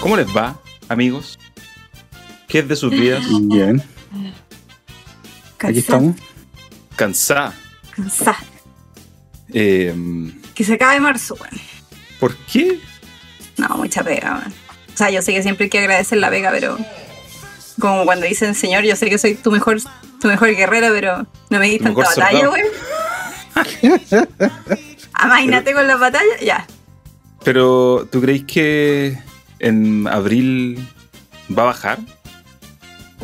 ¿Cómo les va, amigos? ¿Qué es de sus vidas? Bien, aquí estamos. Cansada. Cansá. Em, Que se acabe marzo, weón. ¿Por qué? No, mucha pega, weón. O sea, yo sé que siempre hay que agradecer la pega, pero. Como cuando dicen, señor, yo sé que soy tu mejor, tu mejor guerrero, pero no me di Tu tanta mejor batalla, soldado. weón. Amainate con las batallas, ya. Pero, ¿tú creéis que en abril va a bajar?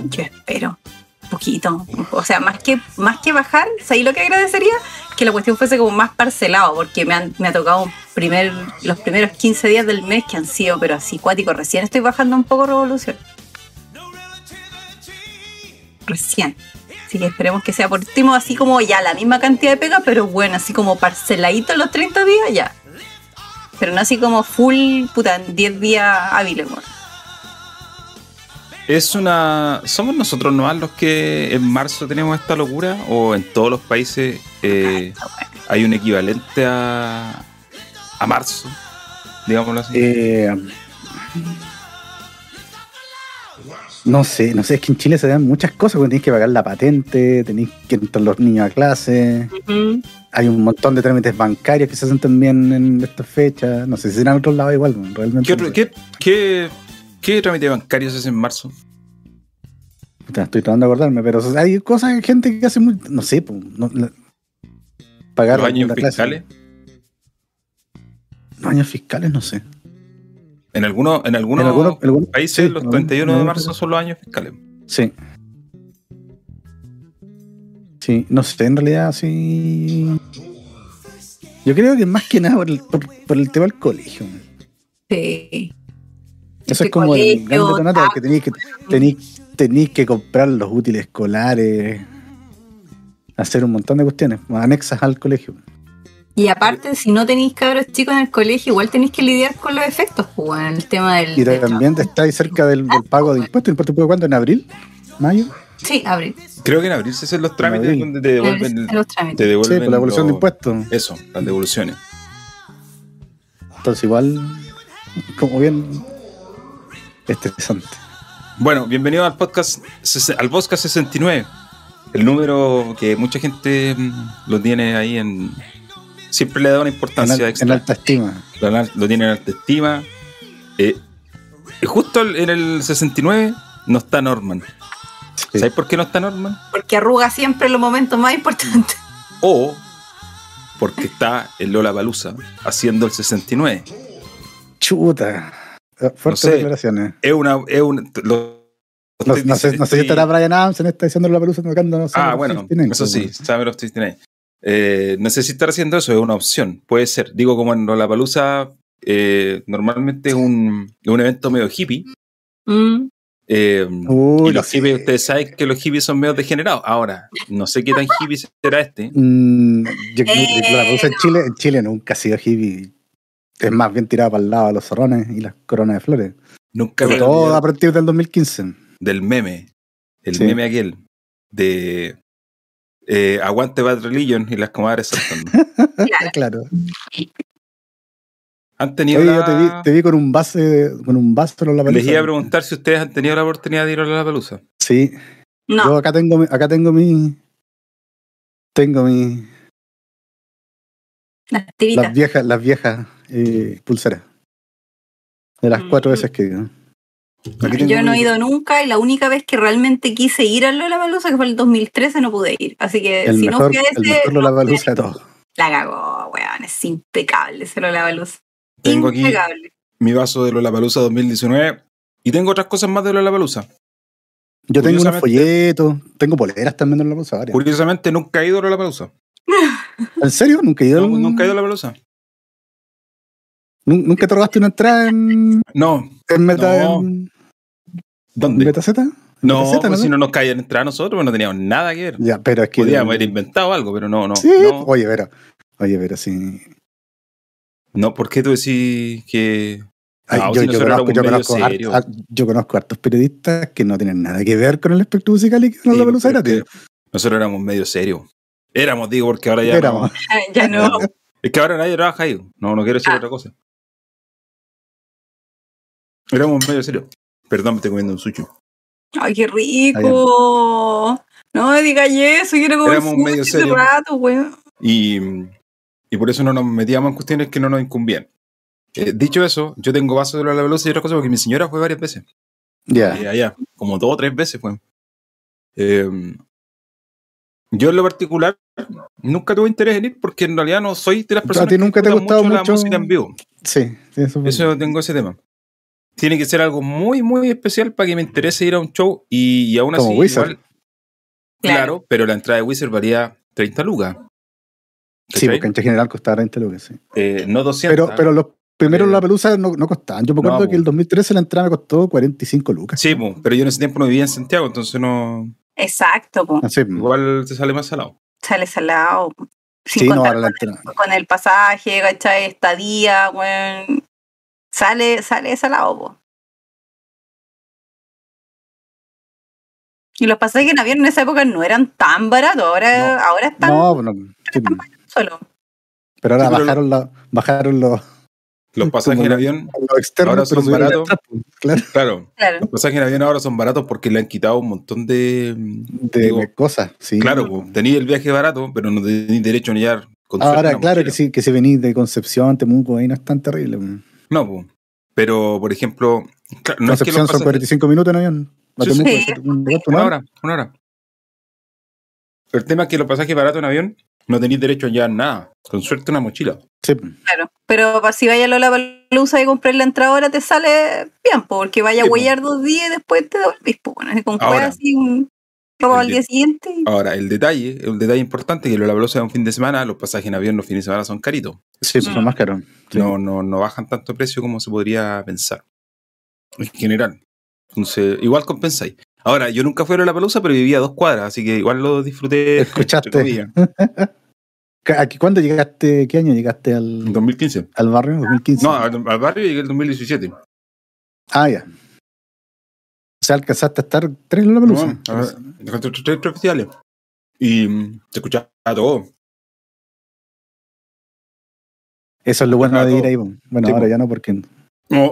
Yo espero. Un poquito. O sea, más que, más que bajar, ¿sabéis lo que agradecería? Que la cuestión fuese como más parcelado, porque me, han- me ha tocado un primer, los primeros 15 días del mes que han sido, pero así cuático. Recién estoy bajando un poco revolución. Recién. Así que esperemos que sea por último, así como ya la misma cantidad de pega, pero bueno, así como parceladito los 30 días ya. Pero no así como full, puta, en 10 días hábiles, bueno. ¿Es una. ¿Somos nosotros nomás los que en marzo tenemos esta locura? ¿O en todos los países eh, hay un equivalente a. a marzo? Digámoslo así. Eh, no sé, no sé, es que en Chile se dan muchas cosas, porque tenéis que pagar la patente, tenéis que entrar los niños a clase, Ujú. hay un montón de trámites bancarios que se hacen también en estas fechas, no sé si será en otros lados igual, bueno, realmente. ¿Qué, no otro- sé. qué, qué, qué trámite bancario se hace en marzo? Puta, estoy tratando de acordarme, pero hay cosas, gente que hace muy, no sé, po, no- la- pagar ¿Los años la clase. fiscales? Los años fiscales, no sé. En algunos, en algunos En algunos- en algunos- países, sí, los en algunos- 31 de en marzo algunos- son los años fiscales. Sí. Sí, no sé, en realidad sí. Yo creo que más que nada por el, por, por el tema del colegio. man. Sí. Eso Este es como el colegio, gran detonante, ah, porque tenéis que, tenéis, tenéis que comprar los útiles escolares, hacer un montón de cuestiones anexas al colegio. Y aparte, si no tenéis cabros chicos en el colegio, igual tenéis que lidiar con los efectos, pues, weón, el tema del. Y del también trabajo. estáis cerca del, del pago de impuestos. ¿El impuesto público cuándo? ¿En abril? ¿Mayo? Sí, abril. Creo que en abril se hacen los trámites abril. donde te devuelven, Los te trámites. devuelven Sí, por pues la evolución de los- impuestos. Eso, las devoluciones. Entonces igual, como bien estresante. Bueno, bienvenido al podcast, ses- al podcast 69. El número que mucha gente mm, lo tiene ahí en. Siempre le da una En, importancia al- en extra. alta estima. Lo anal- lo tiene en alta estima. Eh, y justo el- en el 69 no está Norman. Sí. ¿Sabes por qué no está Norman? Porque arruga siempre los momentos más importantes. O porque está el Lola Palusa haciendo el 69. Chuta. Eh, Fuertes No sé. declaraciones. Es una. Es un, lo- No, estoy no sé, dic- no sé estoy- si estará Brian Adams en esta edición de la pelusa tocando. no sé, Ah, no bueno, sé si tienen, eso sí, pero- sabe los tienen. Eh, no sé si estar haciendo eso, es una opción, puede ser. Digo, como en la palusa, eh, normalmente es un, es un evento medio hippie. Mm. eh, Uy, eh, y los sí. hippies, ustedes saben que los hippies son medio degenerados. Ahora, no sé qué tan hippie será este. Mm, yo- Eh, la pelusa en Chile, en Chile nunca ha sido hippie. Es más bien tirada para el lado de los zorrones y las coronas de flores. Nunca me Pero todo a olvidé partir del 2015. del meme, el Sí. meme aquel de eh, Aguante Bad Religion y las comadres saltando. Claro. Claro. Han tenido Oye, yo la- te vi, te vi con un vaso, con un vaso en la Les iba a pelusa. preguntar si ustedes han tenido la oportunidad de ir a la palusa. Sí, Yo No, acá tengo, mi- acá tengo mi. Tengo mi. las tiritas. Las viejas, las viejas eh, pulseras. De las cuatro Mm. veces que. Aquí tengo Yo no he mi- ido nunca y la única vez que realmente quise ir a la Balusa, que fue el 2013, no pude ir. Así que El si no mejor, fui a ese, el mejor no fui a Lollapalooza de ese. todos. la cagó, weón. Es impecable ese Lollapalooza. Tengo aquí- Impecable. mi vaso de Lollapalooza 2019 y tengo otras cosas más de Lollapalooza. Yo tengo unos Curiosamente- folletos, tengo poleras también en la bolsa varias. Curiosamente nunca he ido a Lollapalooza. ¿En serio? ¿Nunca he ido? No, al- nunca he ido a Lollapalooza. ¿Nun- ¿Nunca te robaste una entrada en, No, en Meta, No. en, en ¿dónde? Beta Z? No, Beta Z, pues ¿no? si no nos caían entrar a nosotros, pues no teníamos nada que ver. Ya, pero es que. Podíamos haber inventado algo, pero no, no. Sí, pues. No, oye, pero. Oye, pero sí. no, ¿por qué tú decís que Ay, No, yo, si yo nosotros conozco, éramos yo, un medio conozco hart- serio. hart- yo conozco hartos periodistas que no tienen nada que ver con el espectro musical y que no Sí, pues, lo pelusa pero es gratis. que nosotros éramos medio serios? Éramos, digo, porque ahora ya. Éramos. Ya no. no. Es que ahora nadie trabaja ahí. No, no quiero decir Ah. otra cosa. Éramos medio serio. Perdón, me estoy comiendo un sushi. Ay, qué rico. No me digas eso, quiero comer Éramos sushi medio hace serios. rato, weón. Y, y por eso no nos metíamos en cuestiones que no nos incumbían. Eh, dicho eso, yo tengo vaso de la velocidad y otras cosas porque mi señora fue varias veces. Ya. Eh, allá, como dos o tres veces fue. Eh, yo en lo particular nunca tuve interés en ir porque en realidad no soy de las ¿A personas ti nunca te ha disfrutan gustado mucho? la Mm. música en vivo. Sí, sí, eso fue- Eso tengo ese tema. Tiene que ser algo muy, muy especial para que me interese ir a un show y, y aún así. Como Wizard. igual- claro. pero la entrada de Wizard valía 30 lucas. Sí, ¿Cachai? porque en general costaba 20 lucas, sí. Eh, no 200. Pero, pero los primeros Eh, la pelusa no, no costaban. Yo me no, acuerdo po. que el 2013 la entrada me costó 45 lucas. Sí, po, pero yo en ese tiempo no vivía en Santiago, entonces no. Exacto, po. Así, Igual te sale más salado. Sale salado. Sin sí, no, contar ahora la entrada. con, con el pasaje, ¿cachai? Estadía, weón. Sale, sale salado, po. Y los pasajes en avión en esa época no eran tan baratos, ahora, ahora están No, pues no, sí, po. solo. pero ahora Sí, pero- bajaron, la, bajaron los, Los pasajes Como en la- avión, los externos. Ahora son pero subieron baratos. la entrada, po. Claro, claro. Claro. Los pasajes en avión ahora son baratos porque le han quitado un montón de. de, Digo, de cosas, sí. Claro, pues, po, tenía el viaje barato, pero no tenías derecho a llegar con suerte Ahora, una claro que mochila. sí, que si venís de Concepción, Temuco, ahí no es tan terrible. pues. po. pues. No, po. pero por ejemplo, claro, no es que Concepción los son pasajes- 45 minutos en avión. A Sí, sí. Temuco Sí. es un- ¿no? una hora, una hora. Pero el tema es que los pasajes baratos en avión no tenéis derecho a llevar nada, con suerte una mochila. Sí, pues. po. Claro, pero pa- si vaya a Lollapalooza y comprar la entrada ahora te sale bien, po, porque vaya a Sí, po. huellar dos días y después te devolvís, po, bueno, así con Ahora. juegas así, un robo El al de- día siguiente. y- Ahora, el detalle, el detalle importante que lo la velocidad de un fin de semana, los pasajes en avión los fines de semana son caritos. sí, po, son más caros. Sí. No, no, no bajan tanto precio como se podría pensar. En general. Entonces, igual compensáis. Ahora, yo nunca fui a la palusa, pero vivía a dos cuadras, así que igual lo disfruté. Escuchaste. entre comillas. Aquí, ¿Cuándo llegaste? ¿Qué año llegaste al, 2015. al barrio? ¿2015? No, al, al barrio llegué el 2017. Ah, ya. O sea, alcanzaste a estar tres en la pelusa. No, ah, a ver, encontré tres, tres festivales. Y mm, se escuchaba todo. Eso es lo bueno de todo. ir ahí. po. Bueno, Sí, ahora po. ya no, porque No,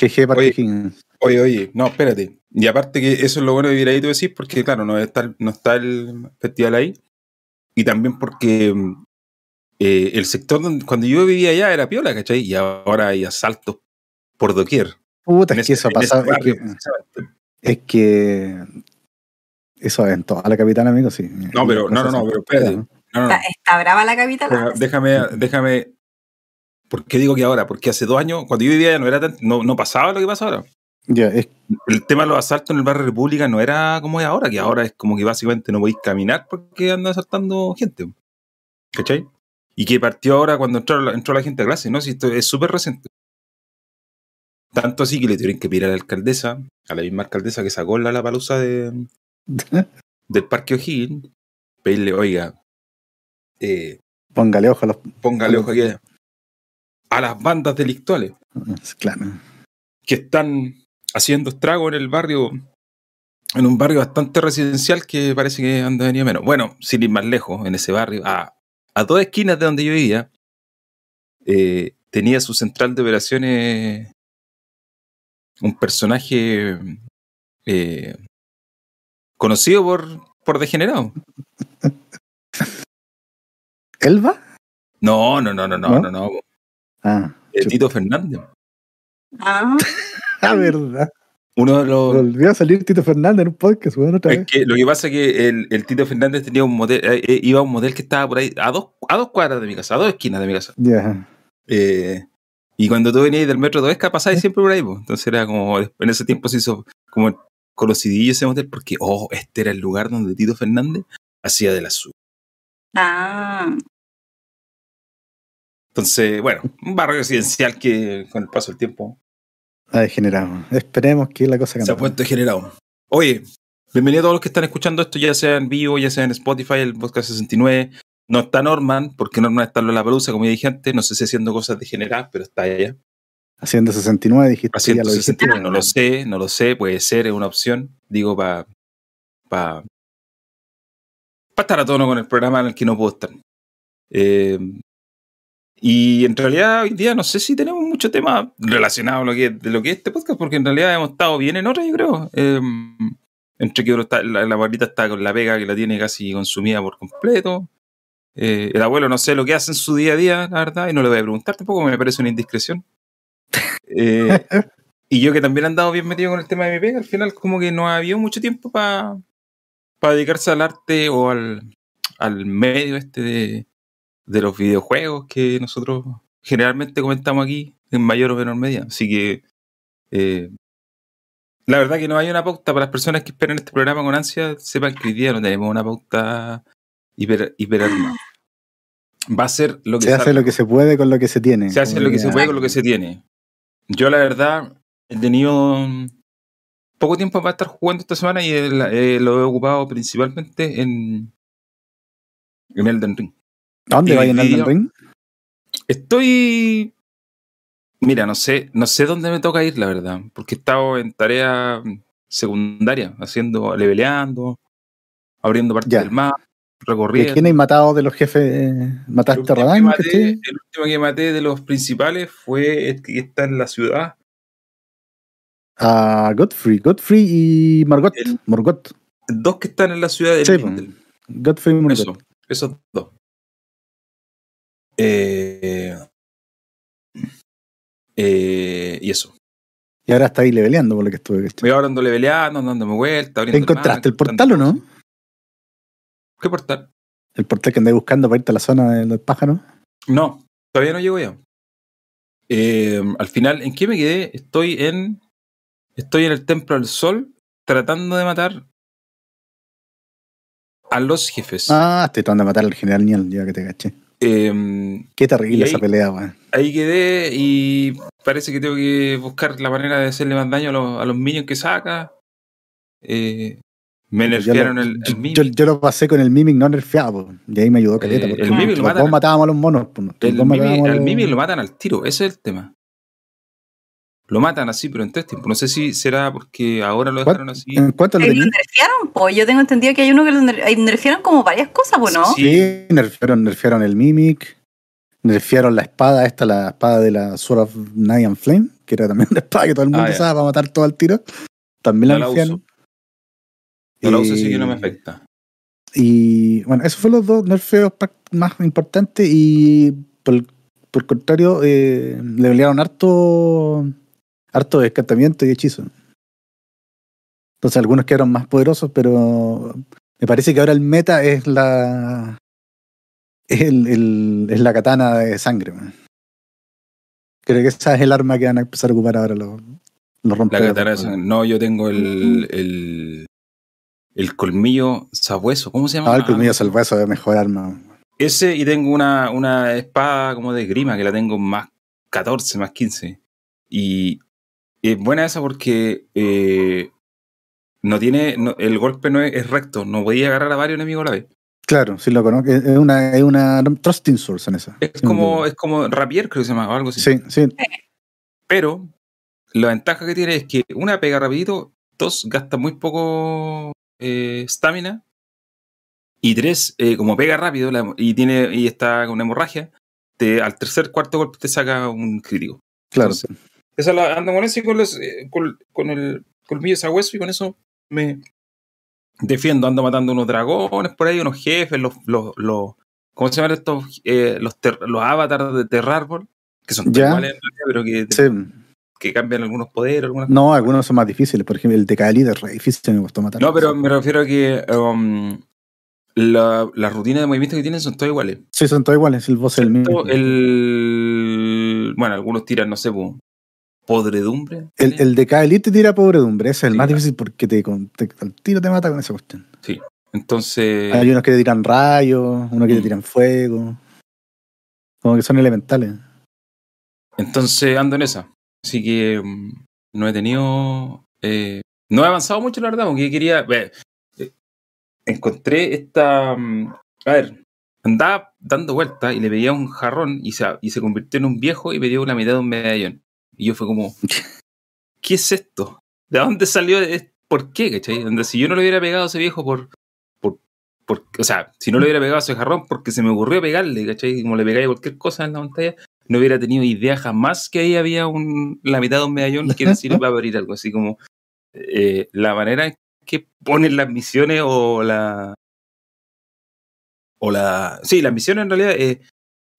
GG Parque Oye. Higgins. oye, oye, no, espérate. Y aparte que eso es lo bueno de vivir ahí, tú decís, porque claro, no está, no está el festival ahí. Y también porque mm, eh, el sector donde, cuando yo vivía allá era piola, ¿cachai? Y ahora hay asaltos por doquier. Puta, En es que ese- eso ha en ese pasado. Es barrio, que, es que. Eso en toda la capital, amigo, sí. No, pero- no, no, no, pero espérate. No, no, no. Está, está brava la capital. Deja- ahora, déjame, déjame. ¿Por qué digo que ahora? Porque hace dos años, cuando yo vivía allá, no, era tan- no, no pasaba lo que pasa ahora. Ya, es, el tema de los asaltos en el barrio República no era como es ahora, que ahora es como que básicamente no podéis caminar porque andan asaltando gente. ¿Cachai? Y que partió ahora cuando entró la, entró la gente a clase, ¿no? Si esto es súper reciente. Tanto así que le tuvieron que pedir a la alcaldesa, a la misma alcaldesa que sacó la, la palusa de, del Parque O'Higgins, pedirle, oiga, eh, póngale ojo a los. póngale ojo aquí a las bandas delictuales Claro. que están haciendo estrago en el barrio, en un barrio bastante residencial que parece que han de venir menos. Bueno, sin ir más lejos, en ese barrio, a, a dos esquinas de donde yo vivía, eh, tenía su central de operaciones un personaje eh, conocido por, por degenerado. ¿Elba? No, no, no, no, no, ¿No? no, no. Ah. eh, chuta. Tito Fernández. Ah, Ah, verdad. Uno de los, Volvió a salir Tito Fernández en un podcast, weón, otra Es vez. que lo que pasa es que el, el Tito Fernández tenía un motel, eh, eh, iba a un motel que estaba por ahí, a dos, a dos cuadras de mi casa, a dos esquinas de mi casa. Ya. Eh, y cuando tú venías del metro de Esca, pasabas siempre por ahí, po. entonces era como, en ese tiempo se hizo como conocidillo ese motel, porque, oh, este era el lugar donde Tito Fernández hacía de la suya. ah, Entonces, bueno, un barrio residencial que con el paso del tiempo Ha degenerado. Esperemos que la cosa se ha cambie. puesto generado. Oye, bienvenido a todos los que están escuchando esto, ya sea en vivo, ya sea en Spotify, el podcast 69. No está Norman, porque Norman está en la pelusa, como ya dije antes. No sé si haciendo cosas degeneradas, pero está allá. Haciendo 69, dijiste. ya Haciendo lo dijiste. 69, no lo sé, no lo sé, puede ser, es una opción. Digo, para pa, pa estar a tono con el programa en el que no puedo estar. Eh, Y en realidad hoy día no sé si tenemos mucho tema relacionado a lo que, de lo que es este podcast, porque en realidad hemos estado bien en otra, yo creo. Eh, entre que uno está, la, la barrita está con la pega que la tiene casi consumida por completo. Eh, el abuelo no sé lo que hace en su día a día, la verdad, y no le voy a preguntar tampoco, me parece una indiscreción. Eh, y yo que también he andado bien metido con el tema de mi pega, al final como que no ha habido mucho tiempo para pa dedicarse al arte o al, al medio este de, de los videojuegos que nosotros generalmente comentamos aquí, en mayor o menor medida. Así que eh, la verdad que no hay una pauta para las personas que esperan este programa con ansia, sepan que hoy día no tenemos una pauta hiper, hiper armada. Va a ser lo que Se hace salga. lo que se puede con lo que se tiene. Se hace como lo que se diría. puede con lo que se tiene. Yo, la verdad, he tenido mm, poco tiempo para estar jugando esta semana y el- eh, lo he ocupado principalmente en, en Elden Ring. ¿A dónde Y va a llenar el video- ring? Estoy. Mira, no sé, no sé dónde me toca ir, la verdad. Porque he estado en tarea mm, secundaria, haciendo, leveleando, abriendo parte Ya. del mapa, ¿De recorriendo. quién hay matado de los jefes? El ¿Mataste a último que Radheim? maté- ¿cachai? el último que maté de los principales fue el que está en la ciudad, A Godfrey. Godfrey y Margot. El- Morgot. dos que están en la ciudad de Sí, pues, Lindel. Godfrey y Morgot. Eso, esos dos. Eh, eh, y eso. Y ahora está ahí leveleando por lo que estuve. ¿cachai? Me iba hablando leveleando, dándome vuelta. ¿Te abriendo el mapa, encontraste el portal o no? ¿Qué portal? El portal que andé buscando para irte a la zona de los pájaros. No, todavía no llego yo. Eh, al final, ¿en qué me quedé? Estoy en. Estoy en el Templo del Sol tratando de matar a los jefes. Ah, estoy tratando de matar al general Niel, ya que te caché. Em, Qué Y terrible ahí- esa pelea, weón. ahí quedé y parece que tengo que buscar la manera de hacerle más daño a los, a los minions que saca. Eh, me Yo nerfearon Pues lo- el, el mimic. Yo, yo lo pasé con el Mimic no nerfeado, po, y ahí me ayudó Caleta. Eh, porque el los Mimic lo dos matan. matábamos a los monos. po, los El dos mimic- matábamos a al los- mimic lo matan al tiro, ese es el tema. Lo matan así, pero en tres tiempos. No sé si será porque ahora lo ¿Cuál? dejaron así. ¿En cuánto lo Ahí ¿Lo tenías? nerfearon? po. yo tengo entendido que hay uno que lo ner- ahí nerfearon como varias cosas, po, ¿no? Sí. Sí, nerfearon, nerfearon el Mimic, nerfearon la espada, esta, la espada de la Sword of Night and Flame, que era también una espada que todo el mundo Ah, ya. usaba para matar todo al tiro. También la No la nerfearon. No lo uso, Eh, así que no me afecta. Y bueno, esos fueron los dos nerfeos pa- más importantes. Y por, el- por el contrario, eh, levelearon harto, harto descartamiento y hechizo. Entonces algunos quedaron más poderosos, pero me parece que ahora el meta es la es, el- el- es la katana de sangre. man. Creo que esa es el arma que van a empezar a ocupar ahora los, los La romperos. katana de sangre. No, yo tengo el, el, el colmillo sabueso. ¿Cómo se llama? Ah, el colmillo salvazo es mejor arma. Ese y tengo una, una espada como de grima que la tengo más 14, más 15. Y es buena esa porque eh, no tiene no- el golpe no es, es recto, no podía agarrar a varios enemigos a la vez. Claro, sí lo conozco. Es es una, es una trusting source en esa. Es Sí, como, es como rapier, creo que se llama, o algo así. Sí, sí. Pero la ventaja que tiene es que una pega rapidito, dos gasta muy poco estamina y tres eh, como pega rápido la- y tiene y está con hemorragia, te, al tercer cuarto golpe te saca un crítico. Claro. Entonces, Esa la ando con eso y con, los, eh, con, con el colmillo sabueso y con eso me defiendo. Ando matando unos dragones por ahí, unos jefes, los, los, los ¿cómo se llaman estos? Eh, los, ter- los avatars de Terrarbol, que son todos Ya. iguales en realidad, pero que, sí. que cambian algunos poderes, algunas No, algunos son más difíciles. Por ejemplo, el de Kaelid es re difícil, me costó matar. No, pero me refiero a que um, la- las rutinas de movimiento que tienen son todas iguales. Sí, son todos iguales. El boss es el mismo. Todo El, bueno, algunos tiran, no sé, po, podredumbre. El, el de Kaelid te tira pobredumbre. Ese es el Sí, más claro. difícil porque te, con- te- al tiro te mata con esa cuestión. Entonces, Hay unos que te tiran rayos, unos que te Mm. tiran fuego. Como que son elementales. entonces ando en esa. Así que mm, no he tenido... eh, no he avanzado mucho, la verdad, porque quería... ve, eh, encontré esta... mm, a ver, andaba dando vueltas y le pedía un jarrón y se, y se convirtió en un viejo y me dio la mitad de un medallón. Y yo fue como... ¿qué es e-? esto? ¿De dónde salió? Es- ¿Por qué? ¿Cachai? Onda, si yo no le hubiera pegado a ese viejo por, por porque, o sea, si no le hubiera pegado a ese jarrón porque se me ocurrió pegarle, ¿cachai? Como le pegáis cualquier cosa en la pantalla, no hubiera tenido idea jamás que ahí había un, la mitad de un medallón que le sirve para abrir algo. Así como eh, la manera en que ponen las misiones o la. O la. Sí, las misiones en realidad es,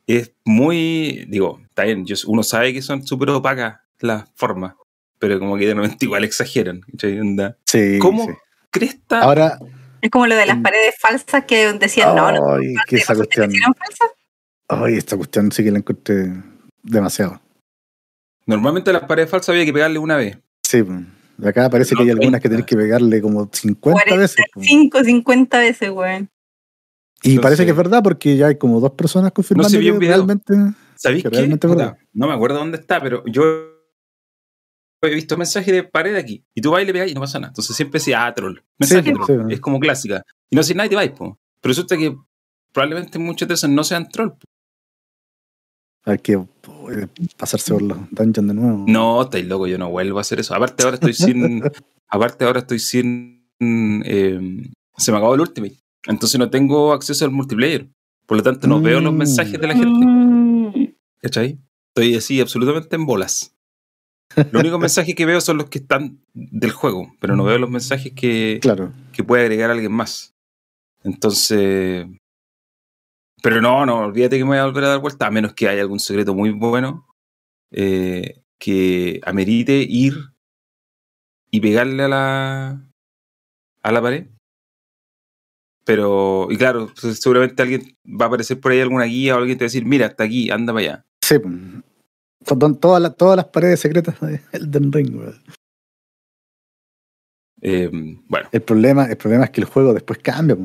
es muy. Digo, está bien, yo- uno sabe que son súper opacas las formas, pero como que de momento igual exageran, ¿cachai? Onda, Sí, ¿Cómo sí. Cresta. Ahora, Es como lo de Mm. las paredes falsas que decían, no, Oh, no, ay, que esa ¿te cuestión, hicieron falsas? ay, esta cuestión sí que la encontré demasiado. Normalmente las paredes falsas había que pegarle una vez. Sí, pues. acá parece que hay algunas que tenés que pegarle como 50 veces. Mm. pues. 45, 50 veces, weón. Y parece Entonces- que es verdad porque ya hay como dos personas confirmando vio un que video. realmente. ¿Sabéis Que qué? realmente Puta, verdad. no me acuerdo dónde está, pero yo he visto mensajes de pared aquí. Y tú vas y le pegas y no pasa nada. Entonces siempre decía, ah, troll. Mensaje pues, troll. sí. Es como clásica. Y no si nadie te vais, po. Pero resulta que probablemente muchos de esos no sean troll. po. Hay que eh, pasarse por los dungeons de nuevo. No, estáis loco, yo no vuelvo a hacer eso. Aparte ahora estoy sin. aparte ahora estoy sin. eh, se me acabó el Ultimate. Entonces no tengo acceso al multiplayer. Por lo tanto, no veo los Mm. mensajes de la gente. Mm. ¿Cachai? Estoy así absolutamente en bolas. Los únicos mensajes que veo son los que están del juego, pero no veo los mensajes que, Claro. que puede agregar alguien más. Entonces. Pero no, no, olvídate que me voy a volver a dar vuelta, a menos que haya algún secreto muy bueno eh, que amerite ir y pegarle a la. a la pared. Pero, y claro, pues, seguramente alguien va a aparecer por ahí alguna guía o alguien te va a decir, mira, hasta aquí, anda para allá. Sí, pues. Son todas, las, todas las paredes secretas de Elden Ring. weón. Eh, bueno, El problema, el problema es que el juego después cambia.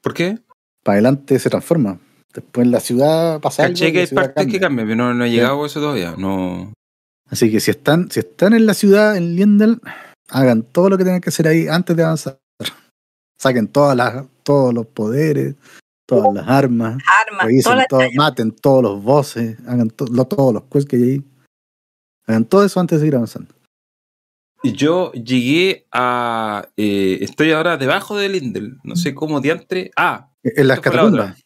¿por qué? Para adelante se transforma. Después en la ciudad pasa algo. Caché y la que hay ciudad partes que cambia. cambian, pero no, no he llegado a eso todavía. No. Así que si están, si están en la ciudad, en Liendel, hagan todo lo que tengan que hacer ahí antes de avanzar. Saquen todas las, todos los poderes, todas las armas, Armas, revisen Uh. todas las todo- maten todos los bosses, hagan to- lo- todos los quests que hay ahí. Hagan todo eso antes de seguir avanzando. Yo llegué a. eh, estoy ahora debajo del Lindel. No sé cómo diantre. Ah, En las Esta fue la otra. catacumbas.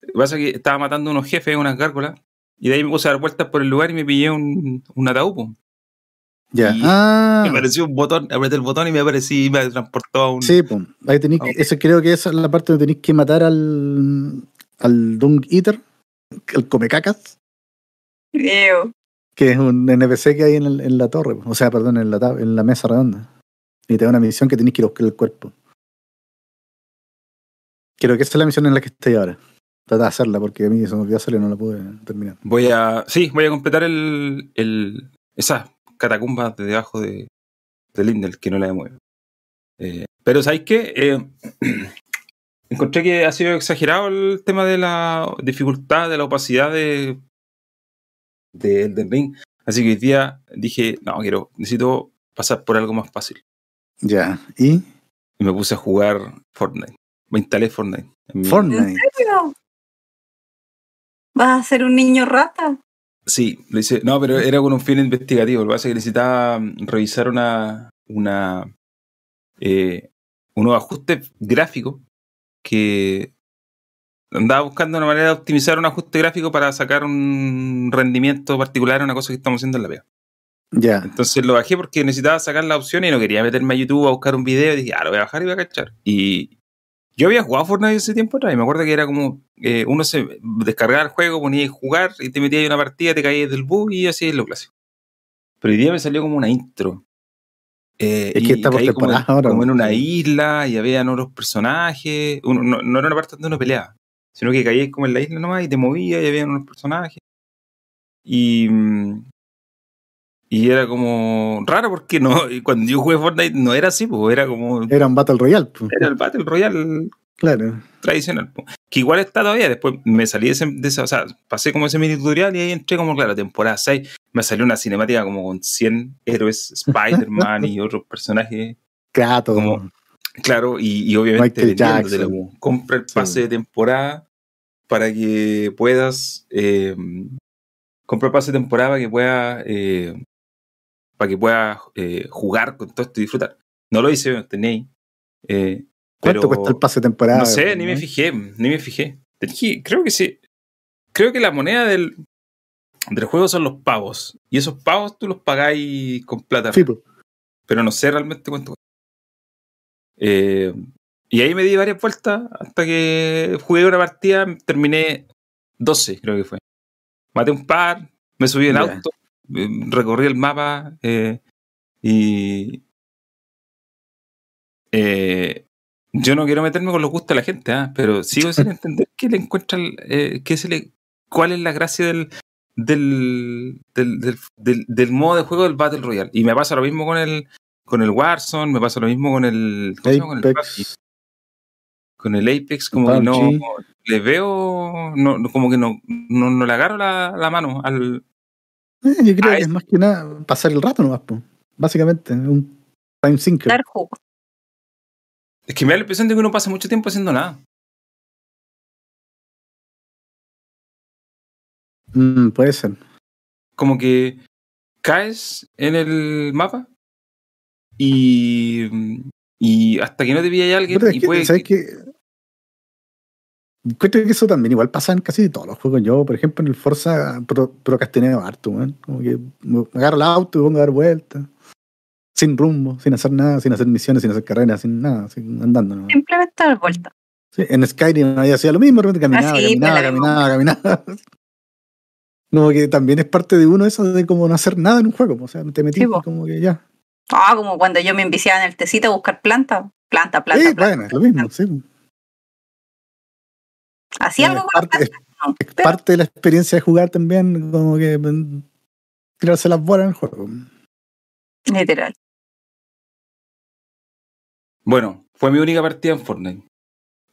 lo que pasa es que estaba matando unos jefes, unas gárgolas. Y de ahí me puse a dar vueltas por el lugar y me pillé un, un ataúd. po. Ya. Y- Me Ah, apareció un botón, apreté el botón y me aparecí y me transportó a un. sí, pues. Ahí tenéis que- Ok. eso creo que esa es la parte donde tenéis que matar al, al Dung Eater, el Comecacas. Ew. que es un NPC que hay en, el- en la torre, o sea, perdón, en la, tab- en la mesa redonda. Y te da una misión que tenés que ir a buscar el cuerpo. Creo que esa es la misión en la que estoy ahora. Trata de hacerla porque a mí se me olvidó hacerla y no la pude terminar. Voy a. Sí, voy a completar el. el esas catacumbas de debajo de, de Lindel, que no la demueve. Eh, pero ¿sabéis qué? Eh, encontré que ha sido exagerado el tema de la dificultad, de la opacidad de. de Elden Ring. Así que hoy día dije, no, quiero, necesito pasar por algo más fácil. Ya. ¿Y? Y me puse a jugar Fortnite. Me instalé Fortnite. en mi- Fortnite. Ew. Vas a ser un niño rata. Sí, lo hice. No, pero era con un fin investigativo. Lo que pasa es que necesitaba mm, revisar una, una, eh, unos ajustes gráficos que andaba buscando una manera de optimizar un ajuste gráfico para sacar un rendimiento particular a una cosa que estamos haciendo en la pega. Ya. Entonces lo bajé porque necesitaba sacar la opción y no quería meterme a YouTube a buscar un video. Y dije, ah, lo voy a bajar y voy a cachar. Y yo había jugado Fortnite hace tiempo atrás. Y me acuerdo que era como, eh, uno se descargaba el juego, ponía a jugar y te metías en una partida, te caías del bug y así es lo clásico. Pero hoy día me salió como una intro. Eh, Es que y está por caí como, en- temporadas ahora, como en ¿no? una isla y habían otros personajes. Uno- no, no era una parte donde uno peleaba, sino que caías como en la isla nomás y te movías y habían unos personajes. Y, mm, y era como raro porque no, y cuando yo jugué Fortnite no era así, pues era como Era un Battle Royale, pues, era el Battle Royale claro. tradicional. po. Que igual está todavía, después me salí de, ese, de esa, o sea, pasé como ese mini tutorial y ahí entré como, claro, temporada 6, me salió una cinemática como con 100 héroes, Spider-Man y otros personajes, Gato. Como- claro, y, y obviamente Michael vendiéndotelo, Jackson. po. compra el pase Sí. de temporada para que puedas, eh, compra el pase de temporada para que puedas, eh, para que puedas eh, jugar con todo esto y disfrutar. No lo hice, no tenía ahí. Eh, ¿Cuánto Pero- cuesta el pase ¿Eh? de temporada? No sé, ni me ¿no? fijé, ni me fijé. Dije, creo que sí. Creo que la moneda del, del juego son los pavos. Y esos pavos tú los pagáis con plata. Sí, po. Pero no sé realmente cuánto cuesta. Eh, y ahí me di varias vueltas hasta que jugué una partida, terminé 12, creo que fue. Maté un par, me subí en Ya. auto, eh, recorrí el mapa eh, y... eh, yo no quiero meterme con los gustos de la gente, ah, pero sigo sin entender qué le encuentran, eh, qué se le, cuál es la gracia del, del, del, del, del- del modo de juego del Battle Royale. Y me pasa lo mismo con el, con el Warzone, me pasa lo mismo con el, ¿cómo se llama? Con el PUBG Apex. con el Apex como PUBG. que no, le veo no, no, como que no, no, no le agarro la, la mano al Eh, yo Ah, creo que es- es más que nada pasar el rato nomás, po. básicamente. es Un time sinker. Dar jugo. es que me da la impresión de que uno pasa mucho tiempo haciendo nada Mm, puede ser. como que caes en el mapa y y hasta que no te pilla alguien Puta, es y que, puede ¿sabes qué? Encuentro que eso también igual pasa en casi todos los juegos. Yo, por ejemplo, en el Forza pro- procrastineo harto, weón. Como que me agarro el auto y me pongo a dar vueltas. Sin rumbo, sin hacer nada, sin hacer misiones, sin hacer carreras, sin nada, sin- andando. nomás. Simplemente dar vuelta. Sí, en Skyrim había sido lo mismo, de repente caminaba, Ah, sí, caminaba, pues la misma. caminaba, caminaba. Como que también es parte de uno eso de como no hacer nada en un juego. O sea, te metí Sí, po. como que ya. Ah, como cuando yo me enviciaba en el tecito a buscar planta. Planta, planta, Sí, planta. bueno, es lo mismo, sí. Hacía Eh, algo con la parte, planta. es, es parte de la experiencia de jugar también, como que mm, tirarse las bolas en el juego. Literal. bueno fue mi única partida en Fortnite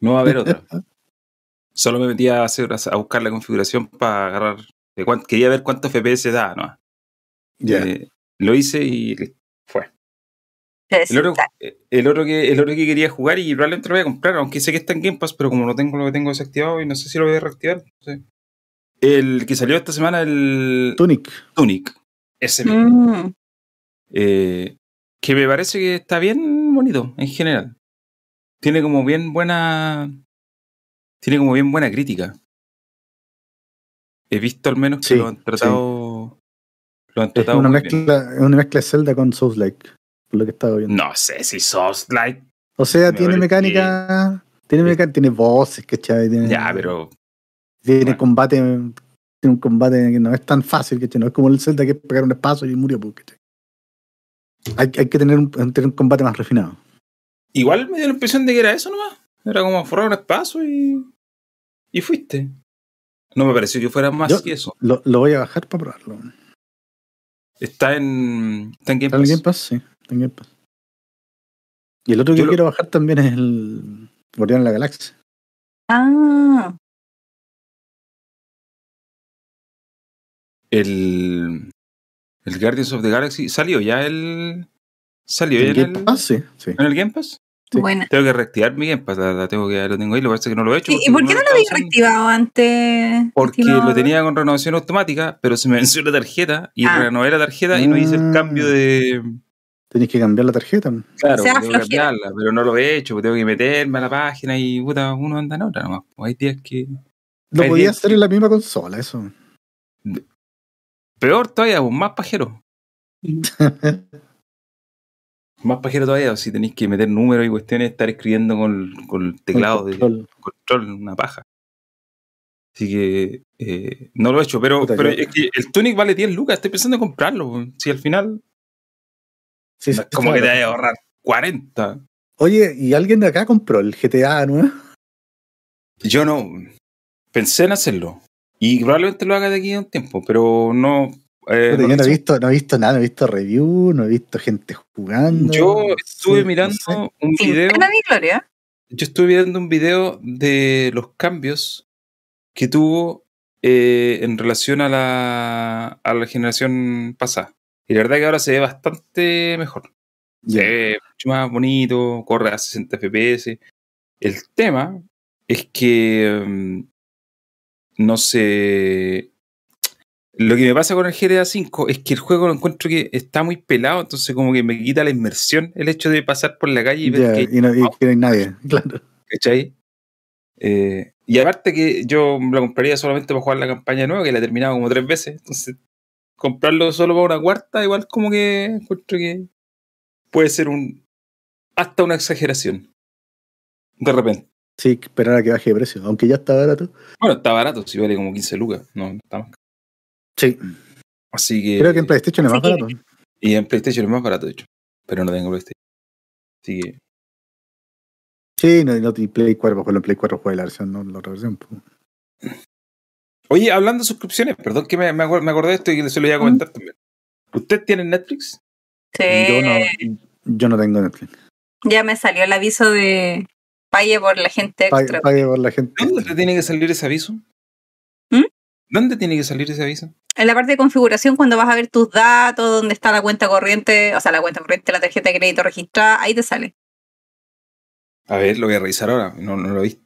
no va a haber otra solo me metí a hacer a buscar la configuración para agarrar de cuán- quería ver cuántos FPS da no Eh, lo hice y listo. El otro, eh, Desinstalar. el, otro que, el otro que quería jugar y probablemente lo voy a comprar, aunque sé que está en Game Pass, pero como no tengo lo que tengo desactivado y no sé si lo voy a reactivar. no sé. El que salió esta semana, el Tunic. Tunic. Ese mismo. Mm, Eh, que me parece que está bien bonito en general. Tiene como bien buena. Tiene como bien buena crítica. He visto al menos que Sí, lo han tratado. Lo han Es tratado. una muy bien. mezcla, es una mezcla de Zelda con Souls Like, por lo que estaba viendo. No sé si Souls Like. O sea, Me tiene parece mecánica, tiene mecánica, tiene voces, ¿cachai? Tiene, Ya, pero tiene bueno. combate, tiene un combate que no es tan fácil, ¿cachai? No es como el Zelda que es pegar un espacio y murió, pues, ¿cachai? Hay, hay que tener un, tener un combate más refinado. Igual me dio la impresión de que era eso nomás. Era como forrar un espacio y. Y fuiste. No me pareció que fuera más Yo- que eso. Lo, lo voy a bajar para probarlo. Está en. Está en Game ¿Está en Pass. Game Pass? Sí, está en Game Pass. Y el otro que Yo lo- quiero bajar también es el Guardián de la Galaxia. Ah, El. El Guardians of the Galaxy. Salió ya el. Salió ¿En ya en Game el. Pass? Sí, sí. ¿En el Game Pass? Sí. buena. Tengo que reactivar mi Game Pass. la- la tengo que, lo tengo ahí. Lo que pasa es que no lo he hecho. Sí, ¿Y por qué no lo estaba había usando. reactivado antes? Porque estimado? lo tenía con renovación automática, pero se me venció la tarjeta y Ah. renové la tarjeta y no hice el Ah. cambio de. Tenéis que cambiar la tarjeta. Claro, Sea tengo que flojera. cambiarla, pero no lo he hecho, porque tengo que meterme a la página y puta, uno anda en otra nomás. pues, Hay días que. Lo Hay podía días hacer en la misma consola, eso. Peor todavía, pues, más pajero. Más pajero todavía, si tenéis que meter números y cuestiones, estar escribiendo con, con el teclado de Control. control, una paja. Así que eh, no lo he hecho, pero, Puta, pero yo- es que el Tunic vale 10 lucas, estoy pensando en comprarlo. pues, Si al final, Sí, no sí, es como claro. que te vaya a ahorrar 40. Oye, ¿y alguien de acá compró el GTA 9? Eh, Yo no pensé en hacerlo. Y probablemente lo haga de aquí a un tiempo, pero no. eh, no Puta, yo no he, lo hice. visto, no he visto nada, no he visto review, no he visto gente jugando. Yo estuve Sí, mirando no sé. un Sin video. pena ni gloria. Yo estuve mirando un video de los cambios que tuvo eh, en relación a la, a la generación pasada. Y la verdad que ahora se ve bastante mejor. Ya. Se ve mucho más bonito, corre a 60 FPS. El tema es que mm, no se. Lo que me pasa con el GTA V es que el juego lo encuentro que está muy pelado, entonces como que me quita la inmersión el hecho de pasar por la calle y Ya, ver que y, no, y que no hay nadie, claro. ¿cachai? Eh, y aparte que yo lo compraría solamente para jugar la campaña nueva, que la he terminado como tres veces. Entonces, comprarlo solo para una cuarta, igual como que encuentro que puede ser un hasta una exageración. De repente. Sí, que esperar a que baje de precio, aunque ya está barato. Bueno, está barato, si vale como 15 lucas. No, no está más. caro. Sí, Eh, Así que. creo que en PlayStation es más sí. barato. Y en PlayStation es más barato, de hecho. Pero no tengo PlayStation. Así que. Sí, no, no tiene Play 4, porque en Play 4 juega la versión, no la otra versión. pues. Oye, hablando de suscripciones, perdón que me, me, acuer- me acordé de esto y se lo iba a comentar también. ¿Usted tiene Netflix? Yo, Sí. no, yo no tengo Netflix. Ya me salió el aviso de pague por la gente Pa- extra. Pague por la gente. ¿Dónde te tiene que salir ese aviso? ¿Mm? ¿Dónde tiene que salir ese aviso? En la parte de configuración, cuando vas a ver tus datos, dónde está la cuenta corriente, o sea, la cuenta corriente, la tarjeta de crédito registrada, ahí te sale. A ver, lo voy a revisar ahora. No, no lo vi.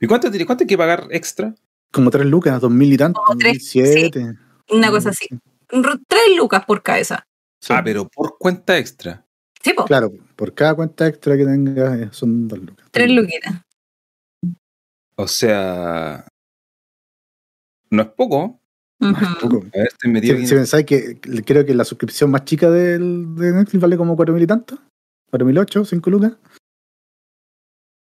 ¿Y cuánto, tiene- cuánto hay que pagar extra? Como 3 lucas, 2000 y tanto, Como tres, 2007. Mm. Una cosa así. Ru- Tres lucas por cabeza. Sí. Ah, pero por cuenta extra. Sí, po, Claro, por cada cuenta extra que tengas eh, son 2 lucas. tres luquitas. O sea. No es poco. Ujú. Poco. A ver, estoy metido Si, aquí si en- pensáis que creo que la suscripción más chica del, de Netflix vale como 4.000 y tanto, 4.008, 5 lucas,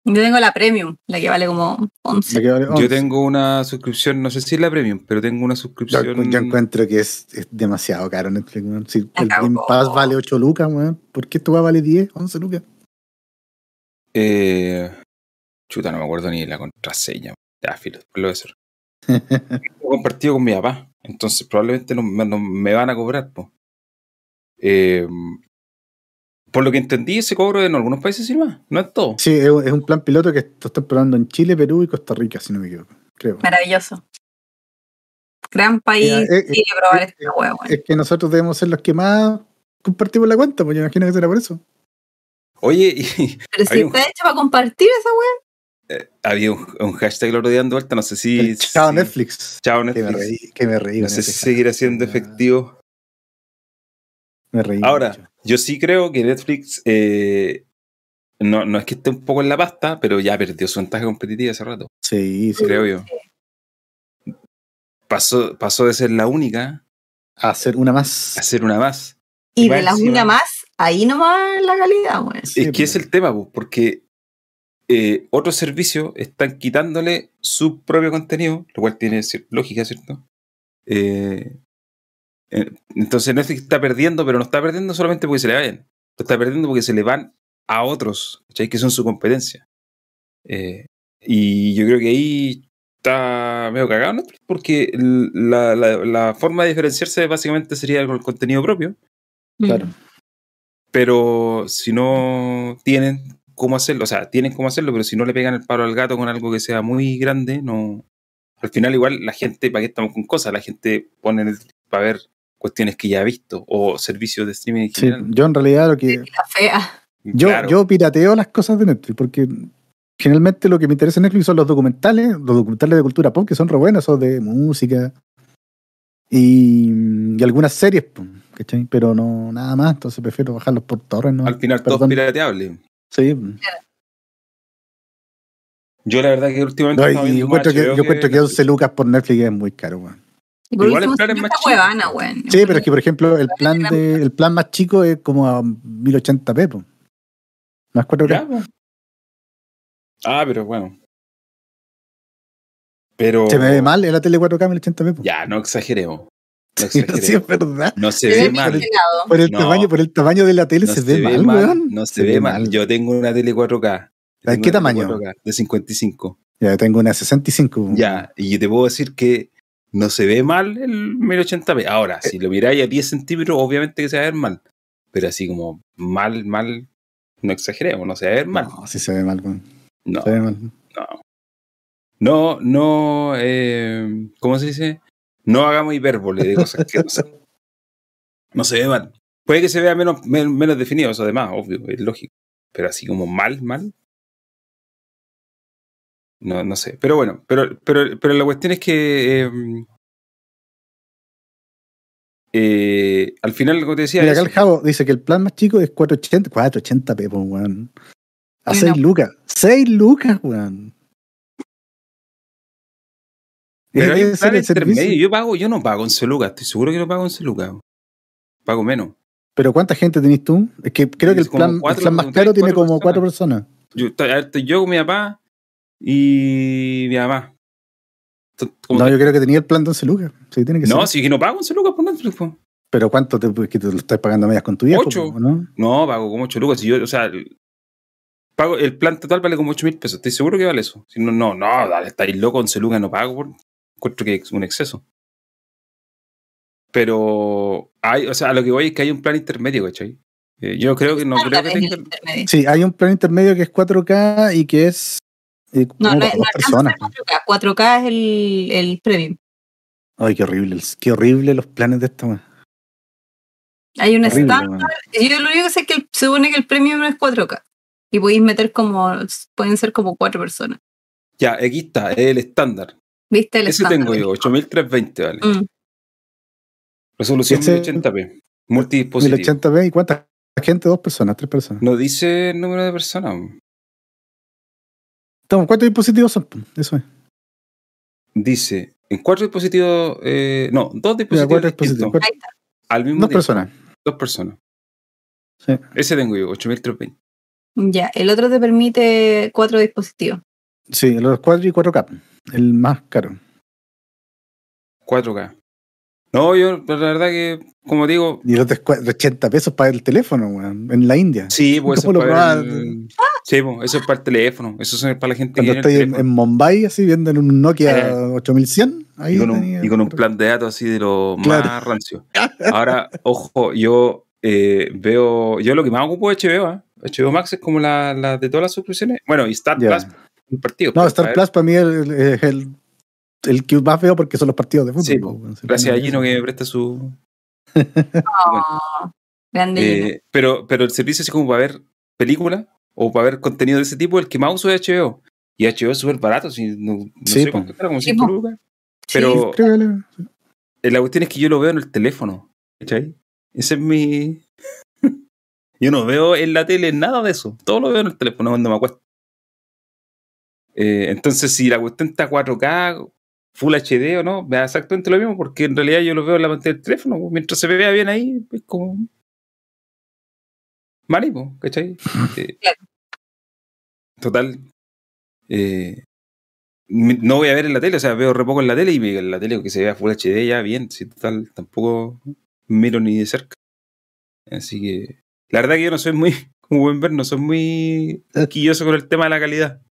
Yo tengo la premium, la que vale como 11. la que vale 11. Yo tengo una suscripción, no sé si es la premium, pero tengo una Yo, suscripción. encu- yo encuentro que es, es demasiado caro Netflix, weón. Si el Acabó. Game Pass vale 8 lucas, weón, ¿por qué esto va a valer 10, 11 lucas? Eh, chuta, no me acuerdo ni la contraseña. Ya, filo, después lo voy a hacer. Lo he compartido con mi papá, entonces probablemente no, me- no me van a cobrar. po. Eh, por lo que entendí, ese cobro en algunos países sirve más, no en todos. Sí, es, un- es un plan piloto que lo están probando en Chile, Perú y Costa Rica, si no me equivoco, creo. Maravilloso. Gran país. Ya, eh, eh, sí, de probar eh, esta hueá, weón. Es que nosotros debemos ser los que más compartimos la cuenta, pues yo imagino que será por eso. Oye, y Pero hay si un- está hecho para compartir esa hueá. había un, un hashtag el otro día dando vuelta, no sé si. El Chao si- Netflix. Chao Que me Netflix. reí, que me reí. No con sé ese si seguirá siendo hashtag. efectivo. Me reí. mucho. Ahora, yo sí creo que Netflix eh, no, no es que esté un poco en la pasta, pero ya perdió su ventaja competitiva hace rato, Sí, sí. creo yo. Pasó, pasó de ser la única Hacer una más. a ser una más. Y Igual de la encima- una más, ahí nomás la calidad, weón. Sí, es que es el tema, pues, porque eh, otros servicios están quitándole su propio contenido, lo cual tiene cier- lógica, ¿cierto? Eh, eh, entonces Netflix está perdiendo, pero no está perdiendo solamente porque se le vayan. Lo está perdiendo porque se le van a otros, ¿cachai? Que son su competencia. Eh, y yo creo que ahí está medio cagado Netflix, porque l- la, la- la forma de diferenciarse básicamente sería con el contenido propio Mm. Claro. pero si no tienen cómo hacerlo, o sea, tienen cómo hacerlo, pero si no le pegan el paro al gato con algo que sea muy grande, no. Al final, igual, la gente, ¿para qué estamos con cosas? La gente pone el- para ver cuestiones que ya ha visto o servicios de streaming en Sí, general. yo en realidad lo que. La fea. Yo, Claro, yo pirateo las cosas de Netflix porque generalmente lo que me interesa en Netflix son los documentales, los documentales de cultura pop que son re buenos, esos de música y, y algunas series, po, ¿cachai? Pero no nada más, entonces prefiero bajarlos por torres, ¿no? al final todo es Perdón. pirateable. Sí, Yo la verdad que últimamente... No, he estado y viendo yo más encuentro que, HBO yo encuentro que 11 lucas por Netflix es muy caro, weón. Y por Igual el último, plan es siempre más está chico. huevana, weón. Sí, pero es que por ejemplo el plan de, el plan más chico es como a 1080p, po. más 4K. Ya, pues. Ah, pero bueno. Pero... Se me ve mal en la tele 4K 1080p. po. Ya, no exageremos. No Sí, exageremos. es verdad. No se Pero ve es mal. pelado. Por el, No. tamaño, por el tamaño de la tele No se, ve mal, weón. No se, ve mal. Yo tengo una tele 4K. Tengo ¿De qué una tele tamaño? Mm. 4K de 55. Ya tengo una 65. weón. Ya, y yo te puedo decir que no se ve mal el 1080p. Ahora, Eh, si lo miráis a 10 centímetros, obviamente que se va a ver mal. Pero así como mal, mal, no exageremos, no se va a ver mal. No, sí se ve mal, weón. No, Se ve mal. no. No, no, eh, ¿cómo se dice? No hagamos hipérbole de cosas que no se, no se ve mal. Puede que se vea menos, men- menos, definido, eso además, obvio, es lógico. Pero así como mal, mal. No, no sé. Pero bueno, pero, pero, pero la cuestión es que eh, eh, al final, como te decía, Mira, acá eso. el Javo dice que el plan más chico es 480. 480 pepo, weón. A Bueno. 6 lucas. 6 lucas, weón. pero hay un Ese plan es el servicio. intermedio. Yo pago, yo no pago 11 lucas, estoy seguro que no pago 11 lucas. Pago menos. Pero ¿cuánta gente tenés tú? Es que creo que el Es como plan, cuatro, el plan más tres, caro tiene cuatro como 4 personas. Yo, estoy- a ver, estoy yo con mi papá y mi mamá. To- como- No, yo creo que tenía el plan de 11 lucas. Sí, tiene que no, ser. si que no pago 11 lucas por Netflix. po. Pero ¿cuánto te, que te lo estás pagando a medias con tu viejo? Ocho. po, ¿no? No, pago como 8 lucas. Si yo, o sea, el, pago, el plan total vale como 8 mil pesos. Estoy seguro que vale eso. Si no, no, no, dale, estáis loco, 11 lucas no pago. Por, encuentro que es un exceso. Pero, hay, o sea, a lo que voy es que hay un plan intermedio, ¿cachai? Eh, yo creo que no creo que Estándar es tenga. el intermedio. Sí, hay un plan intermedio que es 4K y que es. eh, como No, no, no, para dos personas. alcanza 4K. 4K es el, el premium. Ay, qué horrible. el- Qué horrible los planes de esta. weón. Hay un Horrible, stand. weón. Yo lo único que sé es que el- se supone que el premium es 4K. Y podéis meter como. Pueden ser como cuatro personas. Ya, aquí está, es el estándar. ¿Viste el Ese estándar? tengo yo, 8320, vale. Mm. Resolución Ese- 1080p. Multidispositivo. 1080p y cuánta gente, dos personas, tres personas. No dice el número de personas. weón. Entonces, ¿Cuántos dispositivos son? Eso es. Dice en cuatro dispositivos. eh, no, dos Mira, dispositivos. cuatro distintos, dispositivos, cuatro- Ahí está. al mismo dos tiempo, personas. Dos personas. Sí. Ese tengo yo, 8320. Ya, el otro te permite cuatro dispositivos. Sí, los 4 y 4K. El más caro. 4K. No, yo, la verdad que, como digo. Y el otro es cua- de 80 pesos para el teléfono, weón, en la India. Sí, pues eso ¿Cómo es lo para probas? el, Sí, pues, eso es para el teléfono. Eso es para la gente que Cuando tiene el estoy en, teléfono. en Mumbai, así, viendo en un Nokia Eh. 8100. Ahí y, con tenía- un, y con un plan de datos así de lo Claro. más rancio. Ahora, ojo, yo eh, veo. Yo lo que más ocupo es HBO. ¿eh? HBO Max es como la, la de todas las suscripciones. Bueno, y Star Ya. Plus, un partido. pues, No, pero Star para Plus para mí es el, es el, el que más veo porque son los partidos de fútbol. Sí, po, weón. Gracias a Gino que me presta su. Ah, grande. eh, pero, pero el servicio es como para ver películas o para ver contenido de ese tipo, el que más uso es HBO. Y HBO es súper barato, si no, no sé Sí, po. cuánto era, como Sí, 5 po. lucas. Sí. Pero Creo que le- eh, la cuestión es que yo lo veo en el teléfono. ¿Cachai? Ese es mi. yo no veo en la tele nada de eso. Todo lo veo en el teléfono cuando me acuesto. Eh, entonces, si la cuestión está 4K, Full HD o no, me da exactamente lo mismo, porque en realidad yo lo veo en la pantalla del teléfono. Mientras se me vea bien ahí, es como. Maripo, ¿cachai? Eh, Claro. total. eh, mi- no voy a ver en la tele, o sea, veo repoco en la tele y me- en la tele que se vea Full HD ya bien, si total, tampoco miro ni de cerca. Así que, la verdad que yo no soy muy, como buen ver, no soy muy quilloso con el tema de la calidad.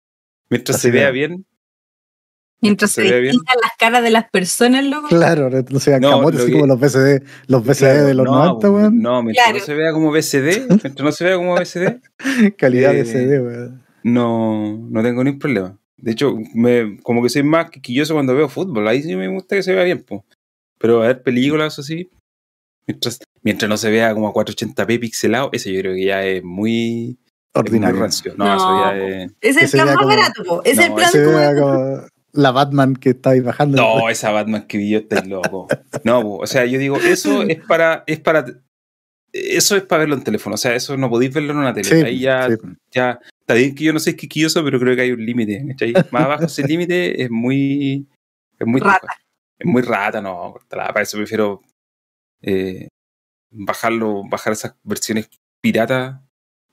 Mientras Así se vea que- bien, Mientras se se vea bien. distingan las caras de las personas, loco. Claro, no sean No, camotes, lo así que- como los BCD, los BCD Claro, de los no, 90, weón. No, mientras Claro. no se vea como BCD, mientras no se vea como BCD, Calidad eh, de CD, weón. no, no tengo ningún problema. De hecho, me, como que soy más quisquilloso cuando veo fútbol. Ahí sí me gusta que se vea bien, po. Pero a ver películas así, mientras, mientras no se vea como a 480p pixelado, ese yo creo que ya es muy, es muy Ordinario. rancio. No, No, eso ya po. es... Es Que el se plan vea más como- barato, po. es No, el plan Se como- vea como la Batman que está ahí bajando. No, esa Batman que vi yo está loco. No, po, o sea, yo digo, eso es para... Es para eso es para verlo en teléfono, o sea, eso no podéis verlo en una tele. Sí, Ahí ya sí. ya está bien que yo no soy quisquilloso, pero creo que hay un límite. ¿cachai? Más abajo ese límite es muy. Es muy Rata. tuca. Es muy rata, no. córtala, Para eso prefiero eh, bajarlo, bajar esas versiones piratas.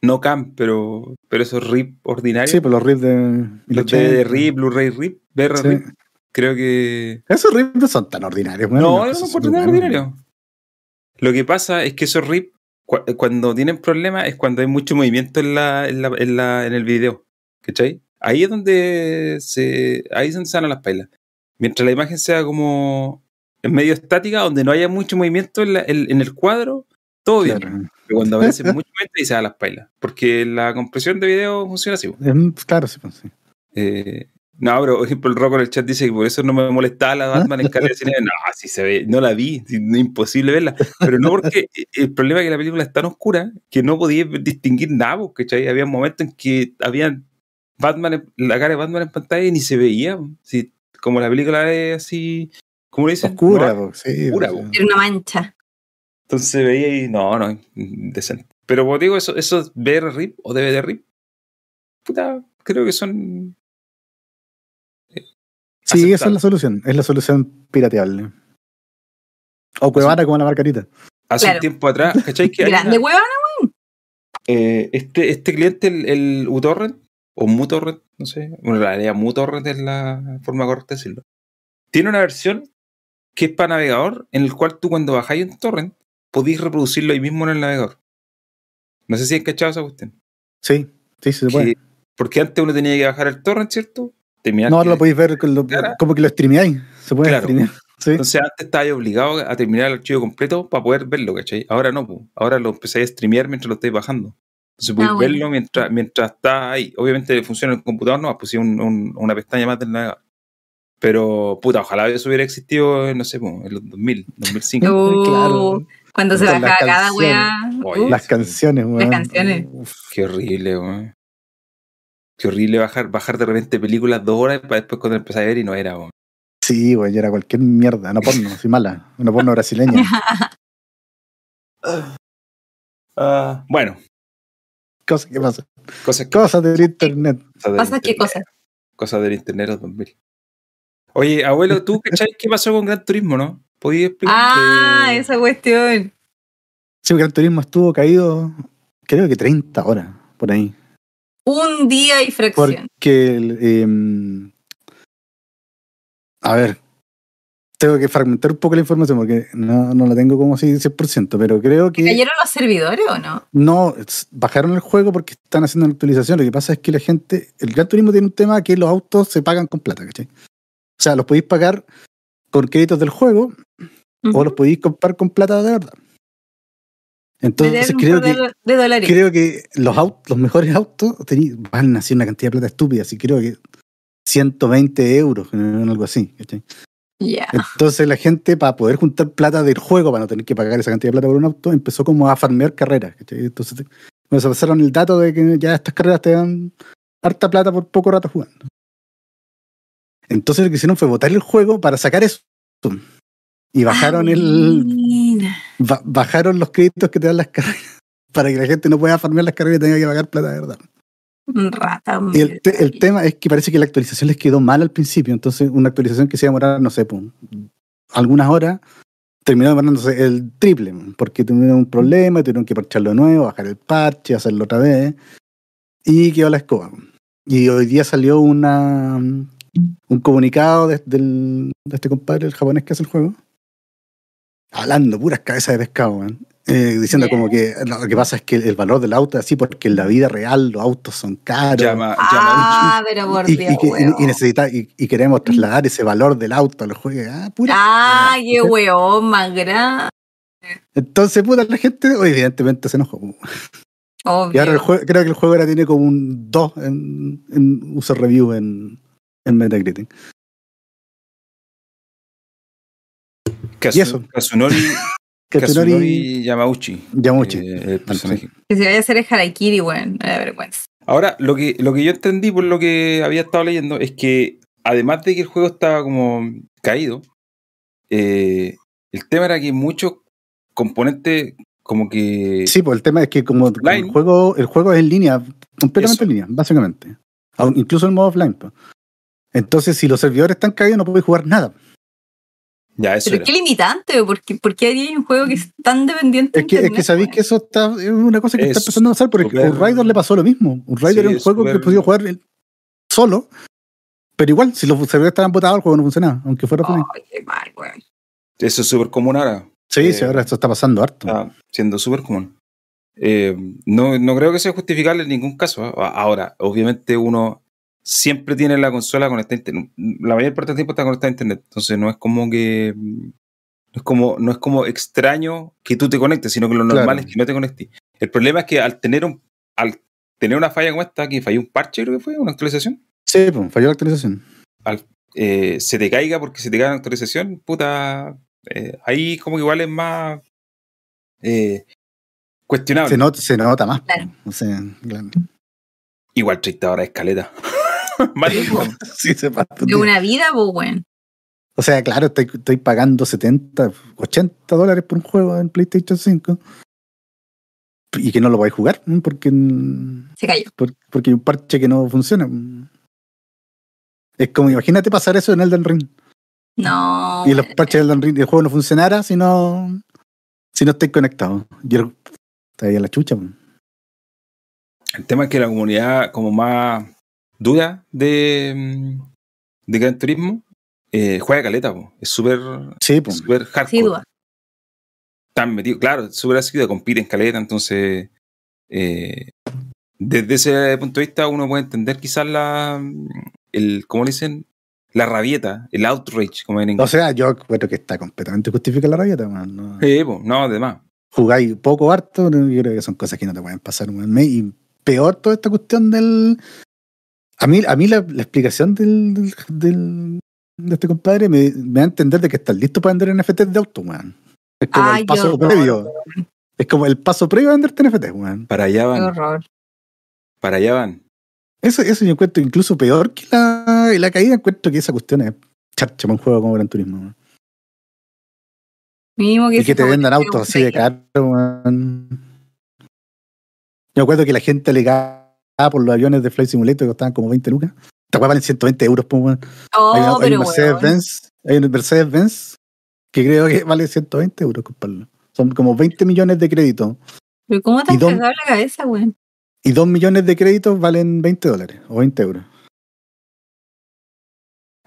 No cam, pero, pero esos RIP ordinarios. Sí, por los rips de. los de, de RIP, Blu-ray RIP, VR Sí. RIP. Creo que. Esos rips no son tan ordinarios, weón. No, Una no cosa son súper tan buena. ordinarios. Lo que pasa es que esos RIP, cu- eh, cuando tienen problemas, es cuando hay mucho movimiento en, la, en, la- en la- en el video. ¿Cachai? Ahí es donde se. Ahí se sanan las pailas. Mientras la imagen sea como en medio estática, donde no haya mucho movimiento en, la- en- en el cuadro, todo bien. Claro. Pero cuando aparece mucho movimiento, ahí se dan las pailas. Porque la compresión de video funciona así. po. Em, Claro, sí, pues, sí. Eh, no, pero por ejemplo el rock en el chat dice que por eso no me molestaba la Batman en calidad de cine. No, si se ve, no la vi, si- no, imposible verla. Pero no porque eh, el problema es que la película es tan oscura que no podía distinguir nada, po, ¿cachai? Había momentos en que había Batman, en- la cara de Batman en pantalla y ni se veía. pues, po. Si, como la película es así, ¿cómo le dicen? Oscura, pues. No, po, sí. oscura, po, po. sí. Era una mancha. Entonces veía y no, no, decente. Pero como digo, eso, esos VR RIP o DVD RIP, puta, creo que son. eh, Sí, esa es aceptables. la solución. Es la solución pirateable. O Cuevana como la margarita. Hace Claro. un tiempo atrás, ¿cachai? Que hay Grande una- huevona. eh, este, este cliente, el, el UTorrent, o MuTorrent, no sé, bueno, en realidad MuTorrent es la forma correcta de decirlo. Tiene una versión que es para navegador, en el cual tú cuando bajáis un torrent, podéis reproducirlo ahí mismo en el navegador. No sé si han cachado esa cuestión. Sí, sí, sí se puede. Que- porque antes uno tenía que bajar el torrent, ¿cierto? Terminar No, que- ahora lo podéis ver con lo- Cara. como que lo streameáis. Se puede Claro. streamear. Sí. Entonces antes estabas obligado a terminar el archivo completo para poder verlo, ¿cachai? Ahora no, po. ahora lo empezáis a streamear mientras lo estáis bajando. Entonces podéis Ah, bueno. verlo mientras, mientras está ahí. Obviamente funciona en el computador, no, puse un, un- una pestaña más del navegador. Pero, puta, ojalá eso hubiera existido, eh, no sé, po, en los 2000, 2005. Uh, Claro. Cuando se Con las bajaba cada canciones. weá. Oye. uh, Las canciones, weón. canciones. Uf, Qué horrible, weón. Qué horrible bajar, bajar de repente películas dos horas para después cuando empezás a ver y no era, weón. Sí, güey, era cualquier mierda. No porno, soy mala. Una porno brasileña. Ah, bueno, Cosa que pasa. cosas que Cosas del internet. pasan del ¿Pasas qué internet. cosas? cosas del internet de los 2000. Oye, abuelo, ¿tú cachai qué pasó con Gran Turismo, no? ¿Podías explicar? Ah, esa cuestión. Sí, porque el turismo estuvo caído, creo que 30 horas por ahí. Un día y fracción. Porque, el, em, a ver, tengo que fragmentar un poco la información porque no, no la tengo como así 100%, pero creo que... ¿Cayeron los servidores o no? No, es- bajaron el juego porque están haciendo una actualización. Lo que pasa es que la gente, el Gran Turismo tiene un tema que los autos se pagan con plata, ¿cachai? O sea, los podéis pagar con créditos del juego o los Ujú. podéis comprar con plata de verdad. Meter Entonces un creo par de que, do- de dólares. creo que los, autos, los mejores autos teni- van así una cantidad de plata estúpida, así creo que 120 euros, eh, algo así, ¿cachai? Ya. Entonces la gente, para poder juntar plata del juego, para no tener que pagar esa cantidad de plata por un auto, empezó como a farmear carreras. ¿cachai? Entonces, te- cuando se pasaron el dato de que ya estas carreras te dan harta plata por poco rato jugando. Entonces lo que hicieron fue botar el juego para sacar eso. Y bajaron el Ah, Mira. ba- bajaron los créditos que te dan las carreras para que la gente no pueda farmear las carreras y tenga que pagar plata de verdad. Rata. Y el, te- el tema es que parece que la actualización les quedó mal al principio, entonces una actualización que se iba a demorar, no sé, po, algunas horas, terminó demorándose el triple, porque tuvieron un problema, tuvieron que parcharlo de nuevo, bajar el parche, hacerlo otra vez, y quedó la escoba. Y hoy día salió una, un comunicado de, del- de este compadre, el japonés que hace el juego, hablando puras cabezas de pescado, man. Eh, diciendo Ya. como que no, lo que pasa es que el valor del auto es así porque en la vida real los autos son caros Llama, llama. Ah, pero por y, Dios. y que- y- weón. y necesita- y- y queremos trasladar ese valor del auto a los juegos. Ah, pura. Ah, qué weón más grande. Entonces, puta, la gente oh, evidentemente se enojó. Obvio. Y ahora el juego, creo que el juego ahora tiene como un 2 en, en user review en, en Metacritic. Kazu- ¿y eso? Kazunori, este Katsunori Kazunori Yamauchi. Yamauchi. eh, el personaje. Que se vaya a hacer el Harakiri, weón. Me da vergüenza. Ahora, lo que, lo que yo entendí por lo que había estado leyendo es que, además de que el juego estaba como caído, eh, el tema era que muchos componentes, como que. Sí, pues el tema es que como, como el Offline. juego, el juego es en línea, completamente Eso. en línea, básicamente. Aun- incluso en modo offline. pues. Entonces, si los servidores están caídos, no puedes jugar nada. Ya, eso Pero era. qué limitante, ¿por qué, por qué haría un juego que es tan dependiente? Es que, es que pues. sabéis que eso está, es una cosa que está Es empezando a pasar, porque súper- un Rider le pasó lo mismo. Un Rider Sí, era un es juego que súper- podía jugar él solo, pero igual, si los servidores estaban botados, el juego no funcionaba, aunque fuera Ay, offline. Ah, qué mal, weón. Eso es súper común ahora. Sí, eh, sí, ahora esto está pasando harto. está siendo súper común. Eh, no, no creo que sea justificable en ningún caso. ¿eh? A- Ahora, obviamente uno siempre tiene la consola conectada a internet. La mayor parte del tiempo está conectada a internet. Entonces no es como que... mm, No es como, no es como extraño que tú te conectes, sino que lo normal Claro. es que no te conectes. El problema es que al tener, un, al tener una falla como esta, que falló un parche creo que fue, una actualización, Sí, pues, falló la actualización. eh, se te caiga porque se te cae la actualización, puta... eh, ahí como que igual es más... eh, cuestionable. Se nota, se nota más. pues. Claro. O sea, claro. Igual pues, 30 horas de escaleta. Más tiempo. sí, se pasa. De una vida, pues, weón. O sea, claro, estoy, estoy pagando 70, 80 dólares por un juego en PlayStation 5 y que no lo vais a jugar ¿no? porque Se cayó. por- porque hay un parche que no funciona. Es como, imagínate pasar eso en Elden Ring No. y los parches de Elden Ring y el juego no funcionara si no si no estáis conectados. Y el- está ahí a la chucha. man. El tema es que la comunidad como más dura de, mm, de Gran Turismo eh, juega caleta, po. es súper Sí, es pues. súper hardcore. Sí, duda. Están metidos, claro, es súper asiduo, compiten caleta, entonces eh, desde ese punto de vista uno puede entender quizás la, mm, el, ¿cómo le dicen? La rabieta, el outrage, como en O inglés. sea, yo creo que está completamente justificada la rabieta. man, no. Sí, po, no, además. Jugáis poco harto, no, yo creo que son cosas que no te pueden pasar un mes. Y peor toda esta cuestión del. A mí, a mí la, la explicación del, del- del- de este compadre me, me da a entender de que estás listo para vender NFTs de auto, weón. Es como Ay, el qué paso horror. previo. Es como el paso previo a venderte NFTs, weón. Para allá Qué van, horror. para allá van. Eso, eso yo encuentro incluso peor que la, la caída. Encuentro que esa cuestión es charcha para un juego como Gran Turismo, weón. Mínimo que Y que se te favorece vendan un autos así de trailer. caro, weón. Yo me acuerdo que la gente le cagaba por los aviones de Flight Simulator que costaban como 20 lucas. Esta weá valen 120 euros, po, weón. hay, una- Oh, hay pero un bueno. Mercedes-Benz, hay un Mercedes-Benz que creo que vale 120 euros comprarlo. Son como 20 millones de créditos. Pero ¿Cómo te ¿Y has dónde- cagado la cabeza, weón? Y 2 millones de créditos valen 20 dólares o 20 euros.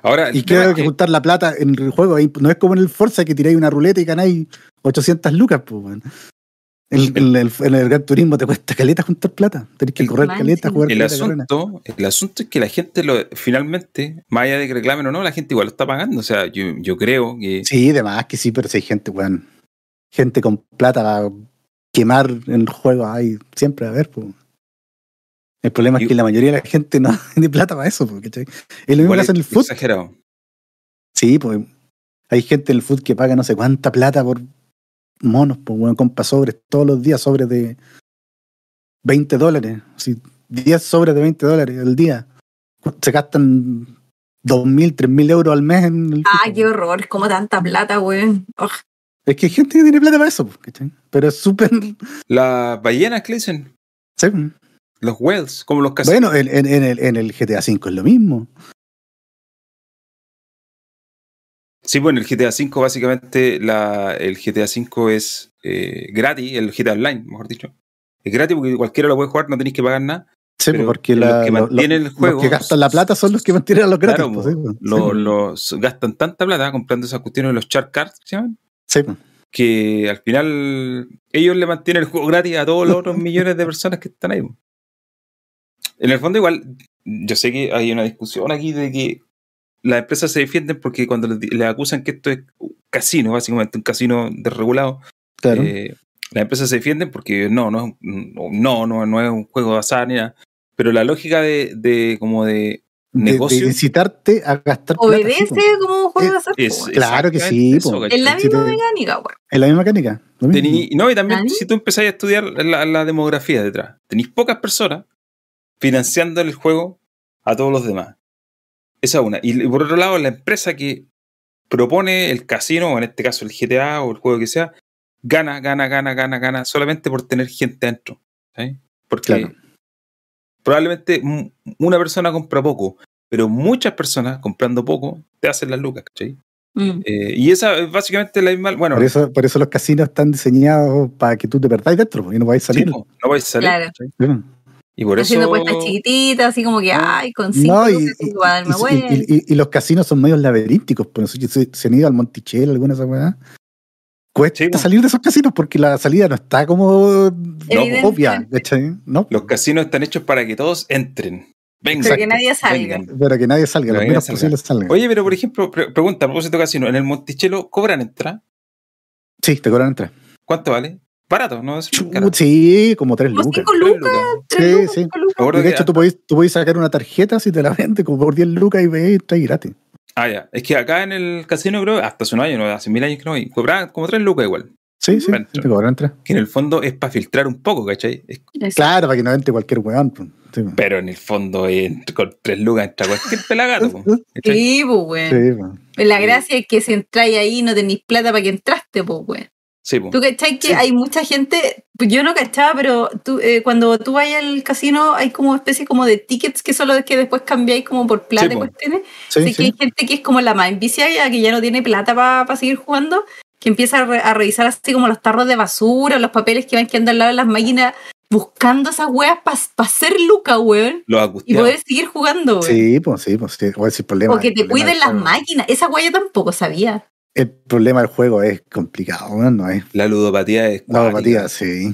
Ahora, el Y tema creo es que que- juntar la plata en el juego ahí no es como en el Forza que tiráis una ruleta y ganáis 800 lucas, pues, weón. El- el- el- En el, Gran Turismo te cuesta caleta juntar plata. Tenés que El- correr caleta, jugar El caleta, carrera. asunto, el asunto es que la gente lo, finalmente, más allá de que reclamen o no, la gente igual lo está pagando. O sea, yo, yo creo que Sí, demás que sí, pero si hay gente, weón. Gente con plata va a quemar en juegos ahí siempre, a ver, pues. El problema Y- es que la mayoría de la gente no tiene plata para eso, porque es lo mismo igual que es hacen en el fútbol. exagerado. Sí, pues hay gente en el fútbol que paga no sé cuánta plata por monos, pues weón, compra sobres todos los días, sobres de 20 dólares, así, 10 sobres de 20 dólares al día. Se gastan 2.000, 3.000 euros al mes en el Ah, fútbol. qué horror. ¿Cómo tanta plata, weón? Oh, Es que hay gente que tiene plata para eso, pues, ¿cachai? Pero es súper... Las ballenas que le dicen, sí. los whales, como los casinos. Bueno, en, en- en el, en el GTA V es lo mismo. Sí, bueno, el GTA V básicamente, la, el GTA V es eh, gratis, el GTA Online, mejor dicho. Es gratis porque cualquiera lo puede jugar, no tenéis que pagar nada. Sí, pues, Pero porque los la- que lo- lo- mantienen el juego los que gastan la plata son los que mantienen a los gratis. Claro, pues, po. sí, pues, Lo- sí, los, gastan tanta plata comprando esas cuestiones de los char cards, ¿se llaman? sí, pues. que al final ellos le mantienen el juego gratis a todos los otros millones de personas que están ahí. po. En el fondo igual, yo sé que hay una discusión aquí de que las empresas se defienden porque cuando les, di- les acusan que esto es un casino, básicamente un casino desregulado, claro. eh, las empresas se defienden porque no, no, es un- no, no, no es un juego de azar ni nada. Pero la lógica de, de como de de, negocio- de incitarte a gastar plata, sí, Obedece po. como un juego de Eh, azar, es- weón. Claro que exactamente sí, eso, po. ¿cachai? Es la si misma te- mecánica, weón. Es la misma mecánica. lo mismo. Tení- no, y también ¿Nadie? si tú empezáis a estudiar la, la demografía detrás, tenéis pocas personas financiando el juego a todos los demás. Esa es una. Y, y por otro lado, la empresa que propone el casino, o en este caso el GTA o el juego que sea, gana, gana, gana, gana, gana, solamente por tener gente adentro. ¿sí? Porque Claro. probablemente mm, una persona compra poco, pero muchas personas comprando poco te hacen las lucas, ¿cachai? Mm. Eh, y esa es básicamente la misma. Bueno, Por, eso, por eso los casinos están diseñados para que tú te perdáis dentro po, y no vais a sí, salir. po, no vais a salir. Claro. ¿cachai? Sí, po. Y por haciendo eso. puestas chiquititas, así como que, ay, con cinco No, y, lucas tengo para darme y- y- vuelta. y- y- y los casinos son medios laberínticos. Por eso, si se han ido al Monticello, alguna de esas weas, Cuesta Sí, po. salir de esos casinos porque la salida no está como Evidente. obvia. ¿cachai? No, Los casinos están hechos para que todos entren. Vengan. Pero que Exacto. nadie salga. vengan. Pero que nadie salga, Pero los que nadie menos salga. posibles salgan. Oye, pero por ejemplo, pre- pregunta a propósito de casino, ¿en el Monticello cobran entrada? Sí, te cobran entrar. ¿Cuánto vale? Barato, ¿no? Es caro. Sí, como tres Como lucas. cinco Tres lucas, lucas. tres Sí, lucas, sí. cinco lucas. Me acuerdo Y de que- hecho, tú podés, tú podés sacar una tarjeta si te la venden como por 10 lucas y ve y traes gratis. Ah, ya. Es que acá en el casino, creo, hasta hace un año, no, hace mil años que no voy, cobraban como tres lucas igual. Sí, sí, Bueno. sí te cobran entrar. Que en el fondo es para filtrar un poco, ¿cachai? Es- Claro, para que no entre cualquier weón. pues. Sí, pues. pero en el fondo, eh, con tres lucas entra cualquier pelagato. po, ¿cachai? Sí, pues, weón. Sí, pues. La gracia es que si entráis ahí no tenéis plata para que entraste, pues, weón. Sí, po. ¿Tú cachai que Sí. hay mucha gente? pues Yo no cachaba, pero tú, eh, cuando tú vas al casino hay como especie como de tickets que solo es que después cambiáis como por plata Sí, pues. y po. cuestiones. Sí, Así que hay sí. gente que es como la más enviciada, que ya no tiene plata para seguir jugando, que empieza a, re- a revisar así como los tarros de basura, los papeles que van quedando al lado de las máquinas, buscando esas weas para hacer luca, weón, Los y angustiados. poder seguir jugando, weón. Sí, pues sí, pues sí. Igual sin problema. o que el te problema cuiden del las juego- máquinas. Esa wea yo tampoco sabía. El problema del juego es complicado, weón, no es. La ludopatía es. La apatía, cuática. sí.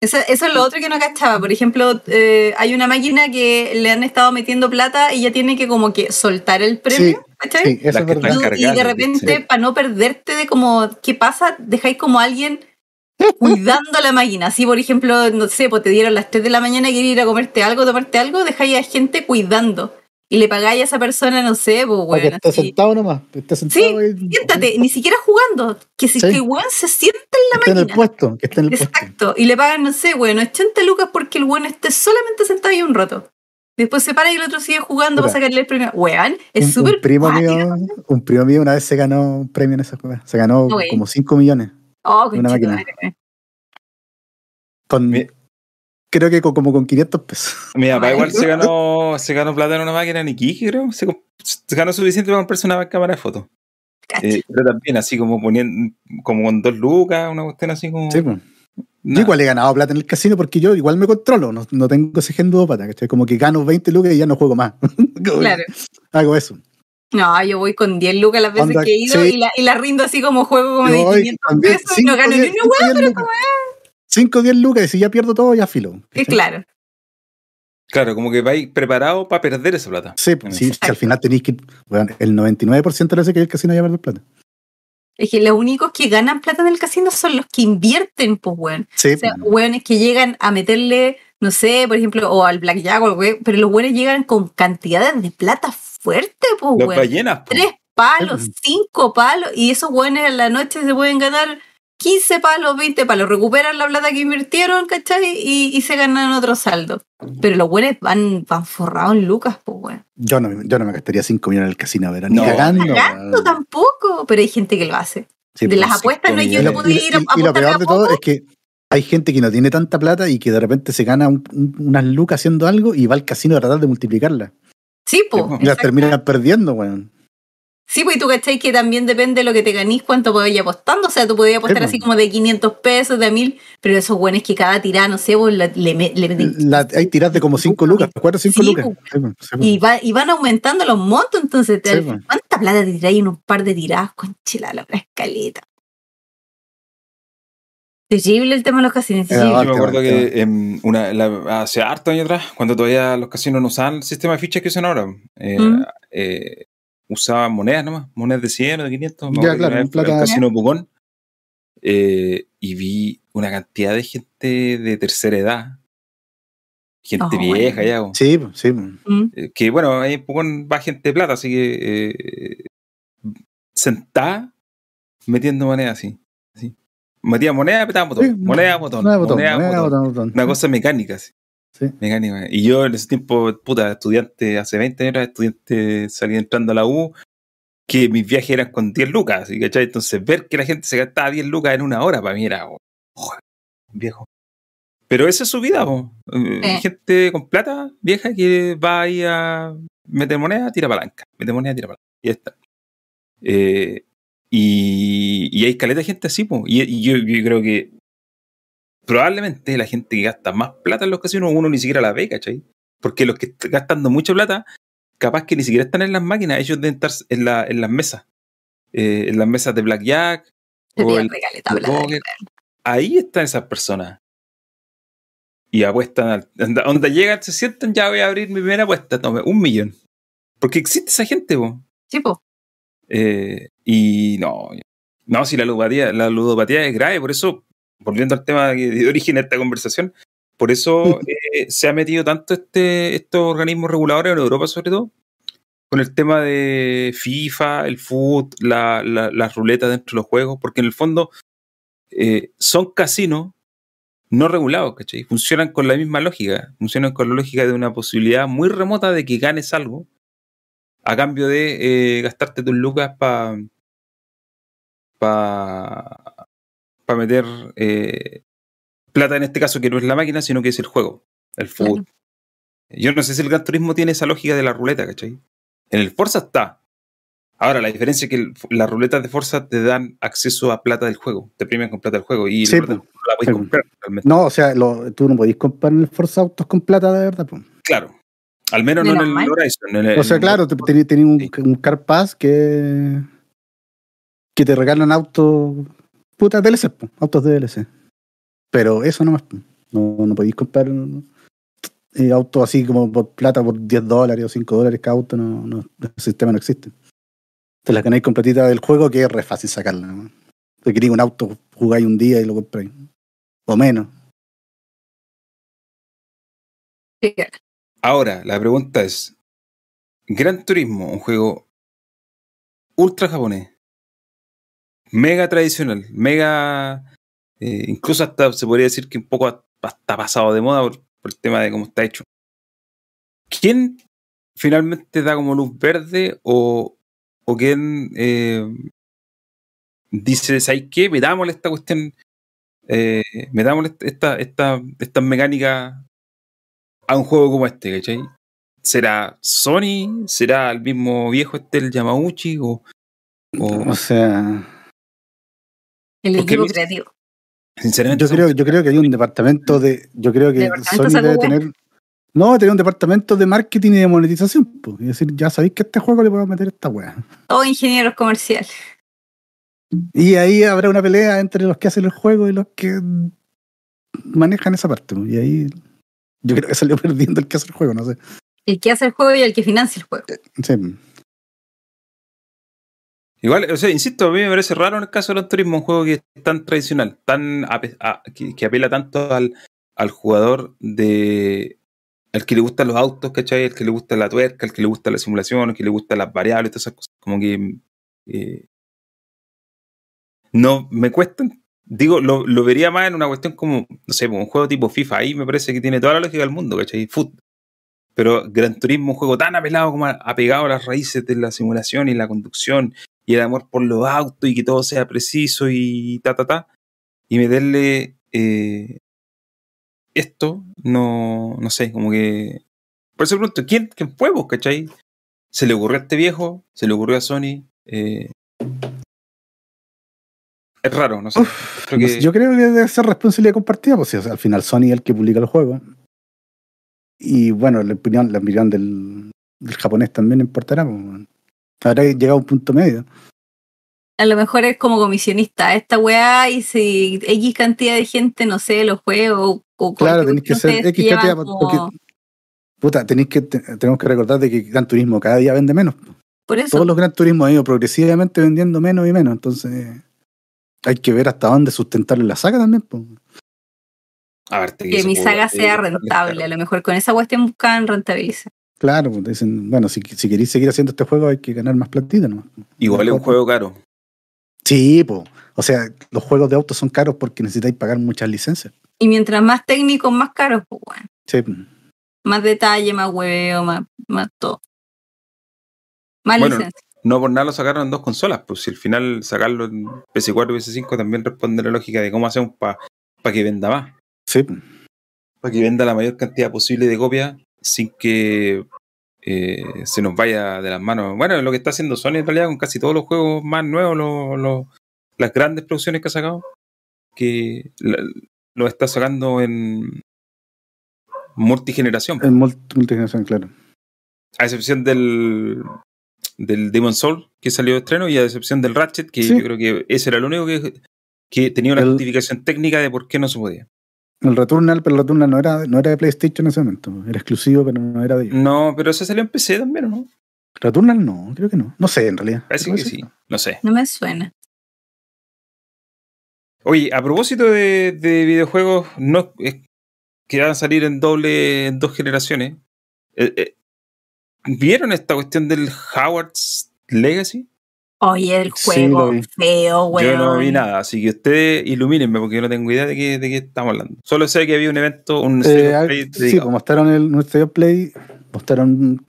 Eso, eso es lo otro que no cachaba. Por ejemplo, eh, hay una máquina que le han estado metiendo plata y ya tiene que como que soltar el premio, ¿cachai? Sí, Las eso es que verdad. están Y- y cargando, de repente, sí. para no perderte de como qué pasa, dejáis como a alguien cuidando la máquina. Así, por ejemplo, no sé, pues te dieron las 3 de la mañana y querías ir a comerte algo, tomarte algo, dejáis a gente cuidando. Y le pagáis a esa persona, no sé, pues, Para que weón. esté así, sentado nomás. que esté sentado ahí- Siéntate, ni siquiera jugando. Que si Sí. pues, que el weón se sienta que en esté en la el máquina. puesto. Que esté en el puesto. Exacto. Y le pagan, no sé, weón, 80 lucas porque el weón esté solamente sentado ahí un rato. Después se para y el otro sigue jugando Mira. para sacarle el premio. Weón, Un- es súper un primo cuático. mío, un primo mío una vez se ganó un premio en esa jugada. Se ganó Ah, güey. como 5 millones. Oh, Una máquina. conchetumare, weón. Con, Mi- creo que con- como con 500 pesos. Mi papá Ay, igual no. se ganó, se ganó plata en una máquina en Iquique, creo. Se, comp- se ganó suficiente para comprarse una cámara de fotos. Cacha. Eh, pero también así como poniendo, como con dos lucas, una cuestión así como... Sí, pues. Mm, nada. Yo igual he ganado plata en el casino porque yo igual me controlo, no, no tengo ese gen ludópata, ¿cachai? Como que gano 20 lucas y ya no juego más. Como que Claro. Hago eso. No, yo voy con 10 lucas las veces Onda, que he ido sí. y, la, y la rindo así como juego como Yo de voy 500 también pesos y no cinco, gano ni diez- una hueá, cinco, diez pero lucas. como es. 5 o 10 lucas y si ya pierdo todo, ya filo. que ¿cachai? Claro. Claro, como que vais preparado para perder esa plata. Sí, pues, sí, si al final tenéis que. Bueno, el 99% de las veces que el casino ya pierde plata. Es que los únicos que ganan plata en el casino son los que invierten, pues, weón. Sí, O sea, pues, weones que llegan a meterle, no sé, por ejemplo, o al blackjack o al we- pero los weones llegan con cantidades de plata fuerte, pues, Los weón. ballenas, po. Tres palos, Sí. cinco palos, y esos weones en la noche se pueden ganar 15 palos, 20 palos, recuperan la plata que invirtieron, ¿cachai? Y, y se ganan otro saldo. Pero los weones van, van forrados en lucas, pues, weón. yo, no, me- yo no me gastaría 5 millones en el casino, ¿verdad? No. ni cagando. Cagando weón. tampoco, pero hay gente que lo hace. Sí, de pues, las cinco apuestas no hay que millones. uno Y lo- y, puede ir a y- y lo apostar de a peor de todo poco. es que hay gente que no tiene tanta plata y que de repente se gana un- un- unas lucas haciendo algo y va al casino a tratar de multiplicarla. Sí, pues. Sí, po. Y las termina perdiendo, weón. Sí, pues y tú cachai que también depende de lo que te ganís, cuánto podéis ir apostando. O sea, tú podías apostar pues. así como de 500 pesos, de 1000, pero esos buenos que cada tirano, sé, vos la- le, me- le meten La- hay tiras de como 5 lucas, 4 o 5 Sí, lucas. po. Sí, po, sí, pues. po. Y, va- y van aumentando los montos, entonces, te- Mm. Sí, pues. ¿cuánta plata te tiráis en un par de tiradas? Conchila, la escaleta. Terrible el tema de los casinos. Eh, terrible. Yo me Qué acuerdo bueno, que qué em, una- la- hace harto años atrás, cuando todavía los casinos no usaban el sistema de fichas que usan ahora, eh, Mm. eh, usaban monedas nomás, monedas de 100 o de 500. me Ya, acuerdo que claro, una vez fui al plata- casino Pucón eh, y vi una cantidad de gente de tercera edad, gente Oh, vieja bueno. ya, po. Sí, po, sí, pues. po. Mm. Eh, que bueno, ahí en Pucón va gente de plata, así que eh, sentada metiendo monedas así. así. Metía moneda, apretaba botón, Sí, moneda, botón, moneda, botón, moneda, moneda, botón. botón, botón. Una cosa mecánica, sí. Sí. Mecánica. Y yo en ese tiempo, puta, estudiante, hace 20 años, era estudiante, salí entrando a la U, que mis viajes eran con 10 lucas, ¿sí? ¿cachai? Entonces, ver que la gente se gastaba 10 lucas en una hora, para mí era, oh, joder, viejo. Pero esa es su vida, po. Eh, Sí. gente con plata, vieja, que va ahí a meter moneda, tira palanca, mete moneda, tira palanca, y ya está. Eh, y, y hay caleta de gente así, po. Y, y yo, yo creo que probablemente la gente que gasta más plata en los casinos, uno ni siquiera la ve, ¿cachai? Porque los que están gastando mucha plata, capaz que ni siquiera están en las máquinas, ellos deben estar en, la- en las mesas, eh, en las mesas de Blackjack. Se o el- pierde caleta plata, póker. ahí están esas personas. Y apuestan, al, onda, onda llegan, se sientan, ya voy a abrir mi primera apuesta, tome, un millón. Porque existe esa gente, po. Sí, pues, po. Eh, y no, no, si la ludopatía, la ludopatía es grave, por eso, volviendo al tema que dio origen a esta conversación, por eso eh, se ha metido tanto este, estos organismos reguladores en Europa, sobre todo, con el tema de FIFA, el foot, la- la- las ruletas dentro de los juegos, porque en el fondo eh, son casinos no regulados, ¿cachai? Funcionan con la misma lógica, funcionan con la lógica de una posibilidad muy remota de que ganes algo a cambio de eh, gastarte tus lucas para para pa meter eh, plata en este caso que no es la máquina, sino que es el juego, el fútbol. Yo no sé si el Gran Turismo tiene esa lógica de la ruleta, ¿cachai? En el Forza está. Ahora, la diferencia es que el- las ruletas de Forza te dan acceso a plata del juego, te premian con plata del juego y Sí, la plata po. no la puedes Sí, po. comprar realmente. No, o sea, lo- tú no podís comprar el Forza Autos con plata, de verdad. pues. po. Claro. Al menos no en Menos el mal. Horizon. en el- O sea, claro, te- tenés tenés un, un Car Pass que, que te regalan autos, putas DLC, po, autos de DLC. Pero eso nomás, po. no, no podéis comprar eh, autos así como por plata por 10 dólares o 5 dólares cada auto, no, no, ese sistema no existe. Te las ganáis con platita del juego que es re fácil sacarla. ¿no? Te queréis un auto, jugáis un día y lo compráis. O menos. Ahora, la pregunta es: Gran Turismo, un juego ultra japonés, mega tradicional, mega. eh, incluso hasta se podría decir que un poco ha- hasta pasado de moda por, por el tema de cómo está hecho. ¿Quién finalmente da como luz verde o, o quién eh, dice, ¿sabes qué? Metámosle esta cuestión, eh, metámosle esta, esta, esta mecánica a un juego como este, ¿cachai? ¿Será Sony? ¿Será el mismo viejo este, el Yamauchi? O, o- O sea, El Porque equipo mi- creativo. sinceramente, Yo creo, yo creo que hay un departamento de. Yo creo que Departamento Sony sacó debe web. tener. No, tener un departamento de marketing y de monetización. po. Y decir, ya sabéis que a este juego le podemos meter esta weá. Todos ingenieros comerciales. Y ahí habrá una pelea entre los que hacen el juego y los que manejan esa parte. po. Y ahí yo creo que salió perdiendo el que hace el juego, no sé. El que hace el juego y el que financia el juego. Sí. Igual, o sea, insisto, a mí me parece raro en el caso de Gran Turismo, un juego que es tan tradicional, tan ape- a- que, que apela tanto al, al jugador de al que le gustan los autos, ¿cachai? Al que le gusta la tuerca, al que le gusta la simulación, al que le gustan las variables, todas esas cosas. Como que eh, no me cuestan. Digo, lo, lo vería más en una cuestión como, no sé, como un juego tipo FIFA. Ahí me parece que tiene toda la lógica del mundo, ¿cachai? Fútbol. Pero Gran Turismo, un juego tan apelado como a- apegado a las raíces de la simulación y la conducción y el amor por los autos y que todo sea preciso y ta, ta, ta. Y meterle eh, esto, no, no sé, como que... Por eso pregunto, ¿quién, ¿quién fue vos, cachai? ¿Se le ocurrió a este viejo? ¿Se le ocurrió a Sony? Eh, es raro, no sé. Creo No que- sé, Yo creo que debe ser responsabilidad compartida, pues sí, o sea, al final Sony es el que publica el juego. Y bueno, la opinión, la opinión del, del japonés también importará. pues, bueno. Habrá llegado a un punto medio. A lo mejor es como comisionista. Esta weá y si X cantidad de gente, no sé, los juegos o Claro, cualquier tenéis que cuestión ser ustedes X llevan cantidad, como- porque- Puta, tenéis que, te- tenemos que recordar de que Gran Turismo cada día vende menos. Por eso. Todos los Gran Turismo han ido progresivamente vendiendo menos y menos. Entonces, hay que ver hasta dónde sustentarle la saga también. pues. a ver, te- que mi supongo saga que- sea rentable. A lo mejor con esa cuestión buscan rentabilizar. Claro, pues, dicen, bueno, si, si queréis seguir haciendo este juego hay que ganar más platita nomás. Igual es un juego caro. Sí, po. o sea, los juegos de autos son caros porque necesitáis pagar muchas licencias. Y mientras más técnicos, más caros, pues bueno. Sí, po. Más detalle, más hueveo, más, más todo. Más Bueno, licencia. No por nada lo sacaron en dos consolas, pues si al final sacarlo en PS4 y PS5 también responde a la lógica de cómo hacemos para que venda más. sí. po. para que venda la mayor cantidad posible de copias sin que eh, se nos vaya de las manos. Bueno, lo que está haciendo Sony en realidad con casi todos los juegos más nuevos, los- los- las grandes producciones que ha sacado, que la- lo está sacando en multigeneración, En mult- multigeneración, claro. a excepción del del Demon Soul que salió de estreno y a excepción del Ratchet, que Sí. yo creo que ese era el único que, que tenía una El- justificación técnica de por qué no se podía. El Returnal, pero el Returnal no era, no era de PlayStation en ese momento. po. Era exclusivo, pero no era de ellos. No, pero ese salió en PC también, ¿o ¿no? Returnal no, creo que no. No sé, en realidad. Parece Creo que sí, no sé. No me suena. Oye, a propósito de, de videojuegos no, eh, que van a salir en doble en dos generaciones, eh, eh, ¿vieron esta cuestión del Howard's Legacy? Oye, el Sí, lo juego vi. feo, weón. Yo no vi nada, así que ustedes ilumínenme porque yo no tengo idea de qué, de qué estamos hablando. Solo sé que había un evento, un Eh, State of al- Play sí, dedicado. pues mostraron el nuestro Play, mostraron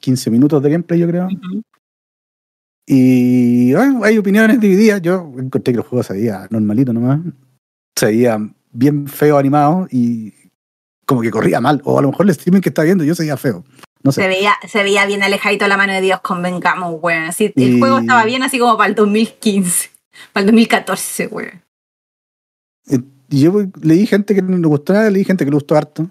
15 minutos de gameplay, yo creo. Ujú. Y bueno, hay opiniones divididas. Yo encontré que el juego se veía normalito nomás. Se veía bien feo animado y como que corría mal. O a lo mejor el streaming que está viendo yo se veía feo. No Se sé. veía, se veía bien alejadito a la mano de Dios, convengamos, weón. Así, el Y- juego estaba bien así como para el 2015, para el 2014, weón. Y yo leí gente que no le gustó nada, leí gente que le gustó harto.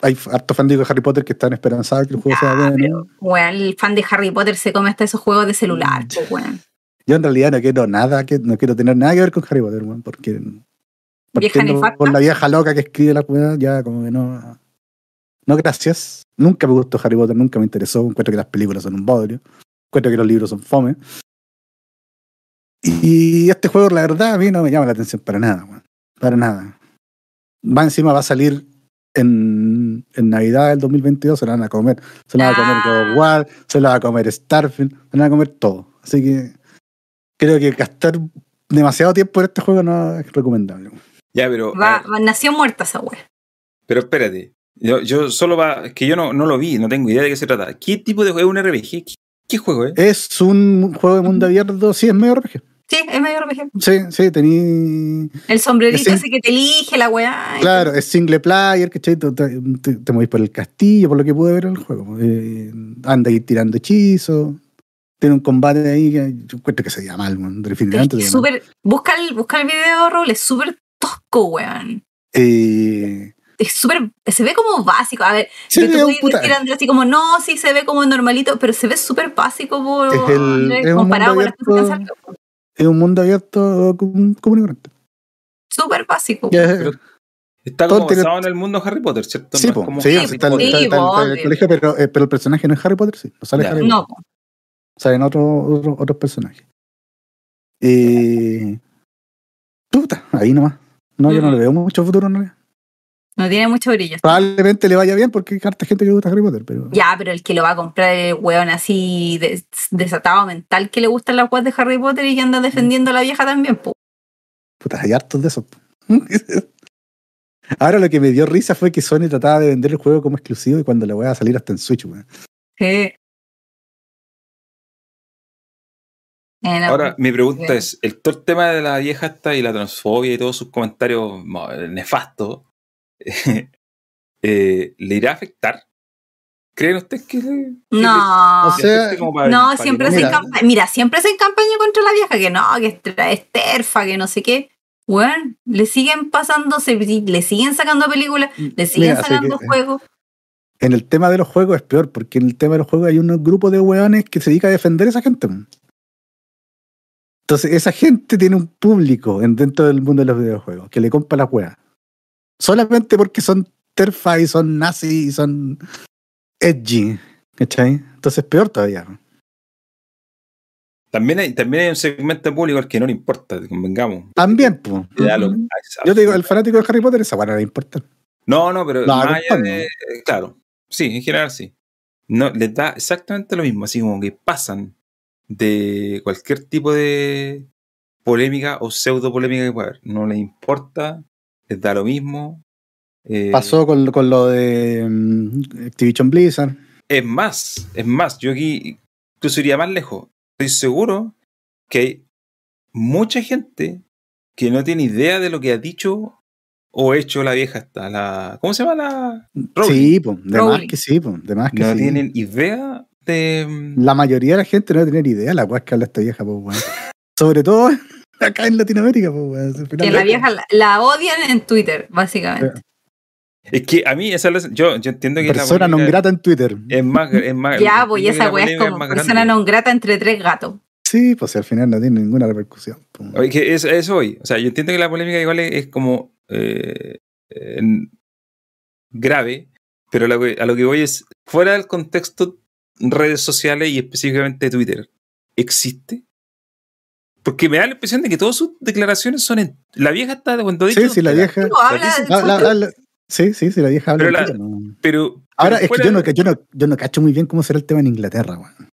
Hay f- harto fan de Harry Potter que están esperanzados que el juego sea bueno. Weón, el fan de Harry Potter se come hasta esos juegos de celular, po, weón. Yo en realidad no quiero nada, que, no quiero tener nada que ver con Harry Potter, weón, porque partiendo nefasta. por la vieja loca que escribe la weá, ya como que no. No, gracias. Nunca me gustó Harry Potter, nunca me interesó. Encuentro que las películas son un bodrio. Encuentro que los libros son fome. Y este juego, la verdad, a mí no me llama la atención para nada, weón. Para nada. Va encima, va a salir en, en Navidad del 2022, se la van a comer. Se la va a comer God of War, se la va a comer Starfield, se la van a comer todo. Así que creo que gastar demasiado tiempo en este juego no es recomendable. Ya, pero. a Va, ver, va- nació muerta esa weón. pero espérate. Yo, yo solo va. Es que yo no, no lo vi, no tengo idea de qué se trata. ¿Qué tipo de juego es un RPG? ¿Qué, qué juego es? Es un juego de mundo abierto, sí, es medio RPG. Sí, es medio RPG. Sí, sí, tení. El sombrerito Ese- ese que te elige, la weá. y Claro, es single player, ¿cachai? Te, te, te- te movís por el castillo, por lo que pude ver en el juego. Eh, anda ahí tirando hechizos. Tiene un combate ahí que yo encuentro que se veía mal, man. Pero es definitivamente que se veía mal. súper- busca, el, busca el video, Raúl, es súper tosco, weón. Eh, Es súper, se ve como básico. A ver, sí, yo te es un voy a puta- decir, Andrés, así como, no, sí se ve como normalito, pero se ve súper básico, po, Es el- Andrés, es un comparado con mundo las cosas que han abierto- salido. es un mundo abierto común común y corriente. Súper básico. Ya, Pero Está Todo como tiene- basado en el mundo Harry Potter, ¿cierto? Eh, sí, No es po, como sí, Harry sí, está, Potter. está- está- está en el Sí, colegio, pero, eh, pero el personaje no es Harry Potter, sí. No sale Ya. Harry Potter. no, po. salen otros otros otros personajes. Eh, puta, ahí nomás. No, yo no le veo mucho futuro. No. no tiene mucho brillo. Probablemente le vaya bien porque hay harta gente que le gusta Harry Potter, pero Ya, pero el que lo va a comprar es el weón así des- desatado mental que le gustan las weas de Harry Potter y que anda defendiendo a la vieja también, po. puta, hay hartos de esos. po. Ahora lo que me dio risa fue que Sony trataba de vender el juego como exclusivo y cuando le voy a salir hasta en Switch, weón. Sí. Eh, no, Ahora, mi pregunta Bien. es, el, todo el tema de la vieja esta y la transfobia y todos sus comentarios mo- nefastos, eh, ¿le irá a afectar? ¿Creen ustedes que le- que le- no. O que sea, afecte como para- No, para que siempre no se mira. encampaña. Mira, siempre se encampaña contra la vieja, que no, que es tra- es terfa, que no sé qué. Bueno, le siguen pasando, se- le siguen sacando películas, le siguen Mira, así sacando que- eh, juegos. En el tema de los juegos es peor, porque en el tema de los juegos hay un grupo de weones que se dedica a defender a esa gente. weón. Entonces, esa gente tiene un público en- dentro del mundo de los videojuegos que le compra las weas. Solamente porque son terfa y son nazi y son edgy. ¿Cachai? Entonces, peor todavía. weón. También hay, también hay un segmento público al que no le importa, convengamos. También, pues. Le da lo- Ujú. a- a- Yo te digo, el fanático de Harry Potter, esa wea no le importa. Eh. No, no, pero No, más allá culpa no. de- eh, claro, sí, en general sí. No, les da exactamente lo mismo, así como que pasan de cualquier tipo de polémica o pseudo polémica que pueda haber. No les importa, les da lo mismo. eh, Pasó con, con lo de mm, Activision Blizzard. Es más, es más, yo aquí incluso iría más lejos. Estoy seguro que hay mucha gente que no tiene idea de lo que ha dicho o hecho la vieja esta, la... ¿Cómo se llama la...? Rowling. Sí, pues. De más Rowling. que sí, pues. De más que no sí. tienen idea de. mm, La mayoría de la gente no va a tener idea de la weá que habla esta vieja, pues weón. Sobre todo acá en Latinoamérica, pues weón. Que Al final, la vieja la, la odian en Twitter, básicamente. Es que a mí, esa es la- yo, yo entiendo que. la Eh. Persona no polémica grata en Twitter. Es más. Es más ya, pues, entiendo que y esa la weá es polémica como más persona grande. non grata entre tres gatos. Sí, pues si al final no tiene ninguna repercusión. pues. Oye, que es, es hoy. O sea, yo entiendo que la polémica igual es, es como. eh, en- grave, pero lo que- a lo que voy es. Fuera del contexto, redes sociales y específicamente Twitter, ¿existe? Porque me da la impresión de que todas sus declaraciones son. en- la vieja está cuando dice. Sí, sí, Eh, la vieja. No, habla dice- de- habla- habla- sí, sí, sí, la vieja habla. Pero en la- Twitter, no. Pero. pero Ahora, es que fuera- yo no, yo, no, yo no cacho muy bien cómo será el tema en Inglaterra, weón.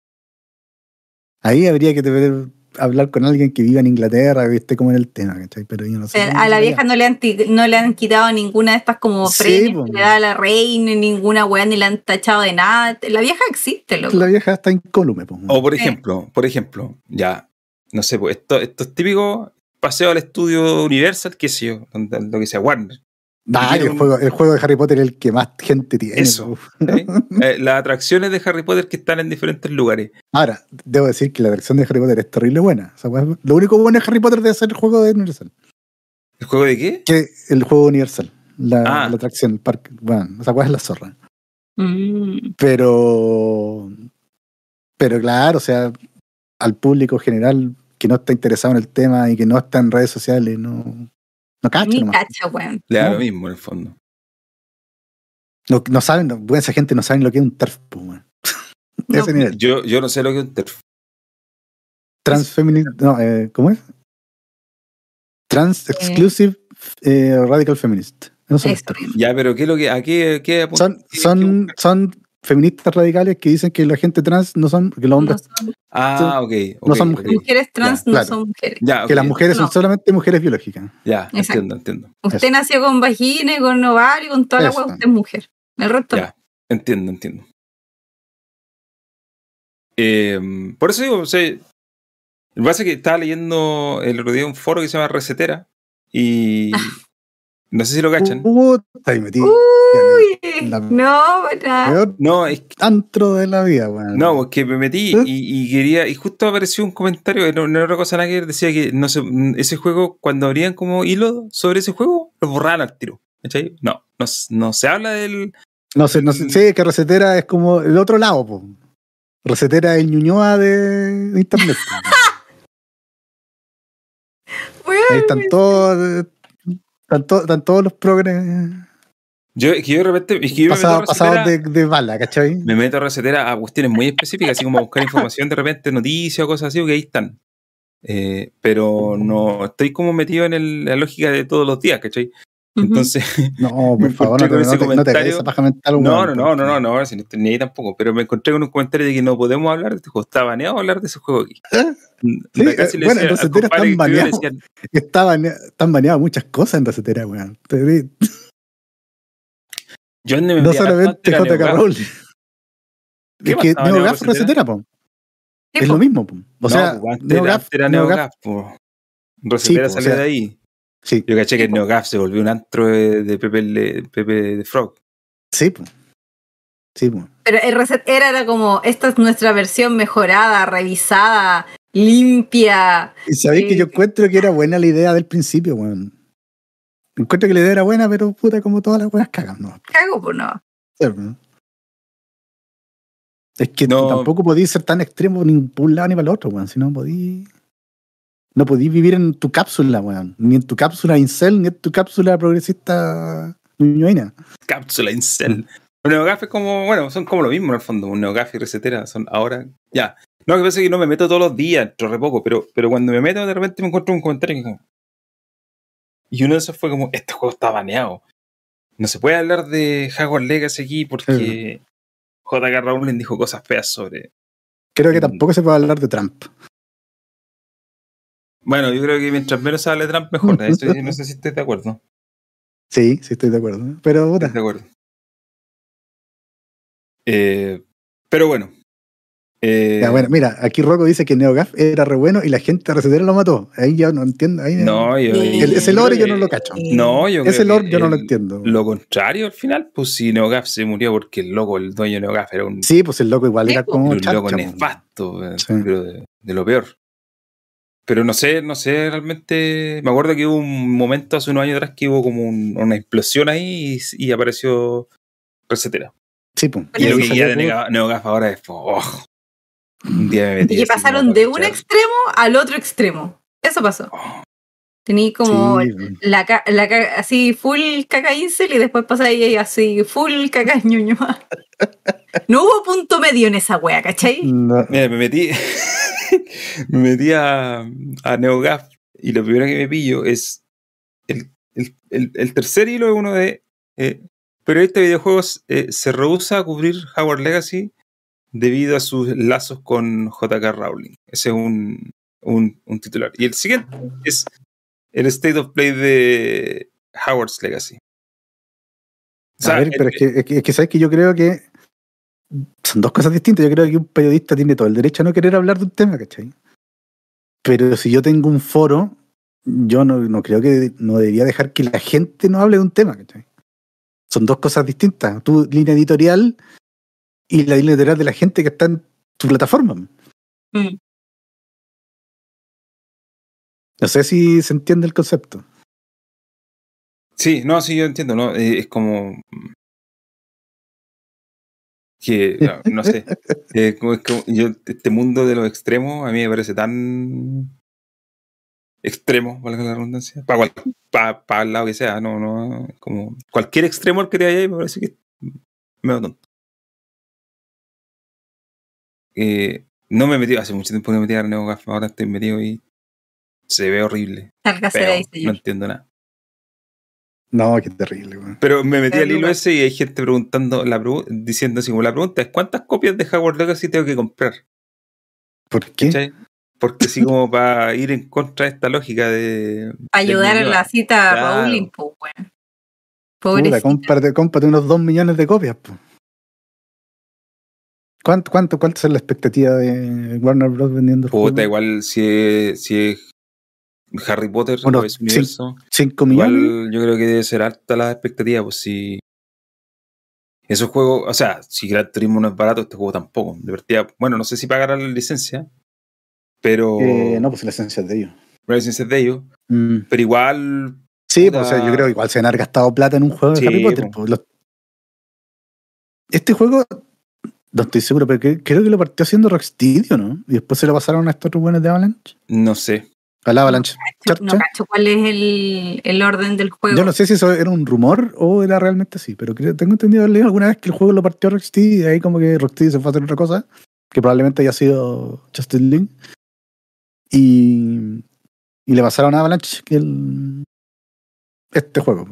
Ahí habría que tener, hablar con alguien que viva en Inglaterra, que esté como en el tema, ¿cachai? Pero yo no sé. Pero eh, a la vieja no le, han, ti- no le han quitado ninguna de estas como Sí, pues, premios po. que le da la reina, ninguna weá, ni la han tachado de nada. La vieja existe, loco. La vieja está incólume, pues. O por Sí. ejemplo, por ejemplo, ya, no sé, pues esto, esto es típico paseo al estudio Universal, qué sé yo, donde- lo que sea Warner. Da, Quiero Ah, el, un- juego, el juego de Harry Potter es el que más gente tiene. Eso. po. ¿sí? Eh, las atracciones de Harry Potter que están en diferentes lugares. Ahora, debo decir que la versión de Harry Potter es terrible buena. O sea, pues, lo único bueno de Harry Potter debe ser el juego de Universal. ¿El juego de qué? Que el juego universal. La, Ah. la atracción, el parque. Bueno, esa cual es la zorra. Mm. Pero. Pero claro, o sea, al público general que no está interesado en el tema y que no está en redes sociales, no. No cacha Ni nomás. cacha, weón. Le da No. lo mismo en el fondo. No, no saben, no- bueno, esa gente no sabe lo que es un TERF, pues, weón. De No. ese nivel. Yo, yo no sé lo que es un TERF. Transfeminist. No, eh, ¿cómo es? Trans Exclusive eh, Radical Feminist. No son Eso TERF. mismo. Ya, pero ¿qué es lo que, ¿a qué, qué apunta? Son, son, son feministas radicales que dicen que la gente trans no son, que los No hombres, son- Ah, ok. no son ok, ok. mujeres. mujeres trans Ya, no claro. son mujeres. Ya, que ok, las mujeres No. son solamente mujeres biológicas. Ya, Exacto. entiendo, entiendo. Usted nació con vagina, y con ovario, con toda la Eso. weá, usted es mujer. El resto Ya. Entiendo, entiendo. Eh, por eso digo, o sea, lo que pasa es que estaba leyendo el otro día un foro que se llama Recetera y no sé si lo cachan. Uh. Puta, y metí no. Uy, La- no, para. peor No, es que, antro de la vida, weón. no, porque me metí y, y quería, y justo apareció un comentario, que no, no era otra cosa nada que ver, decía que no sé, mm, ese juego, cuando abrían como hilo sobre ese juego, lo borraban al tiro. ¿Cachai? No, no, s- no se habla del. No sé, no sé, sí, que Recetera es como el otro lado, po. Recetera es el Ñuñoa de de internet. po. Ahí están todos, están, to- están todos los progres eh, Yo, es que yo de repente. Es que yo me meto a pasados Recetera- pasados de, de bala, ¿cachai? me meto a recetera a cuestiones muy específicas, así como a buscar información de repente, noticias o cosas así, porque ahí están. Eh, pero no estoy como metido en el- la lógica de todos los días, ¿cachai? Entonces, No, Me por favor, no, encontré con te- ese no te, no te comentario. hagas esa paja mental. no, no, weón, no, no, no, no, si no estoy ni ahí tampoco, pero me encontré con un comentario de que no podemos hablar de este juego, está baneado hablar de ese juego aquí. ¿Eh? Sí, Acá eh, bueno, en al Recetera compadre están que escribió, le baneados. decían, Está banea- están baneadas muchas cosas en Recetera, weón. Te di- Yo no me No metía tanto solamente en la J.K. neogaf. Rowling. ¿Qué Es más que estaba baneado NeoGaf Recetera? Recetera, po. Sí, Es po. lo mismo, po. O No, sea, pues, antes era- NeoGaf, antes era NeoGaf, NeoGaf, po. Recetera pues, o salió sea- de ahí. sí, pues. Yo caché que Sí, po. NeoGaf se volvió un antro de, de Pepe, Le- Pepe de Frog. sí, po. Sí, po. Pero el reset era, era como, esta es nuestra versión mejorada, revisada, limpia. Y sabéis que Sí. yo encuentro que era buena la idea del principio, weón. Encuentro que la idea era buena, pero puta, como todas las buenas cagan, no. Cago, pues no. Sí, weón. Es que No. tampoco podís ser tan extremo ni por un lado ni para el otro, weón. Si no podís. No podís vivir en tu cápsula, weón. Ni en tu cápsula incel, ni en tu cápsula progresista ñuñoína. cápsula incel. Un neogaf es como, bueno, son como lo mismo en el fondo, un neogaf y recetera, son ahora, ya. No, que pasa es que no me meto todos los días, entro re poco, pero, pero cuando me meto de repente me encuentro un comentario que como- Y uno de esos fue como, este juego está baneado. No se puede hablar de Hogwarts Legacy aquí porque J.K. Rowling dijo cosas feas sobre... Creo que Mm. tampoco se puede hablar de Trump. Bueno, yo creo que mientras menos se hable de Trump, mejor. Eso yo no sé si estoy de acuerdo. Sí, sí, estoy de acuerdo. ¿eh? Pero puta, Estoy de acuerdo. Eh, pero bueno. Eh, Ya, bueno, mira, aquí Rocco dice que NeoGaf era re bueno y la gente de Recetera lo mató. Ahí ya no entiendo. Ahí No, yo. El- ese creo lore yo que- no lo cacho. No, yo Ese creo lore que yo no lo el- entiendo. Lo contrario, al final, pues si NeoGaf se murió porque el loco, el dueño de NeoGaf era un, Sí, pues el loco igual Sí, era pues, como era un chacha, loco po. nefasto, eh, Sí. pero de, de lo peor. Pero no sé, no sé realmente. Me acuerdo que hubo un momento hace unos años atrás que hubo como un- una explosión ahí y, y apareció Recetera. Sí, pues. Y Pero lo ahí que salió ya de puro- Neo- NeoGaf ahora es. po, oh, un día me metí. Y que así como pasaron para de un cachar. extremo al otro extremo. Eso pasó. Oh, Tení como Sí, pues. la, ca- la ca- así full caca incel y después pasa ahí así full caca ñuño. No hubo punto medio en esa wea, ¿cachai? No, Mira, me metí, me metí a, a NeoGAF y lo primero que me pillo es el, el- el- el tercer hilo es uno de eh, periodista de videojuegos eh, se rehúsa a cubrir Howard Legacy debido a sus lazos con JK Rowling. Ese es un, un, un titular. Y el siguiente es el State of Play de Howard's Legacy. O sea, a ver, el- pero es que, es, que, es que sabes que yo creo que son dos cosas distintas. Yo creo que un periodista tiene todo el derecho a no querer hablar de un tema, ¿cachai? Pero si yo tengo un foro, yo no, no creo que no debería dejar que la gente no hable de un tema, ¿cachai? Son dos cosas distintas. Tu línea editorial y la línea editorial de la gente que está en tu plataforma. Mm. No sé si se entiende el concepto. Sí, no, sí, yo entiendo, ¿no? Eh, es como. mm, Que, no, no sé. Eh, como es como- yo, este mundo de los extremos a mí me parece tan. extremo, valga la redundancia. Para el lado que sea, no, no. Como cualquier extremo al que te vaya, me parece que es medio tonto. Eh, no me he metido, hace mucho tiempo que me metí a NeoGAF, ahora estoy metido y se ve horrible. Sálgase de feo, ahí, no señor. entiendo nada. No, qué terrible, weón. Pero me metí Pero al hilo igual. ese y hay gente preguntando, la pregu- diciendo así como la pregunta es ¿cuántas copias de Howard Legacy tengo que comprar? ¿Por qué? ¿Cachai? Porque así como para ir en contra de esta lógica de... Ayudar a Del la cita Claro. a Rowling, pues, weón. Puta, Pobrecita. cómprate, cómprate unos 2 millones de copias. po. ¿Cuánto, cuánto, ¿Cuánto es la expectativa de Warner Bros. vendiendo el Puta, juego? igual si es, si es Harry Potter Bueno, o es sí. universo, 5 millones. igual yo creo que debe ser alta la expectativa, pues si... Esos juegos, o sea, si Gran Turismo no es barato, este juego tampoco. De partida, bueno, no sé si pagarán la licencia, pero... Eh, no, pues la esencia de ellos. La licencia es de ellos, Mm. pero igual Sí, Puta. pues, o sea, yo creo que igual se han gastado plata en un juego de Sí, Harry Potter. po. po. Los- Este juego, no estoy seguro, pero que- creo que lo partió haciendo Rocksteady, ¿o ¿no? Y después se lo pasaron a estos otros buenos de Avalanche. No sé. Al Avalanche. Cacho- No Charcha. cacho cuál es el, el orden del juego. Yo no sé si eso era un rumor o era realmente así, pero creo, tengo entendido haber leído alguna vez que el juego lo partió Rocksteady y de ahí como que Rocksteady se fue a hacer otra cosa, que probablemente haya sido Justin Lin. Y, y le pasaron a Avalanche que el- este juego.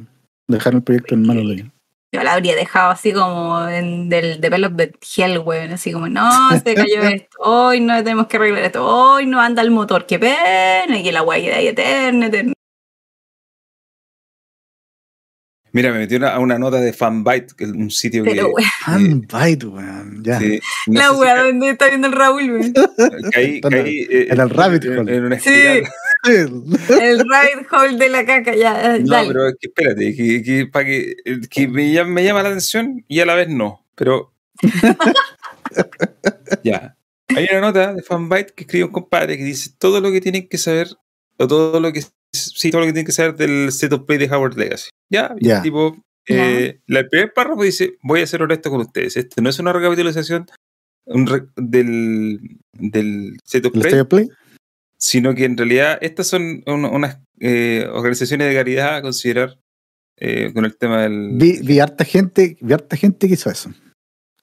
Dejaron el proyecto en manos de ellos. Yo la habría dejado así como en del develop de Hell, weón. Así como, no, se cayó esto. Hoy no tenemos que arreglar esto. Hoy no anda el motor. Qué pena. Y que la weá queda ahí eterna, eterna. Mira, me metió una- a una nota de Fanbyte, que es un sitio que. Pero, weón, Fanbyte, weón. Ya. que- no la sé si weá ca- donde está viendo el Raúl, weón. caí- caí, eh, en el rabbit en, hole. en una Sí. espiral. El rabbit hole de la caca. Ya, eh, No, dale. pero es que espérate, que, que, pa' que, eh, que me, llama, me llama la atención y a la vez no. Pero. ya. Hay una nota de Fanbyte que escribe un compadre que dice todo lo que tienen que saber, o todo lo que. Sí, todo lo que tienen que saber del set of play de Howard Legacy. Ya, y el Ya. tipo. eh, la- el primer párrafo dice: Voy a ser honesto con ustedes. Este no es una recapitulación un re- del, del set of ¿El play State of Play? sino que en realidad estas son un- unas eh, organizaciones de caridad a considerar eh, con el tema del... Vi, vi harta gente, vi harta gente que hizo eso.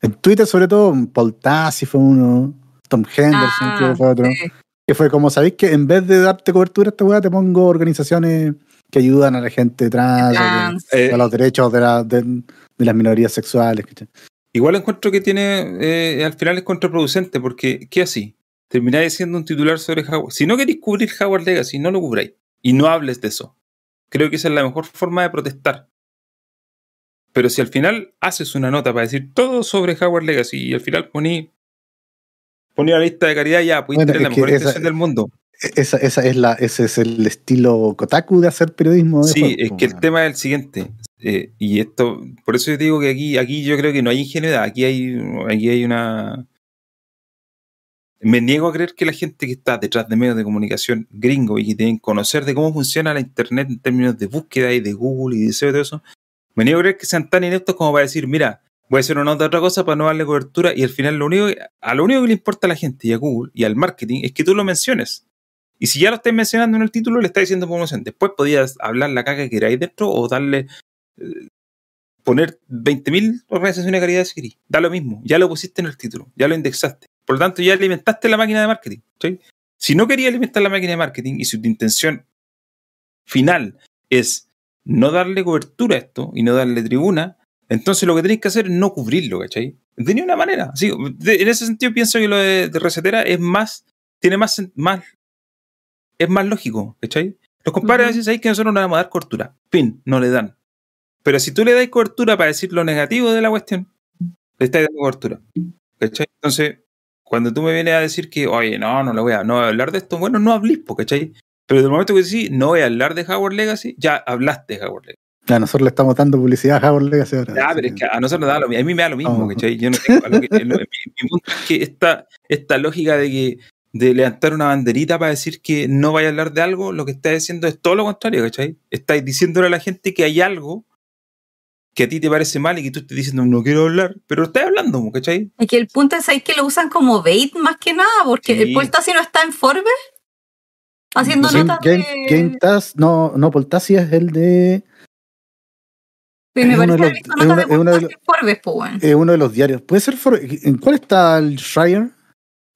En Twitter, sobre todo, Paul Tassi fue uno, Tom Henderson Ah, creo que fue otro. sí. Que fue como, ¿sabéis que en vez de darte cobertura a esta weá, te pongo organizaciones que ayudan a la gente trans, o que- Trans. Eh, a los derechos de, la- de- de las minorías sexuales. ¿cachai? Igual encuentro que tiene, eh, al final es contraproducente, porque ¿qué así? Termináis siendo un titular sobre Howard. Si no queréis cubrir Howard Legacy, no lo cubráis. Y no hables de eso. Creo que esa es la mejor forma de protestar. Pero si al final haces una nota para decir todo sobre Howard Legacy y al final poní, poní la lista de caridad, ya, pudiste Bueno, tener la es que mejor esa- intención del mundo. E-, Esa, esa es la, ese es el estilo Kotaku de hacer periodismo. de Sí, juegos, es po, que el weón. tema es el siguiente. eh, y esto, por eso yo te digo que aquí, aquí yo creo que no hay ingenuidad, aquí hay, aquí hay una. Me niego a creer que la gente que está detrás de medios de comunicación gringo y que tienen que conocer de cómo funciona la internet en términos de búsqueda y de Google y de SEO y todo eso, me niego a creer que sean tan ineptos como para decir, mira, voy a hacer una nota de otra cosa para no darle cobertura y al final lo único, a lo único que le importa a la gente y a Google y al marketing es que tú lo menciones. Y si ya lo estáis mencionando en el título, le estáis diciendo promoción. Después podías hablar la caca que queráis dentro o darle. eh, poner 20.000 organizaciones de caridad si queréis. Da lo mismo. Ya lo pusiste en el título. Ya lo indexaste. Por lo tanto, ya alimentaste la máquina de marketing. ¿sí? Si no quería alimentar la máquina de marketing y si tu intención final es no darle cobertura a esto y no darle tribuna, entonces lo que tenéis que hacer es no cubrirlo, ¿cachai? De ninguna manera. Sí, de- en ese sentido pienso que lo de, de Recetera es más, tiene más, sen- más es más lógico, ¿cachai? Los compadres a veces ahí que nosotros no le vamos a dar cobertura. Fin, no le dan. Pero si tú le das cobertura para decir lo negativo de la cuestión, le estás dando cobertura. ¿Cachai? Entonces, cuando tú me vienes a decir que, oye, no, no le voy a, no voy a hablar de esto, bueno, no hablís, po, ¿cachai? Pero del momento que decís, no voy a hablar de Howard Legacy, ya hablaste de Howard Legacy. Ya, nosotros le estamos dando publicidad a Howard Legacy ahora. Ya, así pero es que- que a nosotros nos da lo mismo, a mí me da lo mismo, Oh. ¿cachai? Yo no tengo- a lo que- lo- mi, mi punto es que esta, esta lógica de que de levantar una banderita para decir que no vaya a hablar de algo, lo que estáis haciendo es todo lo contrario, ¿cachai? Estáis diciéndole a la gente que hay algo que a ti te parece mal y que tú estés diciendo no quiero hablar, pero estás hablando, ¿cachai? Es que el punto es ahí que lo usan como bait más que nada, porque Sí. el Paul Tassi no está en Forbes haciendo Game, notas Game, de... Game Tass- no, no, Poltasi es el de. Sí, me es parece uno de que los- he visto notas de es uno- es uno de Paul Tassi en Forbes, pues, weón. eh, uno de los diarios. ¿Puede ser for- ¿En cuál está el Shire?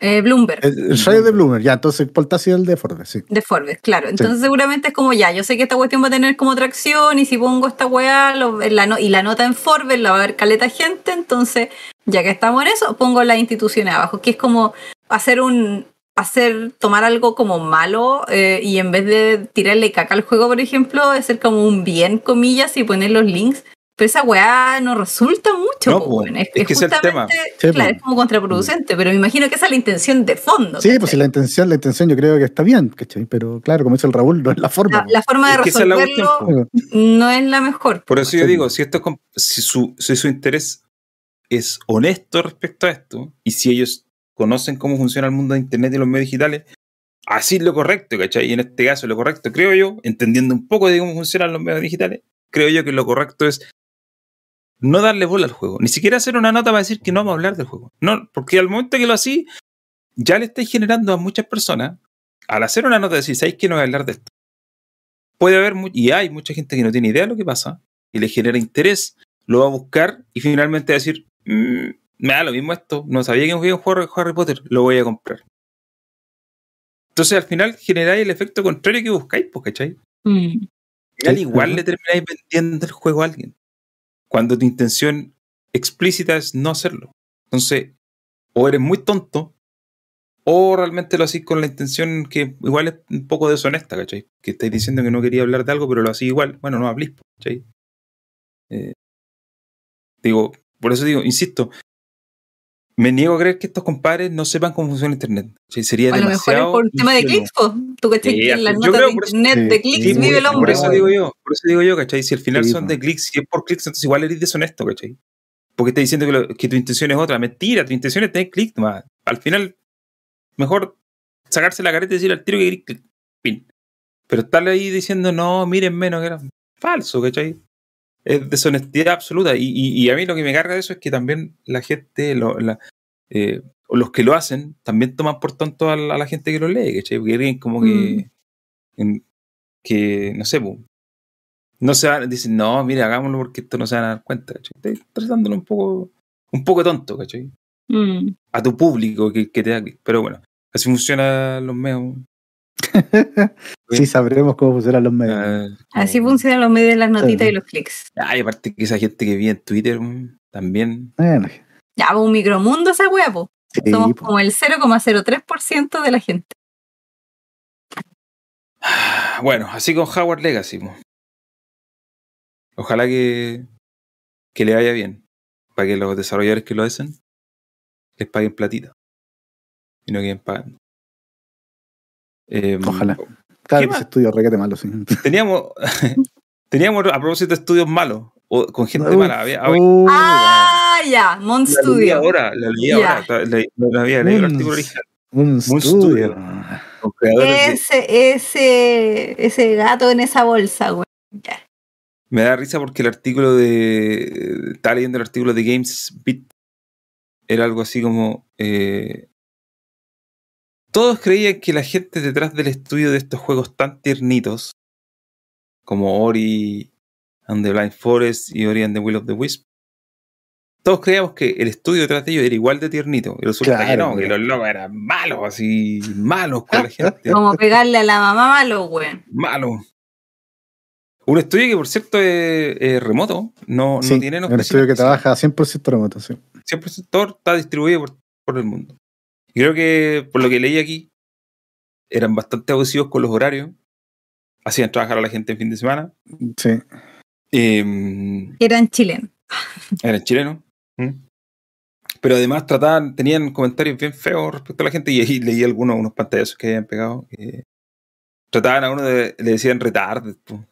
Eh, Bloomberg. El, Mm. el Shire de Bloomer, ya, entonces Poltasi es el de Forbes, sí. De Forbes, claro. Entonces seguramente es como ya, yo sé que esta cuestión va a tener como tracción y si pongo esta weá lo- la no- y la nota en Forbes la va a ver caleta gente, entonces ya que estamos en eso, pongo las instituciones abajo, que es como hacer un hacer tomar algo como malo eh, y en vez de tirarle caca al juego, por ejemplo, hacer como un bien, comillas, y poner los links. Pero esa weá no resulta mucho. No, po, po, weón. es, es es que ese es el tema. justamente- Sí, claro, po. es como contraproducente, pero me imagino que esa es la intención de fondo. Sí, ¿cachai? pues si la intención, la intención yo creo que está bien, ¿cachai? Pero claro, como dice el Raúl, no es la forma. pues. la, la forma de Es que esa es la cuestión, resolverlo po. no es la mejor. Por eso yo Exacto. digo, si, esto, es com- si, su, si su interés es honesto respecto a esto, y si ellos conocen cómo funciona el mundo de Internet y los medios digitales, así es lo correcto, ¿cachai? Y en este caso lo correcto, creo yo, entendiendo un poco de cómo funcionan los medios digitales, creo yo que lo correcto es no darle bola al juego, ni siquiera hacer una nota para decir que no vamos a hablar del juego. No, porque al momento que lo así, ya le estáis generando a muchas personas, al hacer una nota decir, ¿sabéis que no voy a hablar de esto? Puede haber, mu- y hay mucha gente que no tiene idea de lo que pasa, y le genera interés, lo va a buscar y finalmente va a decir, "Mm, me da lo mismo esto, no sabía que había un juego de Harry Potter, lo voy a comprar. Entonces al final generáis el efecto contrario que buscáis, pues, ¿cachai? Mm. Al Sí, igual ajá. le termináis vendiendo el juego a alguien, cuando tu intención explícita es no hacerlo. Entonces, o eres muy tonto, o realmente lo hacís con la intención que igual es un poco deshonesta, ¿cachai? Que estáis diciendo que no quería hablar de algo, pero lo hacís igual. Bueno, no hablís, po, ¿cachai? Eh, digo, por eso digo, insisto, me niego a creer que estos compadres no sepan cómo funciona Internet. ¿cachai? Sería A lo mejor es demasiado por el tema de ingenuo. clics, po. Tú cachai Sí, que en las yo notas creo de por eso- internet Sí, de clics sí, vive el por, por hombre. eso digo yo, por eso digo yo, ¿cachai? Si al final Sí, son po. de clics, si es por clics, entonces igual eres deshonesto, ¿cachai? Porque estás diciendo que, lo- que tu intención es otra. Mentira, tu intención es tener clics nomás. Al final, mejor sacarse la careta y decir al tiro que querís clic. Fin. Pero estarle ahí diciendo, no, miren menos, que era falso, ¿cachai? Es deshonestidad absoluta. Y, y- y a mí lo que me carga de eso es que también la gente, lo- la- eh, o los que lo hacen, también toman por tonto a la, a la gente que lo lee, ¿cachai? Porque creen como que, Mm. en- que no sé, po, no se van- dicen, no, mira, hagámoslo porque esto no se van a dar cuenta, ¿cachai? Estoy tratándolo un poco, un poco tonto, ¿cachai? Mm. A tu público que, que te da clic. Pero bueno, así funcionan los medios. sí, sabremos cómo funcionan los medios. eh, Así como- funcionan los medios de las notitas Sí. y los clics. Ay, aparte que esa gente que vive en Twitter mm, también. Bueno, Ya, po, un micromundo esa weá, po. sí, pues. Somos po. como el 0,03% de la gente. Ah, Bueno, así con Howard Legacy. mo. Ojalá que, que le vaya bien. Para que los desarrolladores que lo hacen les paguen platita. Y no queden pagando. Em, Ojalá. Claro ¿Qué que más? ese estudio requete malo, sí. Teníamos, teníamos a propósito de estudios malos. O con gente Uf, mala. Había, había- uy, Ah, ya, Mon la leí Studio. ahora. La leí Ya. ahora. ta- La, la había leído el Mm. artículo original. un estudio. estudio. Los creadores Eh, de- Ese, ese, ese gato en esa bolsa, weón. Ya. Me da risa porque el artículo de. eh, Estaba leyendo el artículo de GamesBit. Era algo así como. eh, todos creían que la gente detrás del estudio de estos juegos tan tiernitos, como Ori and the Blind Forest y Ori and the Will of the Wisp, todos creíamos que el estudio detrás de ellos era igual de tiernito. Y resulta que Claro, no, que mira. los locos eran malos, así, malos con la gente. Como pegarle a la mamá malo, weón. Malo. Un estudio que, por cierto, es, es remoto. No, Sí, no tienen un estudio que trabaja 100% remoto, sí. Siempre está distribuido por, por el mundo. Y creo que, por lo que leí aquí, eran bastante abusivos con los horarios, hacían trabajar a la gente en fin de semana, Sí. eh, Eran chilenos. eran chilenos, ¿m? pero además trataban, tenían comentarios bien feos respecto a la gente y ahí leí algunos, unos pantallazos que habían pegado. que trataban a uno de, le decían retarded, po.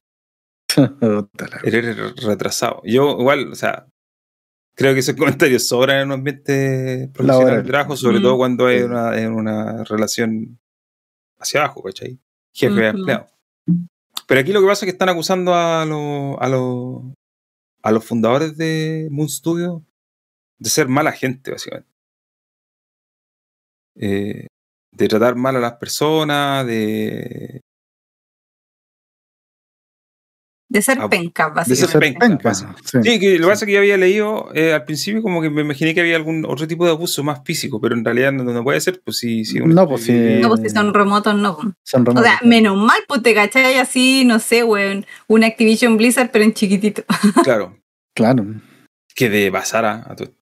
Puta la- eres re- retrasado. Yo igual, o sea, creo que esos comentarios sobran en un ambiente profesional Laboral. de trabajo, sobre Mm. todo cuando hay Sí. una, en una relación hacia abajo, ¿cachai? Jefe de Ujú. empleado. Pero aquí lo que pasa es que están acusando a los a los a los fundadores de Moon Studio de ser mala gente, básicamente. Eh, de tratar mal a las personas, de De ser Ah, pencas, de ser Ser básicamente. pencas. penca, sí. sí. Sí, que lo que pasa es que yo había leído eh, al principio como que me imaginé que había algún otro tipo de abuso más físico, pero en realidad no, no puede ser, pues sí, sí. un No, estudio pues, sí. que- No, pues si son remotos, no. Son O remotos. sea, menos mal, pues te cachai así, no sé, weón. Un Activision Blizzard, pero en chiquitito. Claro, Claro. que de pasar a, a tu-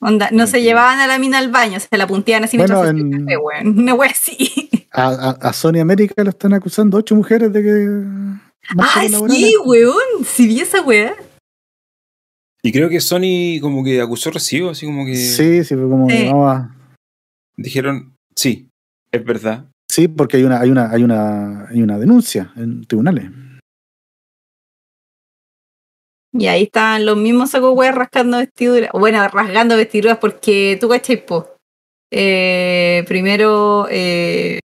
Onda, no se Entiendo. llevaban a la mina al baño, se la punteaban así Bueno, mientras en- se café, weón. Una wea así. A, a, a Sony América lo están acusando ocho mujeres de que. Ah, maltrato laboral. sí, weón. Si vi esa weá. Y creo que Sony como que acusó recibo, así como que Sí, sí, fue como. Sí. no, ah, dijeron, sí, es verdad. sí, porque hay una, hay una, hay una, hay una denuncia en tribunales. Y ahí estaban los mismos sacos weas rascando vestiduras. Bueno, rasgando vestiduras porque tú cachai, po. Eh, primero. Eh...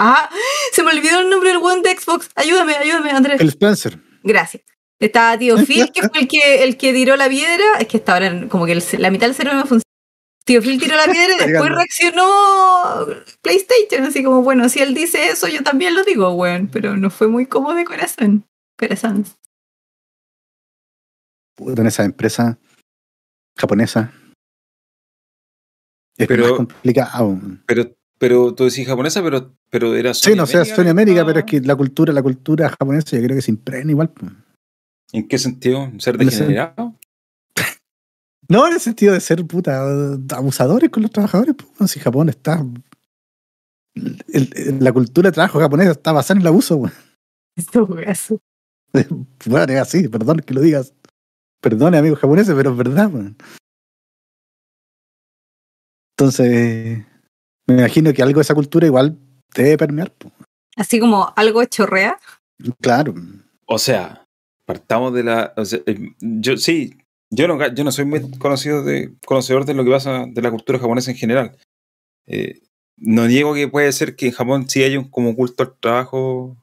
Ah, se me olvidó el nombre del weón de Xbox. Ayúdame, ayúdame, Andrés. El Spencer. Gracias. Estaba tío Phil, que fue el que, el que tiró la piedra. Es que hasta ahora como que el ce- la mitad del cerebro no funciona. Tío Phil tiró la piedra y después Pegando. reaccionó PlayStation. Así como, bueno, si él dice eso, yo también lo digo, weón. Pero no fue muy cómodo de corazón. Corazón. Puta, en esa empresa japonesa. Es Pero- más complicado. Pero, pero tú decís japonesa, pero, pero era Sony Sí, no sé, Sony la América, estaba- pero es que la cultura, la cultura japonesa yo creo que se impregna igual. po. ¿En qué sentido? ¿Ser No sé. degenerado? No en el sentido de ser puta abusadores con los trabajadores, pues bueno, si Japón está. el- el- la cultura de trabajo japonesa está basada en el abuso, weón. Esto weón. Bueno, es así, perdón que lo digas. Perdone, amigos japoneses, pero es verdad, weón. Entonces, me imagino que algo de esa cultura igual debe permear, pues, po. Así como algo chorrea. Claro. O sea, partamos de la. o sea, eh, yo sí, yo no, ga- yo no soy muy conocido de, conocedor de lo que pasa de la cultura japonesa en general. Eh, no niego que puede ser que en Japón sí hay un como culto al trabajo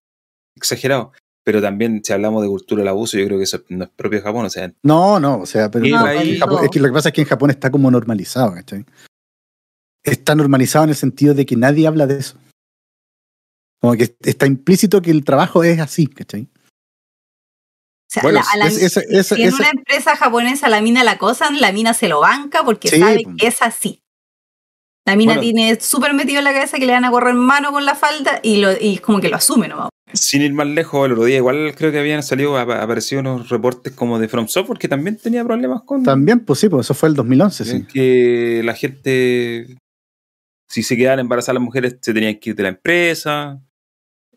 exagerado, pero también si hablamos de cultura del abuso, yo creo que eso no es propio de Japón. O sea, No, no, o sea, pero Y no, ahí- en Japón- es que lo que pasa es que en Japón está como normalizado, ¿cachai? Está normalizado en el sentido de que nadie habla de eso. Como que está implícito que el trabajo es así, ¿cachai? O sea, Bueno, la- a la- es- esa- esa- si en esa- una empresa japonesa la mina la acosan, la mina se lo banca porque Sí, sabe po. que es así. La mina Bueno. tiene súper metido en la cabeza que le van a correr mano con la falda y, lo, y como que lo asume nomás. sin ir más lejos, el otro día igual creo que habían salido, ap- aparecido unos reportes como de From Software que también tenía problemas con. También, pues sí, pues eso fue el 2011, Es sí. que la gente, si se quedaban embarazadas las mujeres, se tenían que ir de la empresa,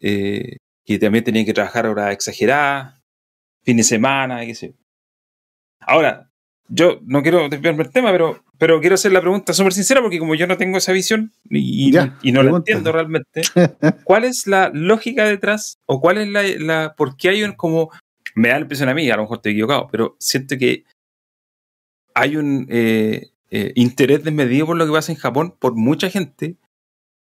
eh, y también tenían que trabajar horas exageradas, fin de semana, qué sé yo. Ahora, yo no quiero desviarme del tema, pero, pero quiero hacer la pregunta súper sincera, porque como yo no tengo esa visión y, y- Ya, y no la pregunta. entiendo realmente, ¿cuál es la lógica detrás? ¿O cuál es la, la por qué hay un como, me da la impresión a mí, a lo mejor estoy equivocado, pero siento que hay un eh, eh, interés desmedido por lo que pasa en Japón por mucha gente,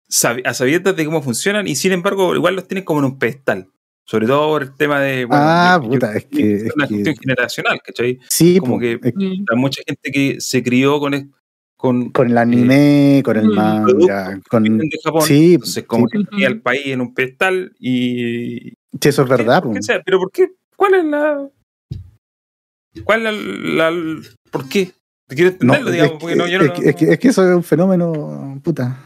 sabi- a sabiendas de cómo funcionan, y sin embargo, igual los tienen como en un pedestal. Sobre todo por el tema de. bueno, Ah, de- puta, yo- es que- es una que- cuestión generacional, ¿cachai? Sí, como po, que- es- Mm, Hay mucha gente que se crió con. es- con con el anime, con el Mm. manga, con... de Japón. Sí, entonces, como sí. que tenía el país en un pedestal y. Sí, eso es verdad, ¿Por qué pues. sea? ¿Pero por qué? ¿Cuál es la.? ¿Cuál es la. la- ¿Por qué? Quiero No, entenderlo, es, digamos, porque no, yo que- no. es que- es que- es que eso es un fenómeno, puta.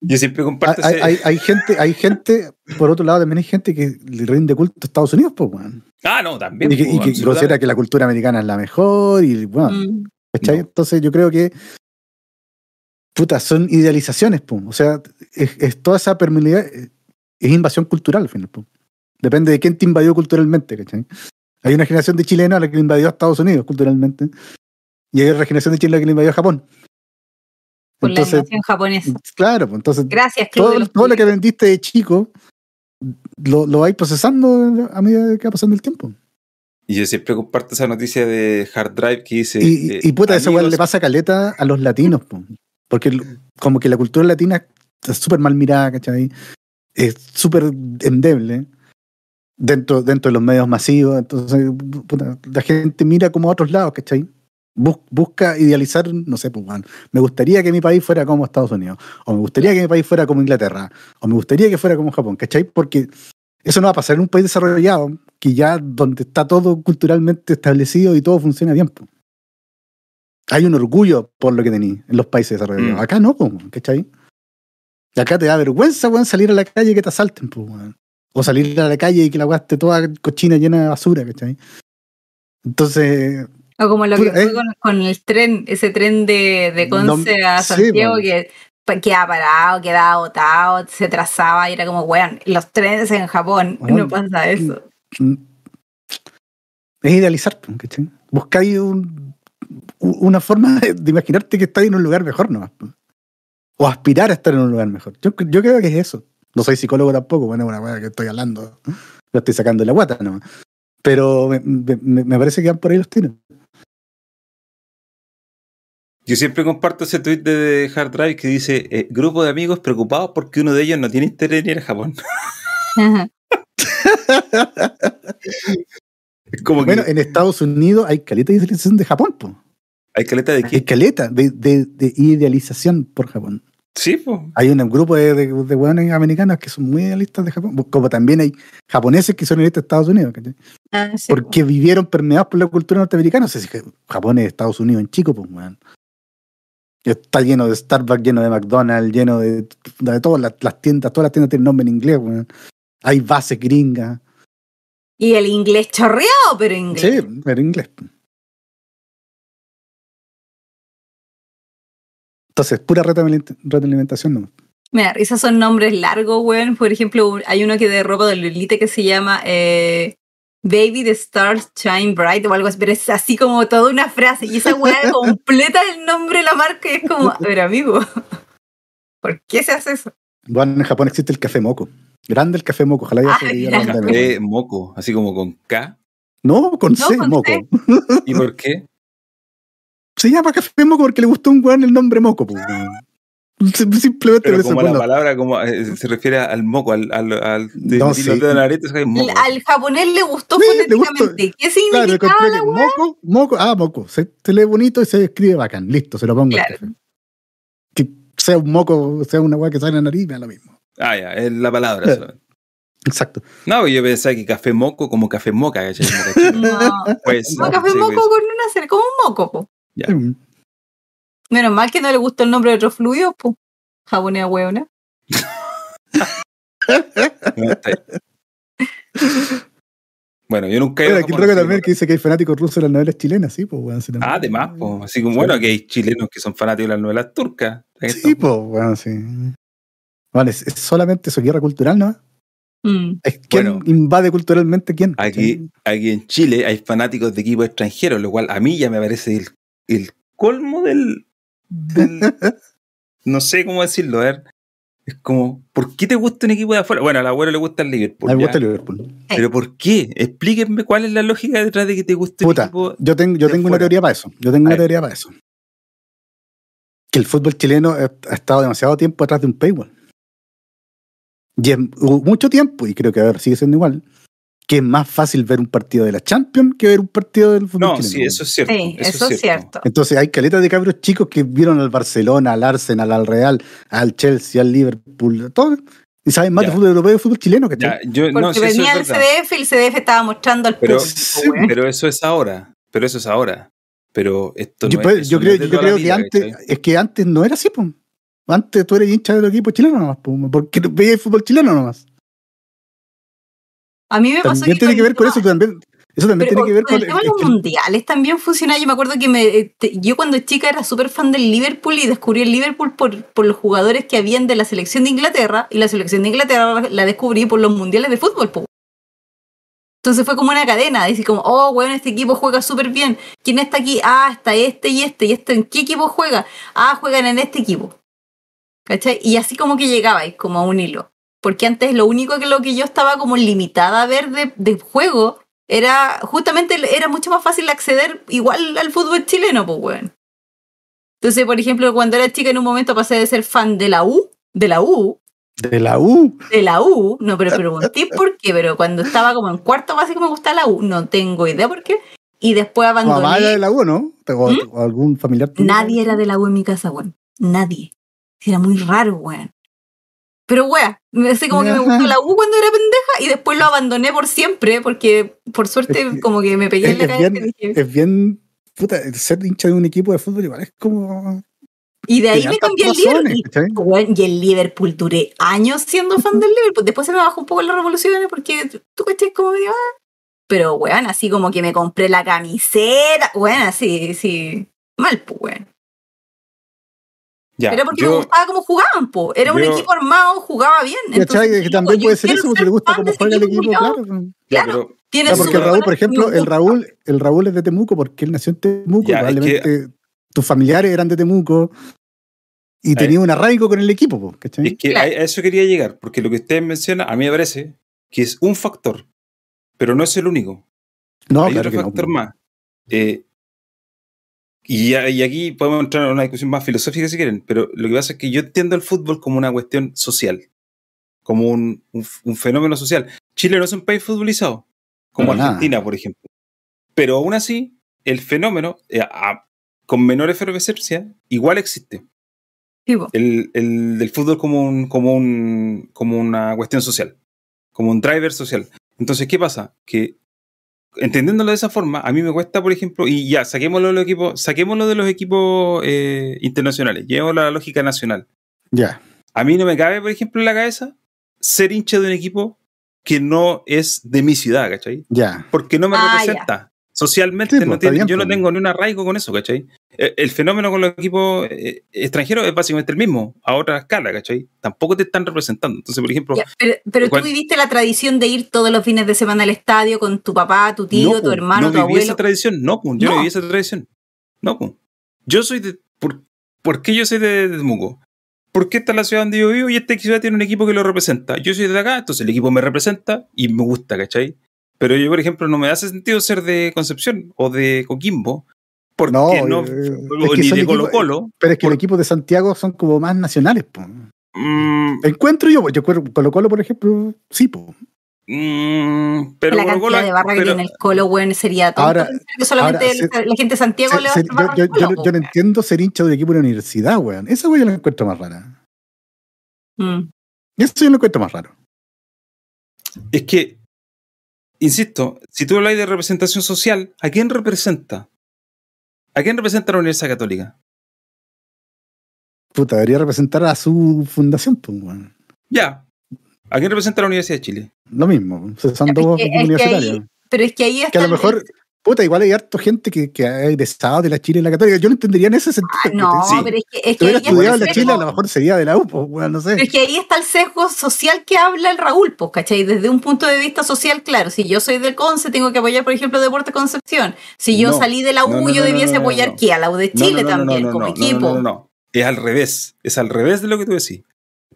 Yo siempre comparto Hay, ese- hay- hay gente, hay gente, por otro lado también hay gente que le rinde culto a Estados Unidos, pues, weón. Ah, no, también. Y que, pues, y que absolutamente. considera que la Ah, cultura americana es la mejor y bueno, Mm. ¿cachai? No. Entonces yo creo que puta, son idealizaciones, pum. O sea, es, es toda esa permeabilidad eh, es invasión cultural al final, pum. Depende de quién te invadió culturalmente, ¿cachai? Hay una generación de chilenos a la que le invadió a Estados Unidos culturalmente. Y hay otra generación de chilenos a la que le invadió a Japón. Por la animación japonesa. Claro, pues entonces Gracias, Club de todo, los todo lo que Culiados. vendiste de chico lo, lo vais procesando a medida que va pasando el tiempo. Y yo siempre comparto esa noticia de Hard Drive que dice. eh, y, y puta, eso igual amigos, le pasa caleta a los latinos, po. porque lo- como que la cultura latina está súper mal mirada, ¿cachai? Es súper endeble dentro, dentro de los medios masivos, entonces puta, la gente mira como a otros lados, ¿cachai? Bus- busca idealizar, no sé, pues, weón, me gustaría que mi país fuera como Estados Unidos, o me gustaría que mi país fuera como Inglaterra, o me gustaría que fuera como Japón, ¿cachai? Porque eso no va a pasar en un país desarrollado, que ya donde está todo culturalmente establecido y todo funciona bien. po. Hay un orgullo por lo que tenís en los países desarrollados. Mm. Acá no, po, ¿cachai? Y acá te da vergüenza, weón, salir a la calle y que te asalten, po, weón. O salir a la calle y que la weá esté toda cochina llena de basura, ¿cachai? Entonces, O como lo que Puta, fue eh. con, con el tren, ese tren de, de No, Conce a sí, Santiago bueno. que pa- quedaba parado, quedaba botado, se trazaba y era como, weón, los trenes en Japón, Bueno. no pasa eso. mm, es idealizar, po, ¿cachai? Buscáis un- u- una forma de, de imaginarte que estáis en un lugar mejor, ¿no? O aspirar a estar en un lugar mejor. Yo, yo creo que es eso. No soy psicólogo tampoco, bueno, es una weá que estoy hablando. Lo estoy sacando de la guata, ¿no? Pero me, me- me parece que van por ahí los tiros. Yo siempre comparto ese tweet de, de Hard Drive que dice: eh, Grupo de amigos preocupados porque uno de ellos no tiene interés en ir a Japón. Ajá. Es como que Bueno, eh, en Estados Unidos hay caleta de idealización de Japón, po. hay caleta de Hay que. caleta de, de- de idealización por Japón. Sí, po. Hay un grupo de, de, de hueones americanos que son muy idealistas de Japón, como también hay japoneses que son idealistas de Estados Unidos, ¿cachai? Ah, sí, po. porque vivieron permeados por la cultura norteamericana. O sea, si que Japón es Estados Unidos en chico, pues, weón. Está lleno de Starbucks, lleno de McDonald's, lleno de, de todas las, las tiendas. Todas las tiendas tienen nombre en inglés, weón. Hay bases gringas. Y el inglés chorreado, pero inglés. Sí, pero inglés. Entonces, pura retroaliment- retroalimentación, ¿no? Mira, esos son nombres largos, weón. Por ejemplo, un- hay uno que de ropa de Lolita que se llama eh, Baby the Stars Shine Bright o algo así, pero es así como toda una frase. Y esa weá completa el nombre de la marca y es como, a ver, amigo, ¿por qué se hace eso? Bueno, en Japón existe el café moco. Grande el café moco. Ojalá Ah, ya sobreviva la mira. pandemia. Café moco, así como con K. No, con No, C, con moco. C. ¿Y por qué? Se llama café moco porque le gustó a un weón el nombre moco. pues, weón. Sim- Simplemente Pero por eso. como la bueno. palabra como eh, se refiere al moco, al. al, al de No, meter sí. los dedos en la areta, es moco. Al- Al japonés le gustó Sí, le gustó. fonéticamente. ¿Qué significaba Claro, encontré que la weá? moco, moco, ah, moco. Se, se lee bonito y se escribe bacán. Listo, se lo pongo al Claro. café. Que sea un moco, sea una weá que sale en la nariz, me da lo mismo. Ah, ya, es la palabra. Claro. solamente. Exacto. No, yo pensaba que café moco como café moca, ¿cachai? Moca chica. No, Pues, no, café sí, moco pues. con una cera, como un moco, po. Ya. Mm. Menos mal que no le gustó el nombre de otro fluido, po. Jabonea weona. No, está ahí. Este. Bueno, yo nunca he ido Bueno, a aquí Japón, el Roque así también que- que dice que hay fanáticos rusos de las novelas chilenas, sí, pues, weón. sí, también. Ah, además, pues, así como bueno, que hay chilenos que son fanáticos de las novelas turcas. Sí, pues, weón, sí. Vale, es, es solamente eso, guerra cultural, ¿no? Mm. Es quién Bueno. invade culturalmente quién. Aquí, aquí en Chile hay fanáticos de equipos extranjeros, lo cual a mí ya me parece el, el colmo del, del- No sé cómo decirlo, a ver. Es como, ¿por qué te gusta un equipo de afuera? Bueno, al abuelo le gusta el Liverpool. A mí me ya, gusta Liverpool. Pero ¿por qué? Explíquenme cuál es la lógica detrás de que te guste Puta, un equipo. Yo tengo, yo de tengo una fuera. teoría para eso. Yo tengo A una ver. teoría para eso. Que el fútbol chileno ha ha estado demasiado tiempo atrás de un paywall. Y es- hubo mucho tiempo, y creo que ahora sigue siendo igual, que es más fácil ver un partido de la Champions que ver un partido del fútbol No, chileno. pues. sí, eso es cierto. Sí, eso, es cierto. Entonces hay caletas de cabros chicos que vieron al Barcelona, al Arsenal, al Real, al Chelsea, al Liverpool, a todo. Y saben más Ya. de fútbol europeo y de fútbol chileno que Ya, yo, no, Porque sí, eso es venía el verdad. CDF y el CDF estaba mostrando al Pero- público, Sí, weón. Pero eso es ahora. Pero eso es ahora. Pero esto no Yo, es- pues, eso yo no creo, es de yo toda la creo que vida, antes, ¿cachai? es que antes no era así, po. Antes tú eres hincha del equipo chileno nomás, po, porque veías el fútbol chileno nomás. A mí me pasó También tiene que ver con no, eso, tú también, Eso también Pero tiene que ver con. el tema de los es que- mundiales también funciona. Yo me acuerdo que me, eh, te- yo cuando chica era súper fan del Liverpool y descubrí el Liverpool por, por los jugadores que habían de la selección de Inglaterra y la selección de Inglaterra la- la descubrí por los mundiales de fútbol. po. Entonces fue como una cadena, decir como, oh, bueno, este equipo juega súper bien. ¿Quién está aquí? Ah, está este y este. ¿Y este en qué equipo juega? Ah, juegan en este equipo. ¿Cachai? Y así como que llegaba, y como a un hilo. Porque antes lo único que lo que yo estaba como limitada a ver de, de juego era justamente era mucho más fácil acceder igual al fútbol chileno, pues weón. Entonces, por ejemplo, cuando era chica en un momento pasé de ser fan de la U, de la U, de la U. de la U, no, pero pregunté por qué, pero cuando estaba como en cuarto básico me gustaba la U, no tengo idea por qué. Y después Tu Mamá era de abandoné. la U, ¿no? O, o algún familiar tuyo. ¿Mm? Nadie era de la U en mi casa, weón. Nadie. Era muy raro, weón. Pero weón, así como que me gustó la U cuando era pendeja y después lo abandoné por siempre, porque por Es suerte que- como que me pegué en Es, la es cabeza. bien, y dije, es bien. Puta, ser hincha de un equipo de fútbol igual es como. Y de ahí Tenía me hartas cambié el razones, Liverpool. ¿cachai? Y, weón, y el Liverpool duré años siendo fan del Liverpool. Después se me bajó un poco las revoluciones porque tú cachai como medio. ah. Pero weón, así como que me compré la camiseta. Weón, así, sí. Mal, pues, weón. Ya, Era porque me yo, gustaba cómo jugaban, pues. Era un yo- equipo armado, jugaba bien. ¿Cachai? Entonces, Que también yo puede ser quiero eso, porque le gusta fan cómo de juega el ese equipo, equipo, culiao. claro. ya, claro. pero Tiene Ya, Eso porque es el lo Raúl, buenos por ejemplo, el minutos. Raúl, el Raúl es de Temuco porque él nació en Temuco, Ya, es probablemente tus familiares eran de Temuco y tenía un arraigo con el equipo, po, ¿cachai? es que Claro. a a eso quería llegar, porque lo que ustedes mencionan, a mí me parece que es un factor, pero no es el único. no, Hay claro que otro no. factor po. más. Eh, y, ya- y aquí podemos entrar en una discusión más filosófica si quieren, pero lo que pasa es que yo entiendo el fútbol como una cuestión social, como un, un f- un fenómeno social. Chile no es un país futbolizado, como Para nada. Argentina, por ejemplo. Pero aún así, el fenómeno, eh, a- con menor efervescencia, igual existe Sí, po. el, el del fútbol como un, como un como una cuestión social, como un driver social. Entonces, ¿qué pasa? Que entendiéndolo de esa forma, a mí me cuesta, por ejemplo, y ya, saquémoslo de los equipos, saquémoslo de los equipos eh, internacionales, llevémoslo a la lógica nacional. Ya. A mí no me cabe, por ejemplo, en la cabeza ser hincha de un equipo que no es de mi ciudad, ¿cachai? Ya, Porque no me Ah, ya. representa. Socialmente Sí, pues, no está tiene- bien, yo no pues. tengo ni un arraigo con eso, ¿cachai? Eh, El fenómeno con los equipos eh, extranjeros es básicamente el mismo, a otra escala, ¿cachai? Tampoco te están representando. Entonces, por ejemplo, Ya, pero pero cual- tú viviste la tradición de ir todos los fines de semana al estadio con tu papá, tu tío, no, tu po, hermano, no tu viví abuelo. esa tradición, no, po, yo no. No. viví esa tradición. No, po. yo soy de... ¿por, por qué yo soy de, de Temuco? Porque esta es la ciudad donde yo vivo y esta ciudad tiene un equipo que lo representa. Yo soy de acá, entonces el equipo me representa y me gusta, ¿cachai? Pero yo, por ejemplo, no me hace sentido ser de Concepción o de Coquimbo, porque No, no, eh, o es que ni son de equipos- Colo Colo. pero es que Por- los equipos de Santiago son como más nacionales, po. Mm, Encuentro yo, po, yo creo- Colo Colo, por ejemplo, sí, po. mm, pero la Colo cantidad Colo- de barra que pero- tiene el Colo, weón, sería tonto Ahora- pensar que solamente ahora, el- la gente de Santiago Se- le va a se- hacer barra yo, al yo- yo Colo, no- yo no entiendo ser hincha de un equipo de una universidad, weón. Esa weón yo la encuentro más rara. po. Mm. Eso yo lo encuentro más raro. Es que, insisto, si tú hablas de representación social, ¿a quién representa? ¿A quién representa la Universidad Católica? Puta, debería representar a su fundación, pues, weón. Ya. ¿A quién representa la Universidad de Chile? Lo mismo, o sea, son Ya, es que- es dos que equipos universitarios. ahí- Pero es que ahí está. que a lo el- mejor, puta, igual hay harto gente que, que ha egresado de la Chile y la Católica. Yo no entendería en ese sentido. Ah, no, ¿cachai? Sí. pero es que, es Si que hubiera ahí está el estudiado en la sesgo, Chile, a lo mejor sería de la U, pues, weón, no sé. pero es que ahí está el sesgo social que habla el Raúl, pues, ¿cachai? Desde un punto de vista social, claro. Si yo soy del Conce, tengo que apoyar, por ejemplo, Deporte Concepción. Si yo No, salí de la U, no, no, yo no, debiese no, no, apoyar no. que a la U de no, Chile no, también, no, no, como no, equipo. No, no, no, no. Es al revés. Es al revés de lo que tú decís.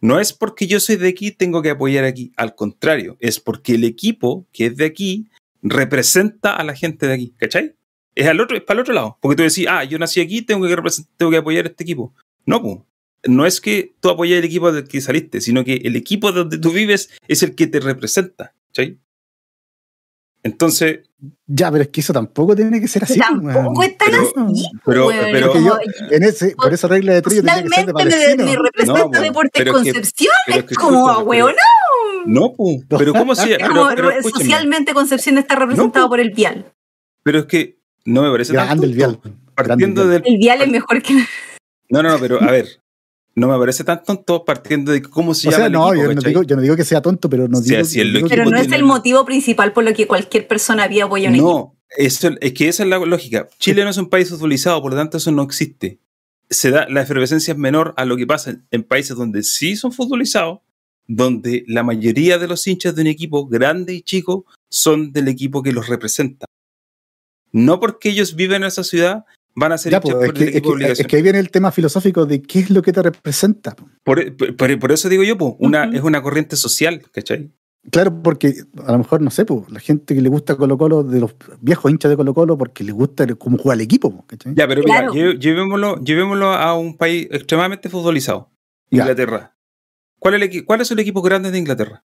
No es porque yo soy de aquí, tengo que apoyar aquí. Al contrario, es porque el equipo que es de aquí representa a la gente de aquí. ¿Cachai? Es, al otro, es para el otro lado. Porque tú decís, ah, yo nací aquí, tengo que, represent- tengo que apoyar a este equipo. No, pues. No es que tú apoyes el equipo del que saliste, sino que el equipo de donde tú vives es el que te representa. ¿Cachai? Entonces, Ya, pero es que eso tampoco tiene que ser así, pues, Tampoco pues, weón. es tan Pero- así, pero- weón. pero- Como- Porque yo, en ese, pues, por esa regla de trillo tendría que ser Finalmente de me, palestino. me representa No, bueno, Deportes pero es que- Concepción. pero es que es como, escúchame, pero- weón, no, pues. Pero ¿cómo se.? Es Pero, como pero re- escúchenme. socialmente Concepción está representado No, por el Vial. Pero es que no me parece tan Grande el justo. vial. grande Partiendo el vial. del. El Vial es mejor que. No, no, no, pero a ver. no me parece tan tonto partiendo de cómo se O llama sea, el no, equipo, yo, no ¿cachai? digo, yo no digo que sea tonto, pero no O sea, digo. si el digo que- Pero equipo no es tiene- el motivo principal por lo que cualquier persona había apoyado un equipo. No, eso, es que esa es la lógica. Chile no es un país futbolizado, por lo tanto eso no existe. Se da, la efervescencia es menor a lo que pasa en, en países donde sí son futbolizados, donde la mayoría de los hinchas de un equipo grande y chico son del equipo que los representa. No porque ellos viven en esa ciudad van a ser Ya, hinchas pues, por es, el que, equipo de es que- es obligación. que ahí viene el tema filosófico de qué es lo que te representa. po. Por, por- por eso digo yo, po, una, Ujú. es una corriente social, ¿cachai? Claro, porque a lo mejor, no sé, po, la gente que le gusta Colo Colo, de los viejos hinchas de Colo Colo, porque les gusta el- cómo juega el equipo. po, ¿cachai? Ya, pero Claro. mira, lle- llevémoslo, llevémoslo a un país extremadamente futbolizado, Ya. Inglaterra. ¿Cuál es el equi- ¿Cuáles son los equipos grandes de Inglaterra?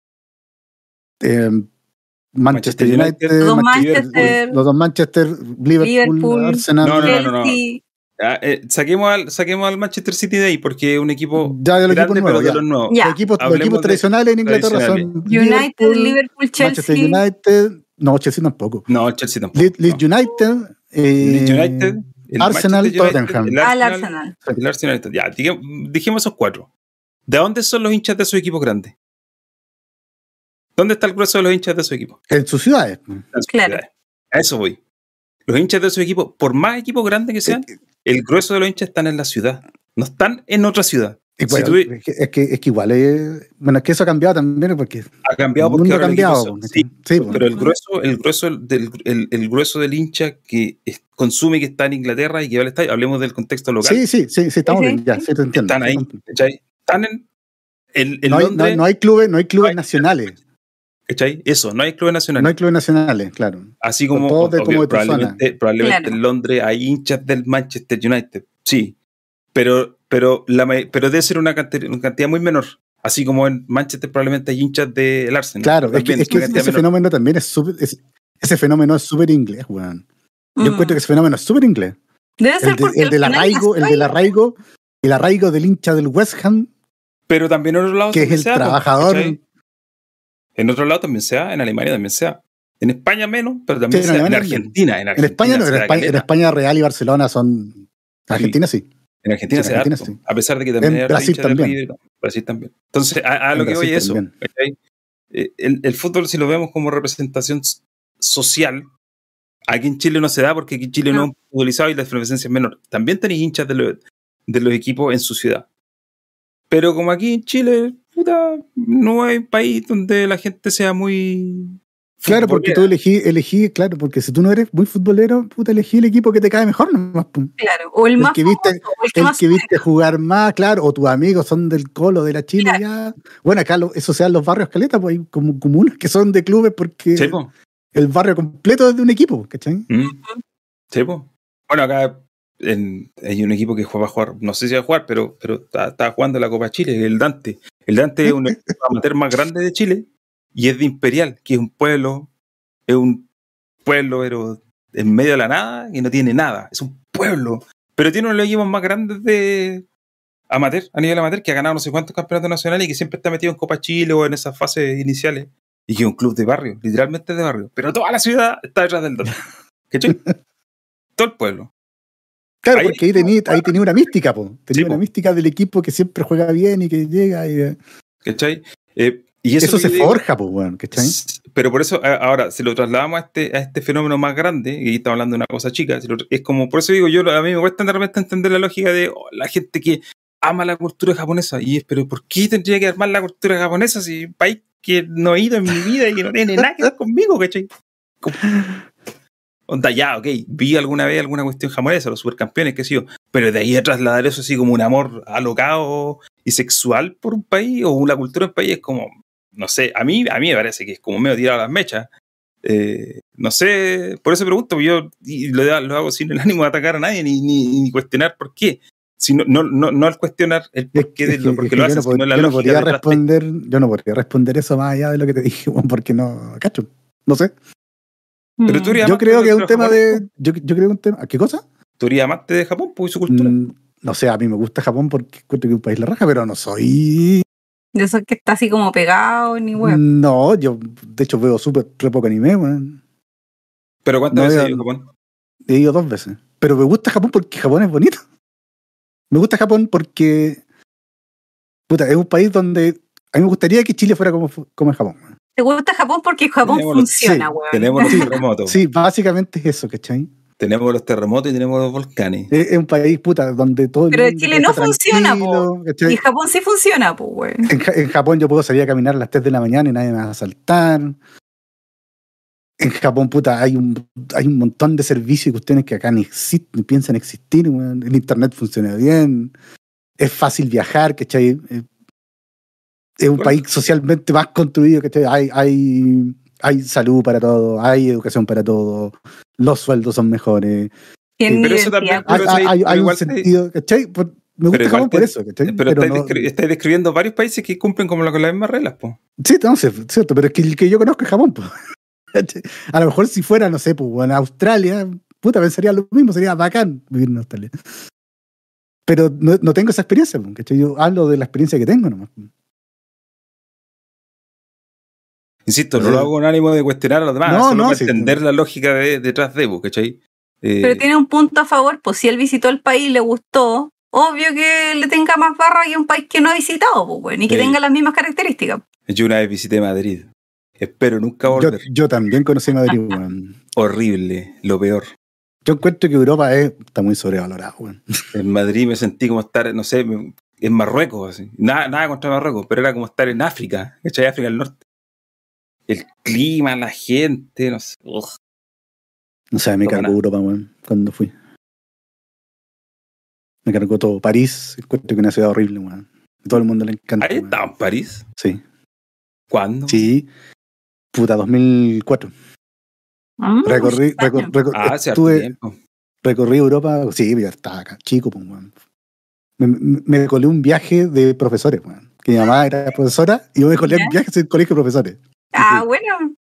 Eh, Manchester Manchester United, United, Los Manchester, Manchester, los dos Manchester, Liverpool, Liverpool. Arsenal. No, no, no, no, no. Chelsea, Ah, eh, saquemos, al, saquemos al Manchester City de ahí, porque es un equipo ya de los grande, equipos nuevos. pero ya. de los nuevos. Ya. Los equipos, los Hablemos equipos de- tradicionales en Inglaterra son United, Liverpool, Manchester Chelsea. United, no, Chelsea tampoco. No, el Chelsea tampoco. Leeds no. Leeds United, eh, Leeds United, el Arsenal, Manchester United, Tottenham. el Al Arsenal, Arsenal. el Arsenal. Ya, digamos- dijimos esos cuatro. ¿De dónde son los hinchas de su equipo grande? ¿Dónde está el grueso de los hinchas de su equipo? en sus ciudades. en sus Claro. ciudades. A eso voy. Los hinchas de su equipo, por más equipo grande que Eh, sean, el grueso de los hinchas están en la ciudad. No están en otra ciudad. Y Si bueno, tú- es, que, es que- es que igual, eh, bueno, es que eso ha cambiado también porque Ha cambiado el porque mundo ha ahora los cambiado. equipos son- ¿cachai? sí, Sí, pues. bueno. pero el grueso, el grueso del, el, el grueso del hincha que es- consume que está en Inglaterra y que va al estadio, hablemos del contexto local, sí, sí, sí, sí, estamos Sí, sí. bien, ya, sí, te entiendo. están ahí, ¿cachai? Están en, en- en No hay, no, Londres, no hay clubes, no hay clubes hay- nacionales, ¿cachai? Eso, no hay clubes nacionales. no hay clubes nacionales, claro. Así como, Todos de obvio, como de tu probablemente, probablemente Claro. en Londres hay hinchas del Manchester United, sí, pero, pero, la, ma- pero debe ser una cantidad, una cantidad muy menor. Así como en Manchester probablemente hay hinchas del Arsenal. Claro, es que, también es que una cantidad ese menor. fenómeno también es súper, es- ese fenómeno es súper inglés, weón. Yo Mm. encuentro que ese fenómeno es súper inglés. Debe ser El, de- porque el al del final arraigo, el las del arraigo, el arraigo del hincha del West Ham, Pero también en otro lado que es también el se da, trabajador. pues, ¿cachai? En otro lado también se da, en Alemania también se da. En España menos, pero también Sí, se en da. En Alemania Argentina, en En Argentina. España, no, se en da España, en caleta. España Real y Barcelona son. Argentina sí. En Argentina Sí, se en da. Argentina harto, sí. A pesar de que también En hay harto Brasil hincha del también. River, Brasil también. Entonces, a, a lo En que voy Brasil es eso. también. ¿cachai? Eh, El, el fútbol, si lo vemos como representación s- social, aquí en Chile no se da porque aquí en Chile no, No. es futbolizado y la efervescencia es menor. También tenéis hinchas de, lo- de los equipos en su ciudad. Pero como aquí en Chile, puta, no hay país donde la gente sea muy. Claro, porque tú futbolera. elegí, elegí, claro, porque si tú no eres muy futbolero, puta, elegí el equipo que te cae mejor nomás. pum. Claro, o el El más que viste, famoso, o el que el más que viste jugar más, claro, o tus amigos son del Colo, de la Chile, ya. Bueno, acá lo- eso se da en los barrios caleta, pues hay como comunas que son de clubes porque Sí, po. el barrio completo es de un equipo, ¿cachai? Mm. Sí, po. Bueno, acá en- hay un equipo que juega- va a jugar, no sé si va a jugar, pero, pero está, está jugando la Copa Chile, el Dante. El Dante es un equipo amateur más grande de Chile y es de Imperial, que es un pueblo, es un pueblo, pero en medio de la nada y no tiene nada. Es un pueblo, pero tiene uno de los equipos más grandes de amateur, a nivel amateur, que ha ganado no sé cuántos campeonatos nacionales y que siempre está metido en Copa Chile o en esas fases iniciales. Y que es un club de barrio, literalmente de barrio. Pero toda la ciudad está detrás del Dante. ¿Cachai? Todo el pueblo. Claro, Ahí- porque ahí tenía ahí tenía una mística, po. Tenía Sí, po. una mística del equipo que siempre juega bien y que llega y eh, ¿Cachai? Eh, y eso, eso es lo se que digo. forja, pues, weón, ¿cachai? S- Pero por eso, a- ahora, si lo trasladamos a este, a este fenómeno más grande, y estamos hablando de una cosa chica, si lo tra- es como, por eso digo, yo a mí me cuesta de repente entender la lógica de oh, la gente que ama la cultura japonesa, y es, pero ¿por qué tendría que armar la cultura japonesa si es un país que no he ido en mi vida y que no tiene nada que ver conmigo, ¿cachai? Como- Onda, ya, ok, vi alguna vez alguna cuestión japonesa, los supercampeones, qué sé yo, pero de ahí a trasladar eso así como un amor alocado y sexual por un país o una cultura de un país es como, no sé, a mí, a mí me parece que es como medio tirado a las mechas. Eh, no sé, por eso pregunto, yo y lo, lo hago sin el ánimo de atacar a nadie ni, ni- ni cuestionar por qué. Si no, no, no, no al cuestionar el Es por qué de que- lo, es porque que lo yo hacen, no pod- sino la yo no lógica podría detrás de- responder, yo no podría responder eso más allá de lo que te dije, weón, porque no, cacho, no sé. famoso. Pero tú Mm. eres Yo amante creo de que es un los tema japoneses, de, yo, yo creo que un tema, ¿a ¿qué cosa? Tú eres amante de Japón, pues y su cultura. Mm, no sé, a mí me gusta Japón porque encuentro que es un país la raja, pero no soy, Mm. De esos que está así como pegado, Mm. ni huevo. no, yo de hecho veo súper re poco anime, weón. Pero ¿cuántas no veces veo- has ido a Japón? He ido dos veces. Pero me gusta Japón porque Japón es bonito. Me gusta Japón porque Puta, es un país donde a mí me gustaría que Chile fuera como, como en Japón. weón. ¿Te gusta Japón? Porque Japón Tenemos los- funciona, sí, weón. Tenemos los terremotos, Sí, básicamente es eso, ¿cachai? tenemos los terremotos y tenemos los volcanes. Es, es un país, puta, donde todo el Pero mundo Chile no está funciona, tranquilo, ¿cachai? Y Japón sí funciona, pues, weón. En, Ja- en Japón yo puedo salir a caminar a las 3 de la mañana y nadie me va a asaltar. En Japón, puta, hay un, hay un montón de servicios y cuestiones que acá ni existen, ni piensan existir. weón. El internet funciona bien. Es fácil viajar, ¿cachai? Eh, Es un Bueno. país socialmente más construido, ¿cachai? Hay, hay, hay salud para todo, hay educación para todo, los sueldos son mejores. Tienen Pero eso identidad, también- weón. Hay, Pero sí, hay- hay pero igual un te- sentido, ¿cachai? Por- me Pero gusta igual Japón te- por eso, ¿cachai? Pero, estáis, no- descri- estáis describiendo varios países que cumplen como la- con las mismas reglas, pues. po. Sí, no sé, cierto, pero es que el que yo conozco es Japón. po. A lo mejor si fuera, no sé, pues, en Australia, puta, pensaría lo mismo, sería bacán vivir en Australia. Pero no, no tengo esa experiencia, po, ¿cachai? Yo hablo de la experiencia que tengo nomás. po. Insisto, no Sí. lo hago con ánimo de cuestionar a los demás, No, solo no, para sí. entender la lógica de- detrás de, po, ¿cachai? Eh, Pero tiene un punto a favor, pues si él visitó el país y le gustó, obvio que le tenga más barra que un país que no ha visitado, pues, weón, y que Sí. tenga las mismas características. Yo una vez visité Madrid. Espero nunca Yo, volver. yo también conocí Madrid, weón. Horrible, lo peor. Yo encuentro que Europa es- está muy sobrevalorada, weón. En Madrid me sentí como estar, no sé, me- en Marruecos, así. Nada, nada contra Marruecos, pero era como estar en África, ¿cachai? África del Norte. El clima, la gente, no sé. Ugh. No sé, me Toma cargó nada. Europa, weón, cuando fui. Me cargó todo. París, encuentro que es una ciudad horrible, weón. A todo el mundo le encanta. Ahí weón. estaba en París. Sí, ¿Cuándo? sí. Puta, 2004. Mm, Recorrí, muchos recor- años. recor- Ah, hace harto estuve- tiempo. recorrí Europa, sí, yo estaba acá, chico, pues, weón. Me, me- me colé un viaje de profesores, weón. Que mi mamá era profesora y yo me colé ¿Ya? un viaje del colegio de profesores. Ah, bueno.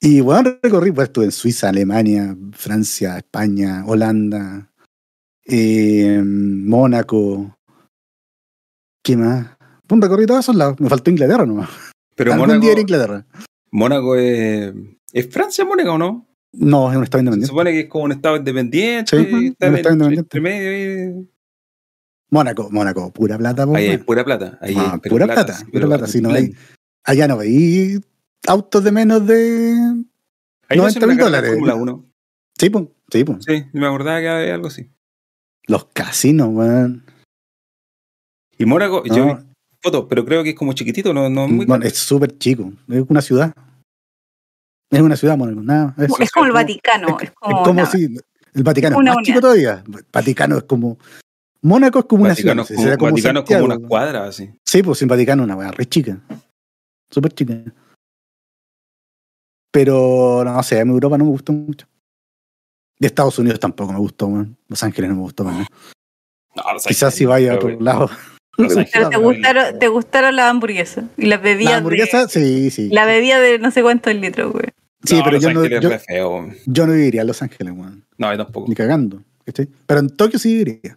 Y, weón, recorrí, pues estuve en Suiza, Alemania, Francia, España, Holanda, eh, Mónaco. ¿Qué más? Un recorrido todos esos lados. Me faltó Inglaterra nomás. Pero Algún Mónaco, día era Inglaterra. Mónaco es. ¿Es Francia Mónaco o no? No, es un estado Se independiente. supone que es como un estado independiente. Sí, está un en- estado independiente. Entre medio y- Mónaco, Mónaco, pura plata, pues, Ahí hay weón. pura plata. Ahí Ah, hay pero pura plata, sí, pura pero plata, si no plan. hay- Allá no veí autos de menos de Ahí 90 hacen una carrera mil de dólares. Fórmula 1. Sí, po, sí, po. Sí, me acordaba que había algo así. Los casinos, weón. Y Mónaco, No, yo vi fotos, pero creo que es como chiquitito, no, no es muy bueno, es súper chico. Es una ciudad. Es una ciudad, Mónaco. Nada, es, Es como el Vaticano. Vaticano, es Es como, como una- si. El Vaticano Una es más unidad. chico todavía. Vaticano es como. Mónaco es como una ciudad. Vaticano, no es sé, como, será como Vaticano es como Santiago, unas weón. cuadras así. Sí, pues sin Vaticano una weá re chica. Súper chica. Pero no sé, a mí Europa no me gustó mucho. De Estados Unidos tampoco me gustó, weón. Los Ángeles no me gustó, weón. No, no sé. Quizás si vaya a Pero, otro lado. Pero te Pero te gustaron, te gustaron las hamburguesas y las bebidas. La de- hamburguesa, sí, sí. la bebida de no sé cuántos litros, güey. Sí, no, pero Los yo no, Ángeles yo- es re feo, weón. yo no viviría en Los Ángeles, weón. No, yo tampoco. Ni cagando. ¿cachai? Pero en Tokio sí viviría.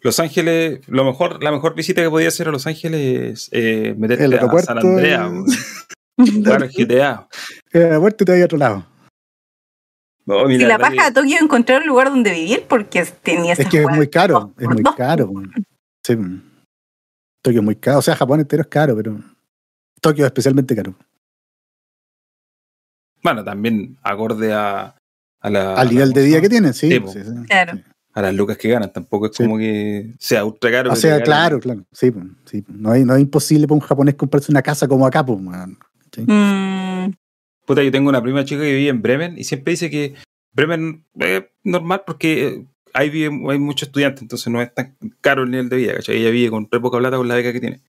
Los Ángeles, lo mejor, la mejor visita que podía hacer a Los Ángeles es eh, meterte El a San aeropuerto. Andrea, weón. jugar al GTA. En el aeropuerto te voy a otro lado. No, mira, Y la verdad que- paja de Tokio es encontrar un lugar donde vivir porque tenía Es que es muy caro. Es muy Por dos. caro. weón. Sí. weón. Tokio es muy caro. O sea, Japón entero es caro, pero Tokio es especialmente caro. Bueno, también acorde a, a Ah, la- Al nivel de vida que tienen, sí. Sí, po. sí, sí. Claro. a las lucas que ganan. Tampoco es Sí. como que sea ultra caro. O pero sea, ganan. claro, claro. Sí, po, sí, po. No, hay- no es imposible para un japonés comprarse una casa como acá, pues, weón. Mm, Puta, yo tengo una prima chica que vive en Bremen y siempre dice que Bremen es normal porque eh, ahí vive, hay muchos estudiantes, entonces no es tan caro el nivel de vida, ¿cachai? Ella vive con re poca plata con la beca que tiene.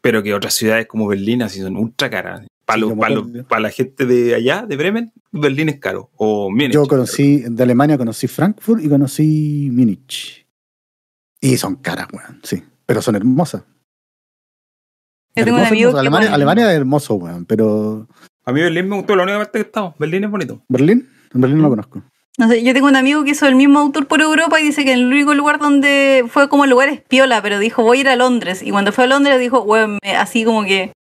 Pero que otras ciudades como Berlín así son ultra caras. Para Sí, yo me acuerdo. la gente de allá, de Bremen, Berlín es caro. O Múnich Yo es caro. conocí, de Alemania conocí Frankfurt y conocí Múnich. Y son caras, weón, sí. Pero son hermosas. yo tengo un Hermoso, amigo hermoso. que Alemania, con- Alemania es hermoso, weón, pero A mí Berlín me gustó, la única parte que he estado. Berlín es bonito. Berlín, en Berlín no lo Mm. conozco. No sé, yo tengo un amigo que hizo el mismo autor por Europa y dice que el único lugar donde fue como lugar es piola, pero dijo voy a ir a Londres. Y cuando fue a Londres dijo, weón, me- así como que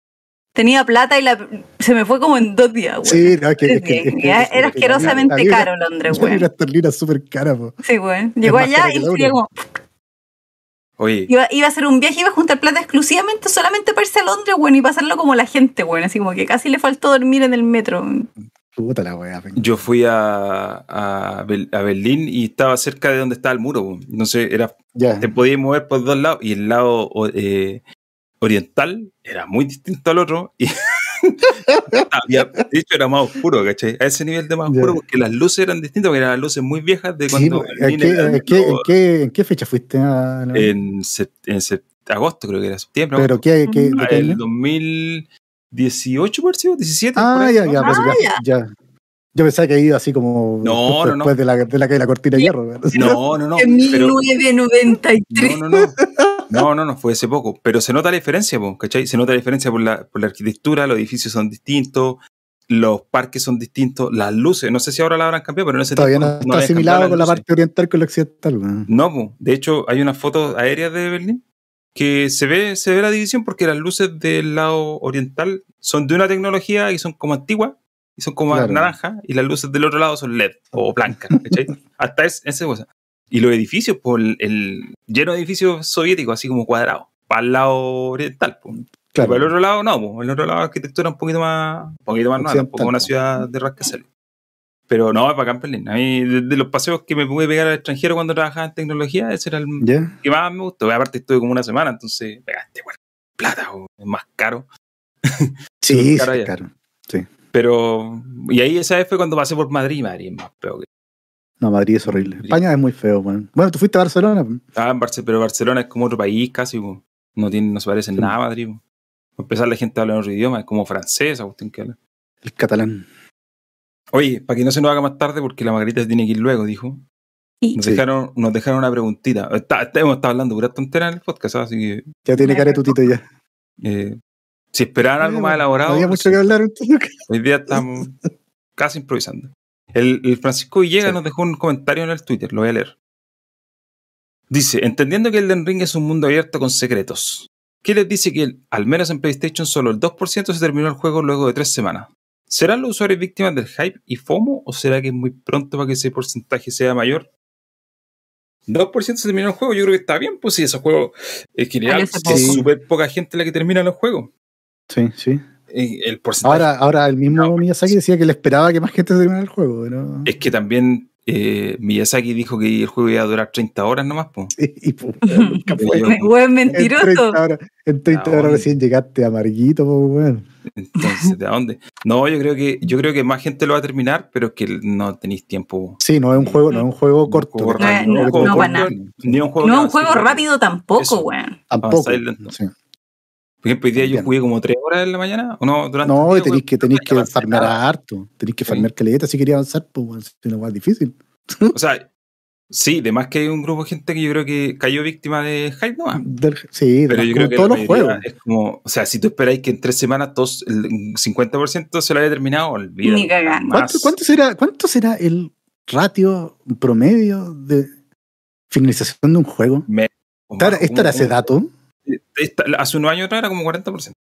tenía plata y la, se me fue como en dos días, weón. Sí, no, es que, Es es que- bien, es que- ya es que- era es que la- asquerosamente la libra- caro Londres, La weón. libra esterlina es súper cara, po. Sí, weón. Llegó más allá cara que y la sería una. como, Oye, Iba, iba a hacer un viaje, iba a juntar plata exclusivamente solamente para irse a Londres, bueno, y pasarlo como la gente, bueno, así como que casi le faltó dormir en el metro. Puta la weá. venga. yo fui a, a, Bel- a Berlín y estaba cerca de donde estaba el muro. po. No sé, era, Ya. te podías mover por dos lados y el lado o- eh, oriental era muy distinto al otro. Y había- de hecho, era más oscuro, ¿cachai? A ese nivel de más Ya. oscuro porque las luces eran distintas, porque eran las luces muy viejas de Sí, pues, cuando... ¿en, Berlín qué, era Eh, en qué- todo- en qué- en qué fecha fuiste a la- en, sep- en sep- agosto, creo que era septiembre. ¿Pero agosto. qué, qué- de Ah, qué el año? 2018, por si, 17. por Ah, ahí, ya, ¿no? ya, pero Ah, ya, ya. Yo pensaba que iba así como No, justo no, no. después de la, de la caída de la cortina de hierro. weón. No, no, no. en pero- 1993. no, no, no. No, no, no, fue hace poco. Pero se nota la diferencia, po, ¿cachai? Se nota la diferencia por la, por la arquitectura, los edificios son distintos, los parques son distintos, las luces. No sé si ahora la habrán cambiado, pero en ese Todavía tiempo no está habían cambiado asimilado las con la luces. parte oriental con la occidental. weón. No, po. de hecho, hay unas fotos aéreas de Berlín que se ve, se ve la división porque las luces del lado oriental son de una tecnología y son como antiguas y son como Claro. naranjas y las luces del otro lado son LED o blancas. ¿cachai? Hasta es, esa cosa. Y los edificios, por el, el- lleno de edificios soviéticos, así como cuadrados, para el lado oriental. po. Y Claro. para el otro lado, no, po. el otro lado, la arquitectura un poquito más, un poquito más nueva, Occidental, tampoco una po. ciudad de rascacielos. Pero no, para acá en Berlín. A mí, de, de los paseos que me pude pegar al extranjero cuando trabajaba en tecnología, ese era el ¿Ya? que más me gustó. Aparte, estuve como una semana, entonces, pegaste, bueno, plata, o es más caro. Sí, sí, claro, ya. claro. Pero, y ahí esa vez fue cuando pasé por Madrid, Madrid es más peor que. No, Madrid es horrible. España es muy feo, weón. Bueno, tú fuiste a Barcelona. weón. Ah, en Barce- pero Barcelona es como otro país casi, po. no, tiene, no se parece en Sí. nada a Madrid. po. Para empezar, la gente habla en otro idioma, es como francés, cuestión que habla. El catalán. Oye, para que no se nos haga más tarde, porque la Margarita tiene que ir luego, dijo. Sí. Nos, Sí. dejaron, nos dejaron una preguntita. Está- está- hemos estado hablando pura tontera en el podcast, ¿ah? así que Ya tiene Ya, cara de tutito ya. eh, si esperaban algo más elaborado, No había no mucho sé. que hablar. entonces. hoy día estamos casi improvisando. El, el Francisco Villegas Sí. nos dejó un comentario en el Twitter, lo voy a leer. Dice, entendiendo que Elden Ring es un mundo abierto con secretos, ¿qué les dice que, el- al menos en PlayStation, solo el 2% se terminó el juego luego de tres semanas? ¿Serán los usuarios víctimas del hype y FOMO o será que es muy pronto para que ese porcentaje sea mayor? 2% se terminó el juego, yo creo que está bien, pues si esos juegos en general hace es poco. súper poca gente la que termina los juegos. Sí, sí. Eh, El porcentaje Ahora, ahora el mismo No, Miyazaki decía que le esperaba que más gente se terminara el juego. pero- Es que también eh, Miyazaki dijo que el juego iba a durar 30 horas nomás, po. Y, pues, nunca fue. Yo- Buen En mentiroso. 30 horas, en 30 horas Ahora. recién llegaste amarguito, pues, weón. Entonces, ¿de dónde? No, yo creo que yo creo que más gente lo va a terminar, pero es que no tenéis tiempo. Sí, no es un juego, no es un juego corto. juego ¿cachai? rápido, no, es no, corto, para nada. Ni un juego que No es un avance juego rápido Eso. tampoco, weón. Tampoco. Avanzáis lento. sí. Por ejemplo, hoy día yo Entiendo. jugué como 3 horas en la mañana, o no, durante No, el y día, tenéis weón, que, tenéis no que avancé farmear nada. harto. Tenéis que farmear caleta si quería avanzar, pues, weón. Es una weá difícil. O sea, sí, de más que hay un grupo de gente que yo creo que cayó víctima de hype nomás. Del- sí, Ah. Pero de- yo como creo que todos la los mayoría juegos. es como, o sea, si tú esperáis que en tres semanas todos, el 50% se lo haya terminado, olvídalo. Ni cagando. jamás. ¿Cuánto, cuánto será, ¿Cuánto será el ratio promedio de finalización de un juego? Me- o ¿Estará, más, estará como- ese dato? esta- hace unos años atrás era como 40%.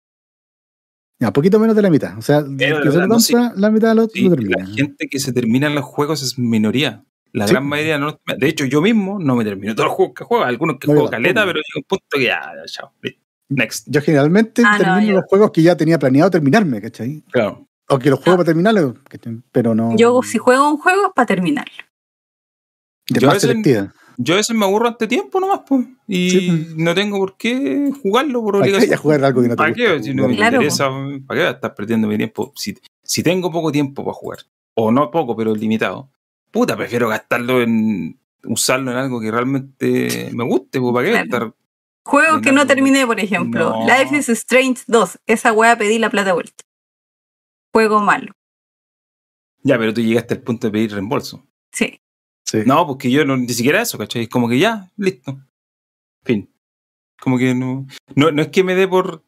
Ya, poquito menos de la mitad. O sea, de Pero que se la- lo Eh, no, sí. compra, la mitad de los Sí, lo la termina. gente que se termina en los juegos es minoría. La Sí. gran mayoría no. De hecho, yo mismo no me termino todos los juegos que juego. Algunos que No, yo juego caleta, tampoco. pero llega un punto que ya, ya, chao. listo. Next. Yo generalmente Ah, no, termino yo- los juegos que ya tenía planeado terminarme, ¿cachai? Claro. O que los juego para terminarlo, ¿cachai? pero no. Ah. Yo si juego un juego es para terminarlo. de yo a más veces- selectiva. Yo a veces me aburro ante tiempo nomás, pues. Y Sí, no tengo por qué jugarlo por ¿Para qué obligación. ya jugar algo que no te ¿Para gusta? qué? Si no me Claro, interesa, ¿para qué voy a estar perdiendo mi tiempo? Si, si tengo poco tiempo para jugar, o no poco, pero limitado, puta, prefiero gastarlo en usarlo en algo que realmente me guste, pues, ¿para qué voy a Claro. estar? Juego que No. no terminé, por ejemplo. No. Life is Strange 2. Esa weá pedí la plata de vuelta. Juego malo. Ya, pero tú llegaste al punto de pedir reembolso. Sí. Sí. No, porque yo no, ni siquiera eso, ¿cachai? Es como que ya, listo. Fin. Como que no. No, no es que me dé por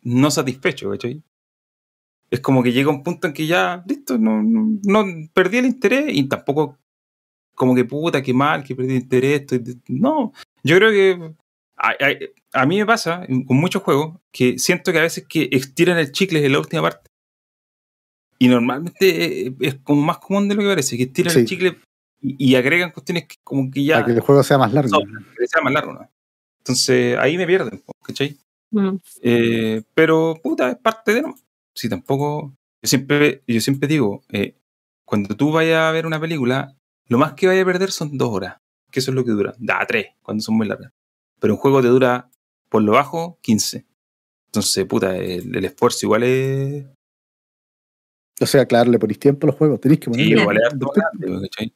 no satisfecho, ¿cachai? Es como que llega un punto en que ya, listo, no, no, no- perdí el interés y tampoco como que puta, qué mal, que perdí el interés. estoy de- no, yo creo que a, a- a mí me pasa en- con muchos juegos que siento que a veces que estiran el chicle en la última parte. Y normalmente eh, es como más común de lo que parece, que estiran el Sí. chicle y, y agregan cuestiones que como que ya Para que el juego sea más largo. que sea más largo. ¿no? Entonces ahí me pierden, po, ¿cachai? Mm. Eh, pero, puta, es parte de... Si tampoco... Yo siempre, yo siempre digo, eh, cuando tú vayas a ver una película, lo más que vayas a perder son dos horas, que eso es lo que dura. Da, tres, cuando son muy largas. Pero un juego te dura, por lo bajo, 15. Entonces, puta, el, el esfuerzo igual es... O sea, claro, le ponéis tiempo a los juegos, tenéis que Sí, ponerle. Mira. igual es harto grande, po, ¿cachai?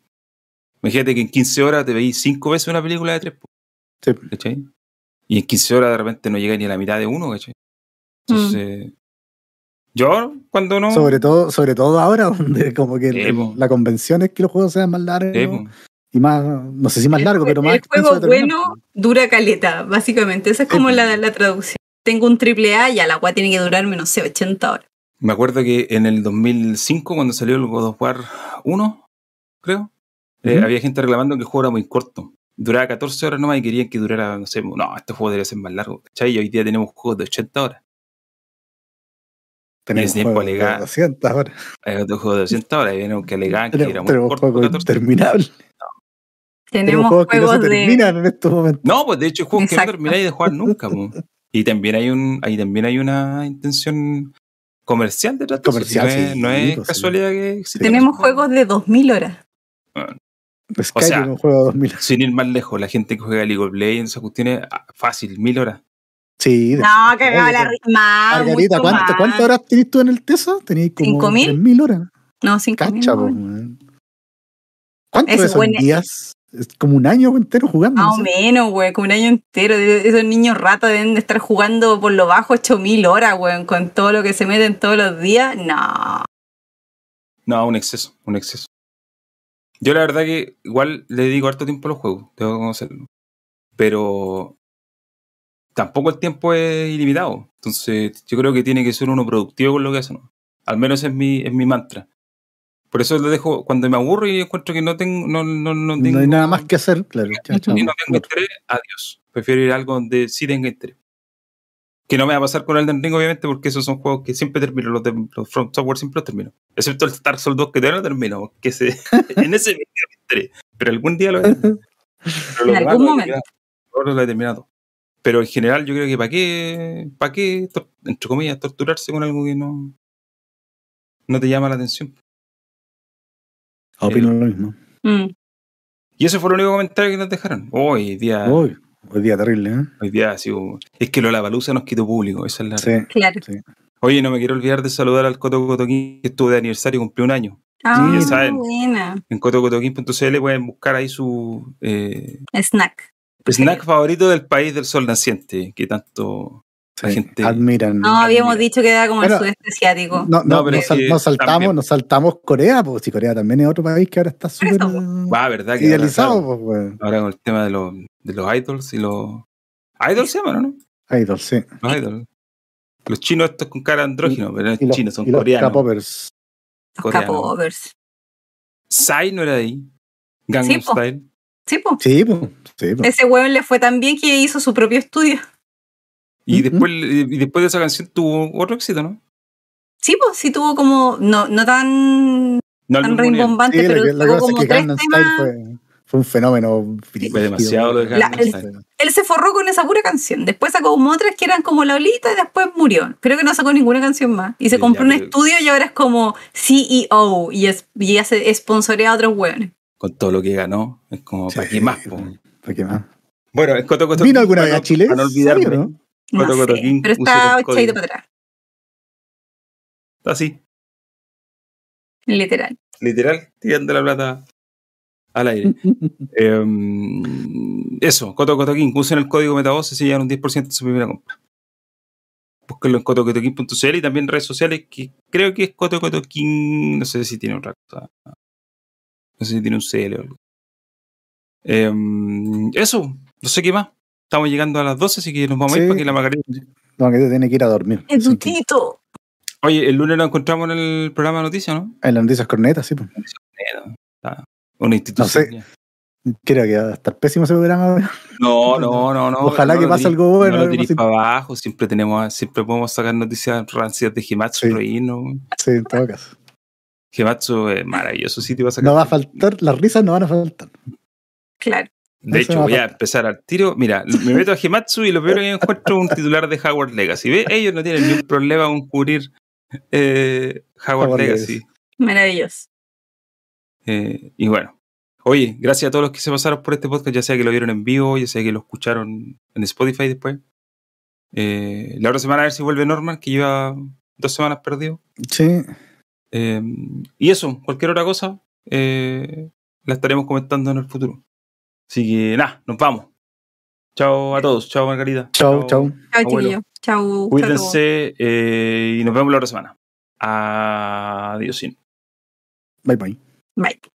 Imagínate que en 15 horas te veís 5 veces una película de 3, Sí. ¿cachai? Y en 15 horas de repente no llega ni a la mitad de uno, ¿cachai? Entonces, yo cuando no... Sobre todo, sobre todo ahora, donde como que Sí, el- po. la convención es que los juegos sean más largos Eh, po, y más, no sé si más largos, pero más el juego extensos de terminar. bueno dura caleta, básicamente. Esa es como Sí. la, la traducción. Tengo un triple A y a la cual tiene que durarme, no sé, 80 horas. me acuerdo que en el 2005, cuando salió el God of War 1, creo, eh, Ujú. había gente reclamando que el juego era muy corto. Duraba 14 horas nomás y querían que durara, no sé, no, este juego debería ser más largo, ¿cachai? Y hoy día tenemos juegos de 80 horas. Tenemos tiempo juegos de legal. 200 ahora. Hay otro juego eh, de 200 horas y vienen que alegaban que era Tenemos, muy tenemos corto. juegos 14. interminables. Tenemos Tenemos juegos que no se juegos de. terminan en este estos momentos. No, pues de hecho, juegos que no Exacto. termináis de jugar nunca. po. Y también hay un, ahí también hay una intención comercial detrás de eso, Comercial, si no es, sí, no es pues, sí. casualidad que exista. Tenemos juegos de 2000 horas. Skyrim, sea- un juego de 2000. Sin ir más lejos, la gente que juega League of Legends, esas cuestiones, ah, fácil, mil horas. Sí, de- No, cagaba la Oye, risa. Más, Margarita, Ah, mucho ¿cuánto- más. ¿cuántas horas tenés tú en el teso? Tenéis como ¿Cinco mil? 3.000 horas. No, 5 mil. Cacha, po, weón. ¿Cuánto Ese de esos buen- días? Es como un año entero jugando. Más no o sé. menos, güey, como un año entero. De- Esos niños ratas deben de estar jugando por lo bajo 8000 horas, güey, con todo lo que se meten todos los días. No. No, un exceso, un exceso. Yo la verdad que igual le dedico harto tiempo a los juegos, tengo que conocerlo. Pero tampoco el tiempo es ilimitado. Entonces yo creo que tiene que ser uno productivo con lo que hace. ¿no? Al menos es mi, es mi mantra. Por eso lo dejo, cuando me aburro y encuentro que no tengo, no, no, no No tengo, hay nada más que hacer, claro. ya, chao. y no tengo interés, adiós. Prefiero ir a algo donde sí tenga interés. Que no me va a pasar con Elden Ring, obviamente, porque esos son juegos que siempre termino, los, de, los From Software siempre los termino. Excepto el Dark Souls 2 que todavía no termino, porque se, en ese video me enteré. Pero algún día lo veré. Pero lo En algún demás lo he momento. terminado. Ahora lo he terminado. Pero en general yo creo que para qué, para qué, tor- entre comillas, torturarse con algo que no, no te llama la atención. Opino lo mismo. Mm. Y ese fue el único comentario que nos dejaron. Hoy día, Uy, hoy día terrible, ¿eh? hoy día ha sido- Es que la baluza nos quitó público, esa es la Sí. Claro. Oye, no me quiero olvidar de saludar al Coto Cotoquín, que estuvo de aniversario y cumplió un año. Ah, ya saben. buena. En cotocotoquín.cl pueden buscar ahí su eh, Snack. snack favorito del país del sol naciente, que tanto la sí, gente... Admiran. No, habíamos mira. dicho que era como el Bueno, sudeste asiático. No, no, No, pero nos, es sal- que nos saltamos, también- nos saltamos Corea, pues si Corea también es otro país que ahora está súper Eso, Va, ¿verdad? Que ahora, idealizado, claro, pues, weón. ahora con el tema de los, de los idols y los... ¿Idols se llaman, no? Idol, sí. Los idols. Los chinos estos con cara andrógino, pero no es Y los, chinos, son y los coreanos. K-popers. Los coreano. capovers. Psy no era de ahí. Gangnam Sí, po. Style. Sí, po. Sí, pues. Sí, pues. Ese hueón le fue tan bien que hizo su propio estudio. Y, Ujú. después, y después de esa canción tuvo otro éxito, ¿no? Sí, pues sí tuvo como, no, no tan, No al tan mismo nivel. Sí, rimbombante, la, pero que- tuvo la cosa es como que tres Gangnam Style temas. fue, fue un fenómeno. brígido. demasiado lo de Gangnam La- el- Style. Él se forró con esa pura canción. Después sacó como otras que eran como la olita y después murió. Creo que no sacó ninguna canción más. Y se Ya, compró un pero- estudio y ahora es como CEO y, es, y hace sponsorea a otros hueones. Con todo lo que ganó, es como, ¿para Sí, qué más? po? pues, ¿Para qué más? Bueno, es Coto Coto. ¿Vino alguna vez para a no- Chile? Para no ¿Sí o olvidarme. no? No Coto Coto sé, King pero usa está los códigos. echadito para atrás, Así, literal. literal, tirando la plata al Mm. aire. Em, eso, Coto Coto King. Usen el código MetaVoz y se llevan un 10% de su primera compra. Búsquenlo en cotocotoking.cl y también redes sociales que creo que es Coto Coto King. No sé si tiene otra cosa. No sé si tiene un CL o algo. Em, eso, no sé qué más. Estamos llegando a las 12, así que nos vamos a ir Sí. para que la Macarena No, que tiene que ir a dormir. Así que- Edutito. Oye, el lunes lo encontramos en el programa de noticias, ¿no? En las noticias cornetas, sí. Pues. Bueno, está. Una institución. No ya. Creo que va a estar pésimo ese programa. weón. No, no, no, no. Ojalá no que lo pase tiri- algo bueno, No lo algo tirís así. para abajo. Siempre tenemos, siempre podemos sacar noticias rancias de Gematsu, Sí. reírnos. Sí, en todo caso. Gematsu es maravilloso sitio para sacar. No va a faltar, las risas no van a faltar. Claro. De Eso hecho, va voy a fatal. empezar al tiro. Mira, me meto a Gematsu y lo primero que encuentro es un titular de Howard Legacy. ¿Ve? Ellos no tienen ningún problema con cubrir eh, Howard, Howard Legacy. Legacy. Maravilloso. Eh, y bueno. Oye, gracias a todos los que se pasaron por este podcast, ya sea que lo vieron en vivo, ya sea que lo escucharon en Spotify después. Eh, la otra semana a ver si vuelve Norman, que lleva dos semanas perdido. Sí, Eh, y eso, cualquier otra cosa, eh, la estaremos comentando en el futuro. Así que nada, nos vamos. Chao a todos, chao Margarita. chao, chao. Chao, Abuelo. chiquillos. Chao. chao. Cuídense eh, y nos vemos la otra semana. Adiós. Bye bye. Bye.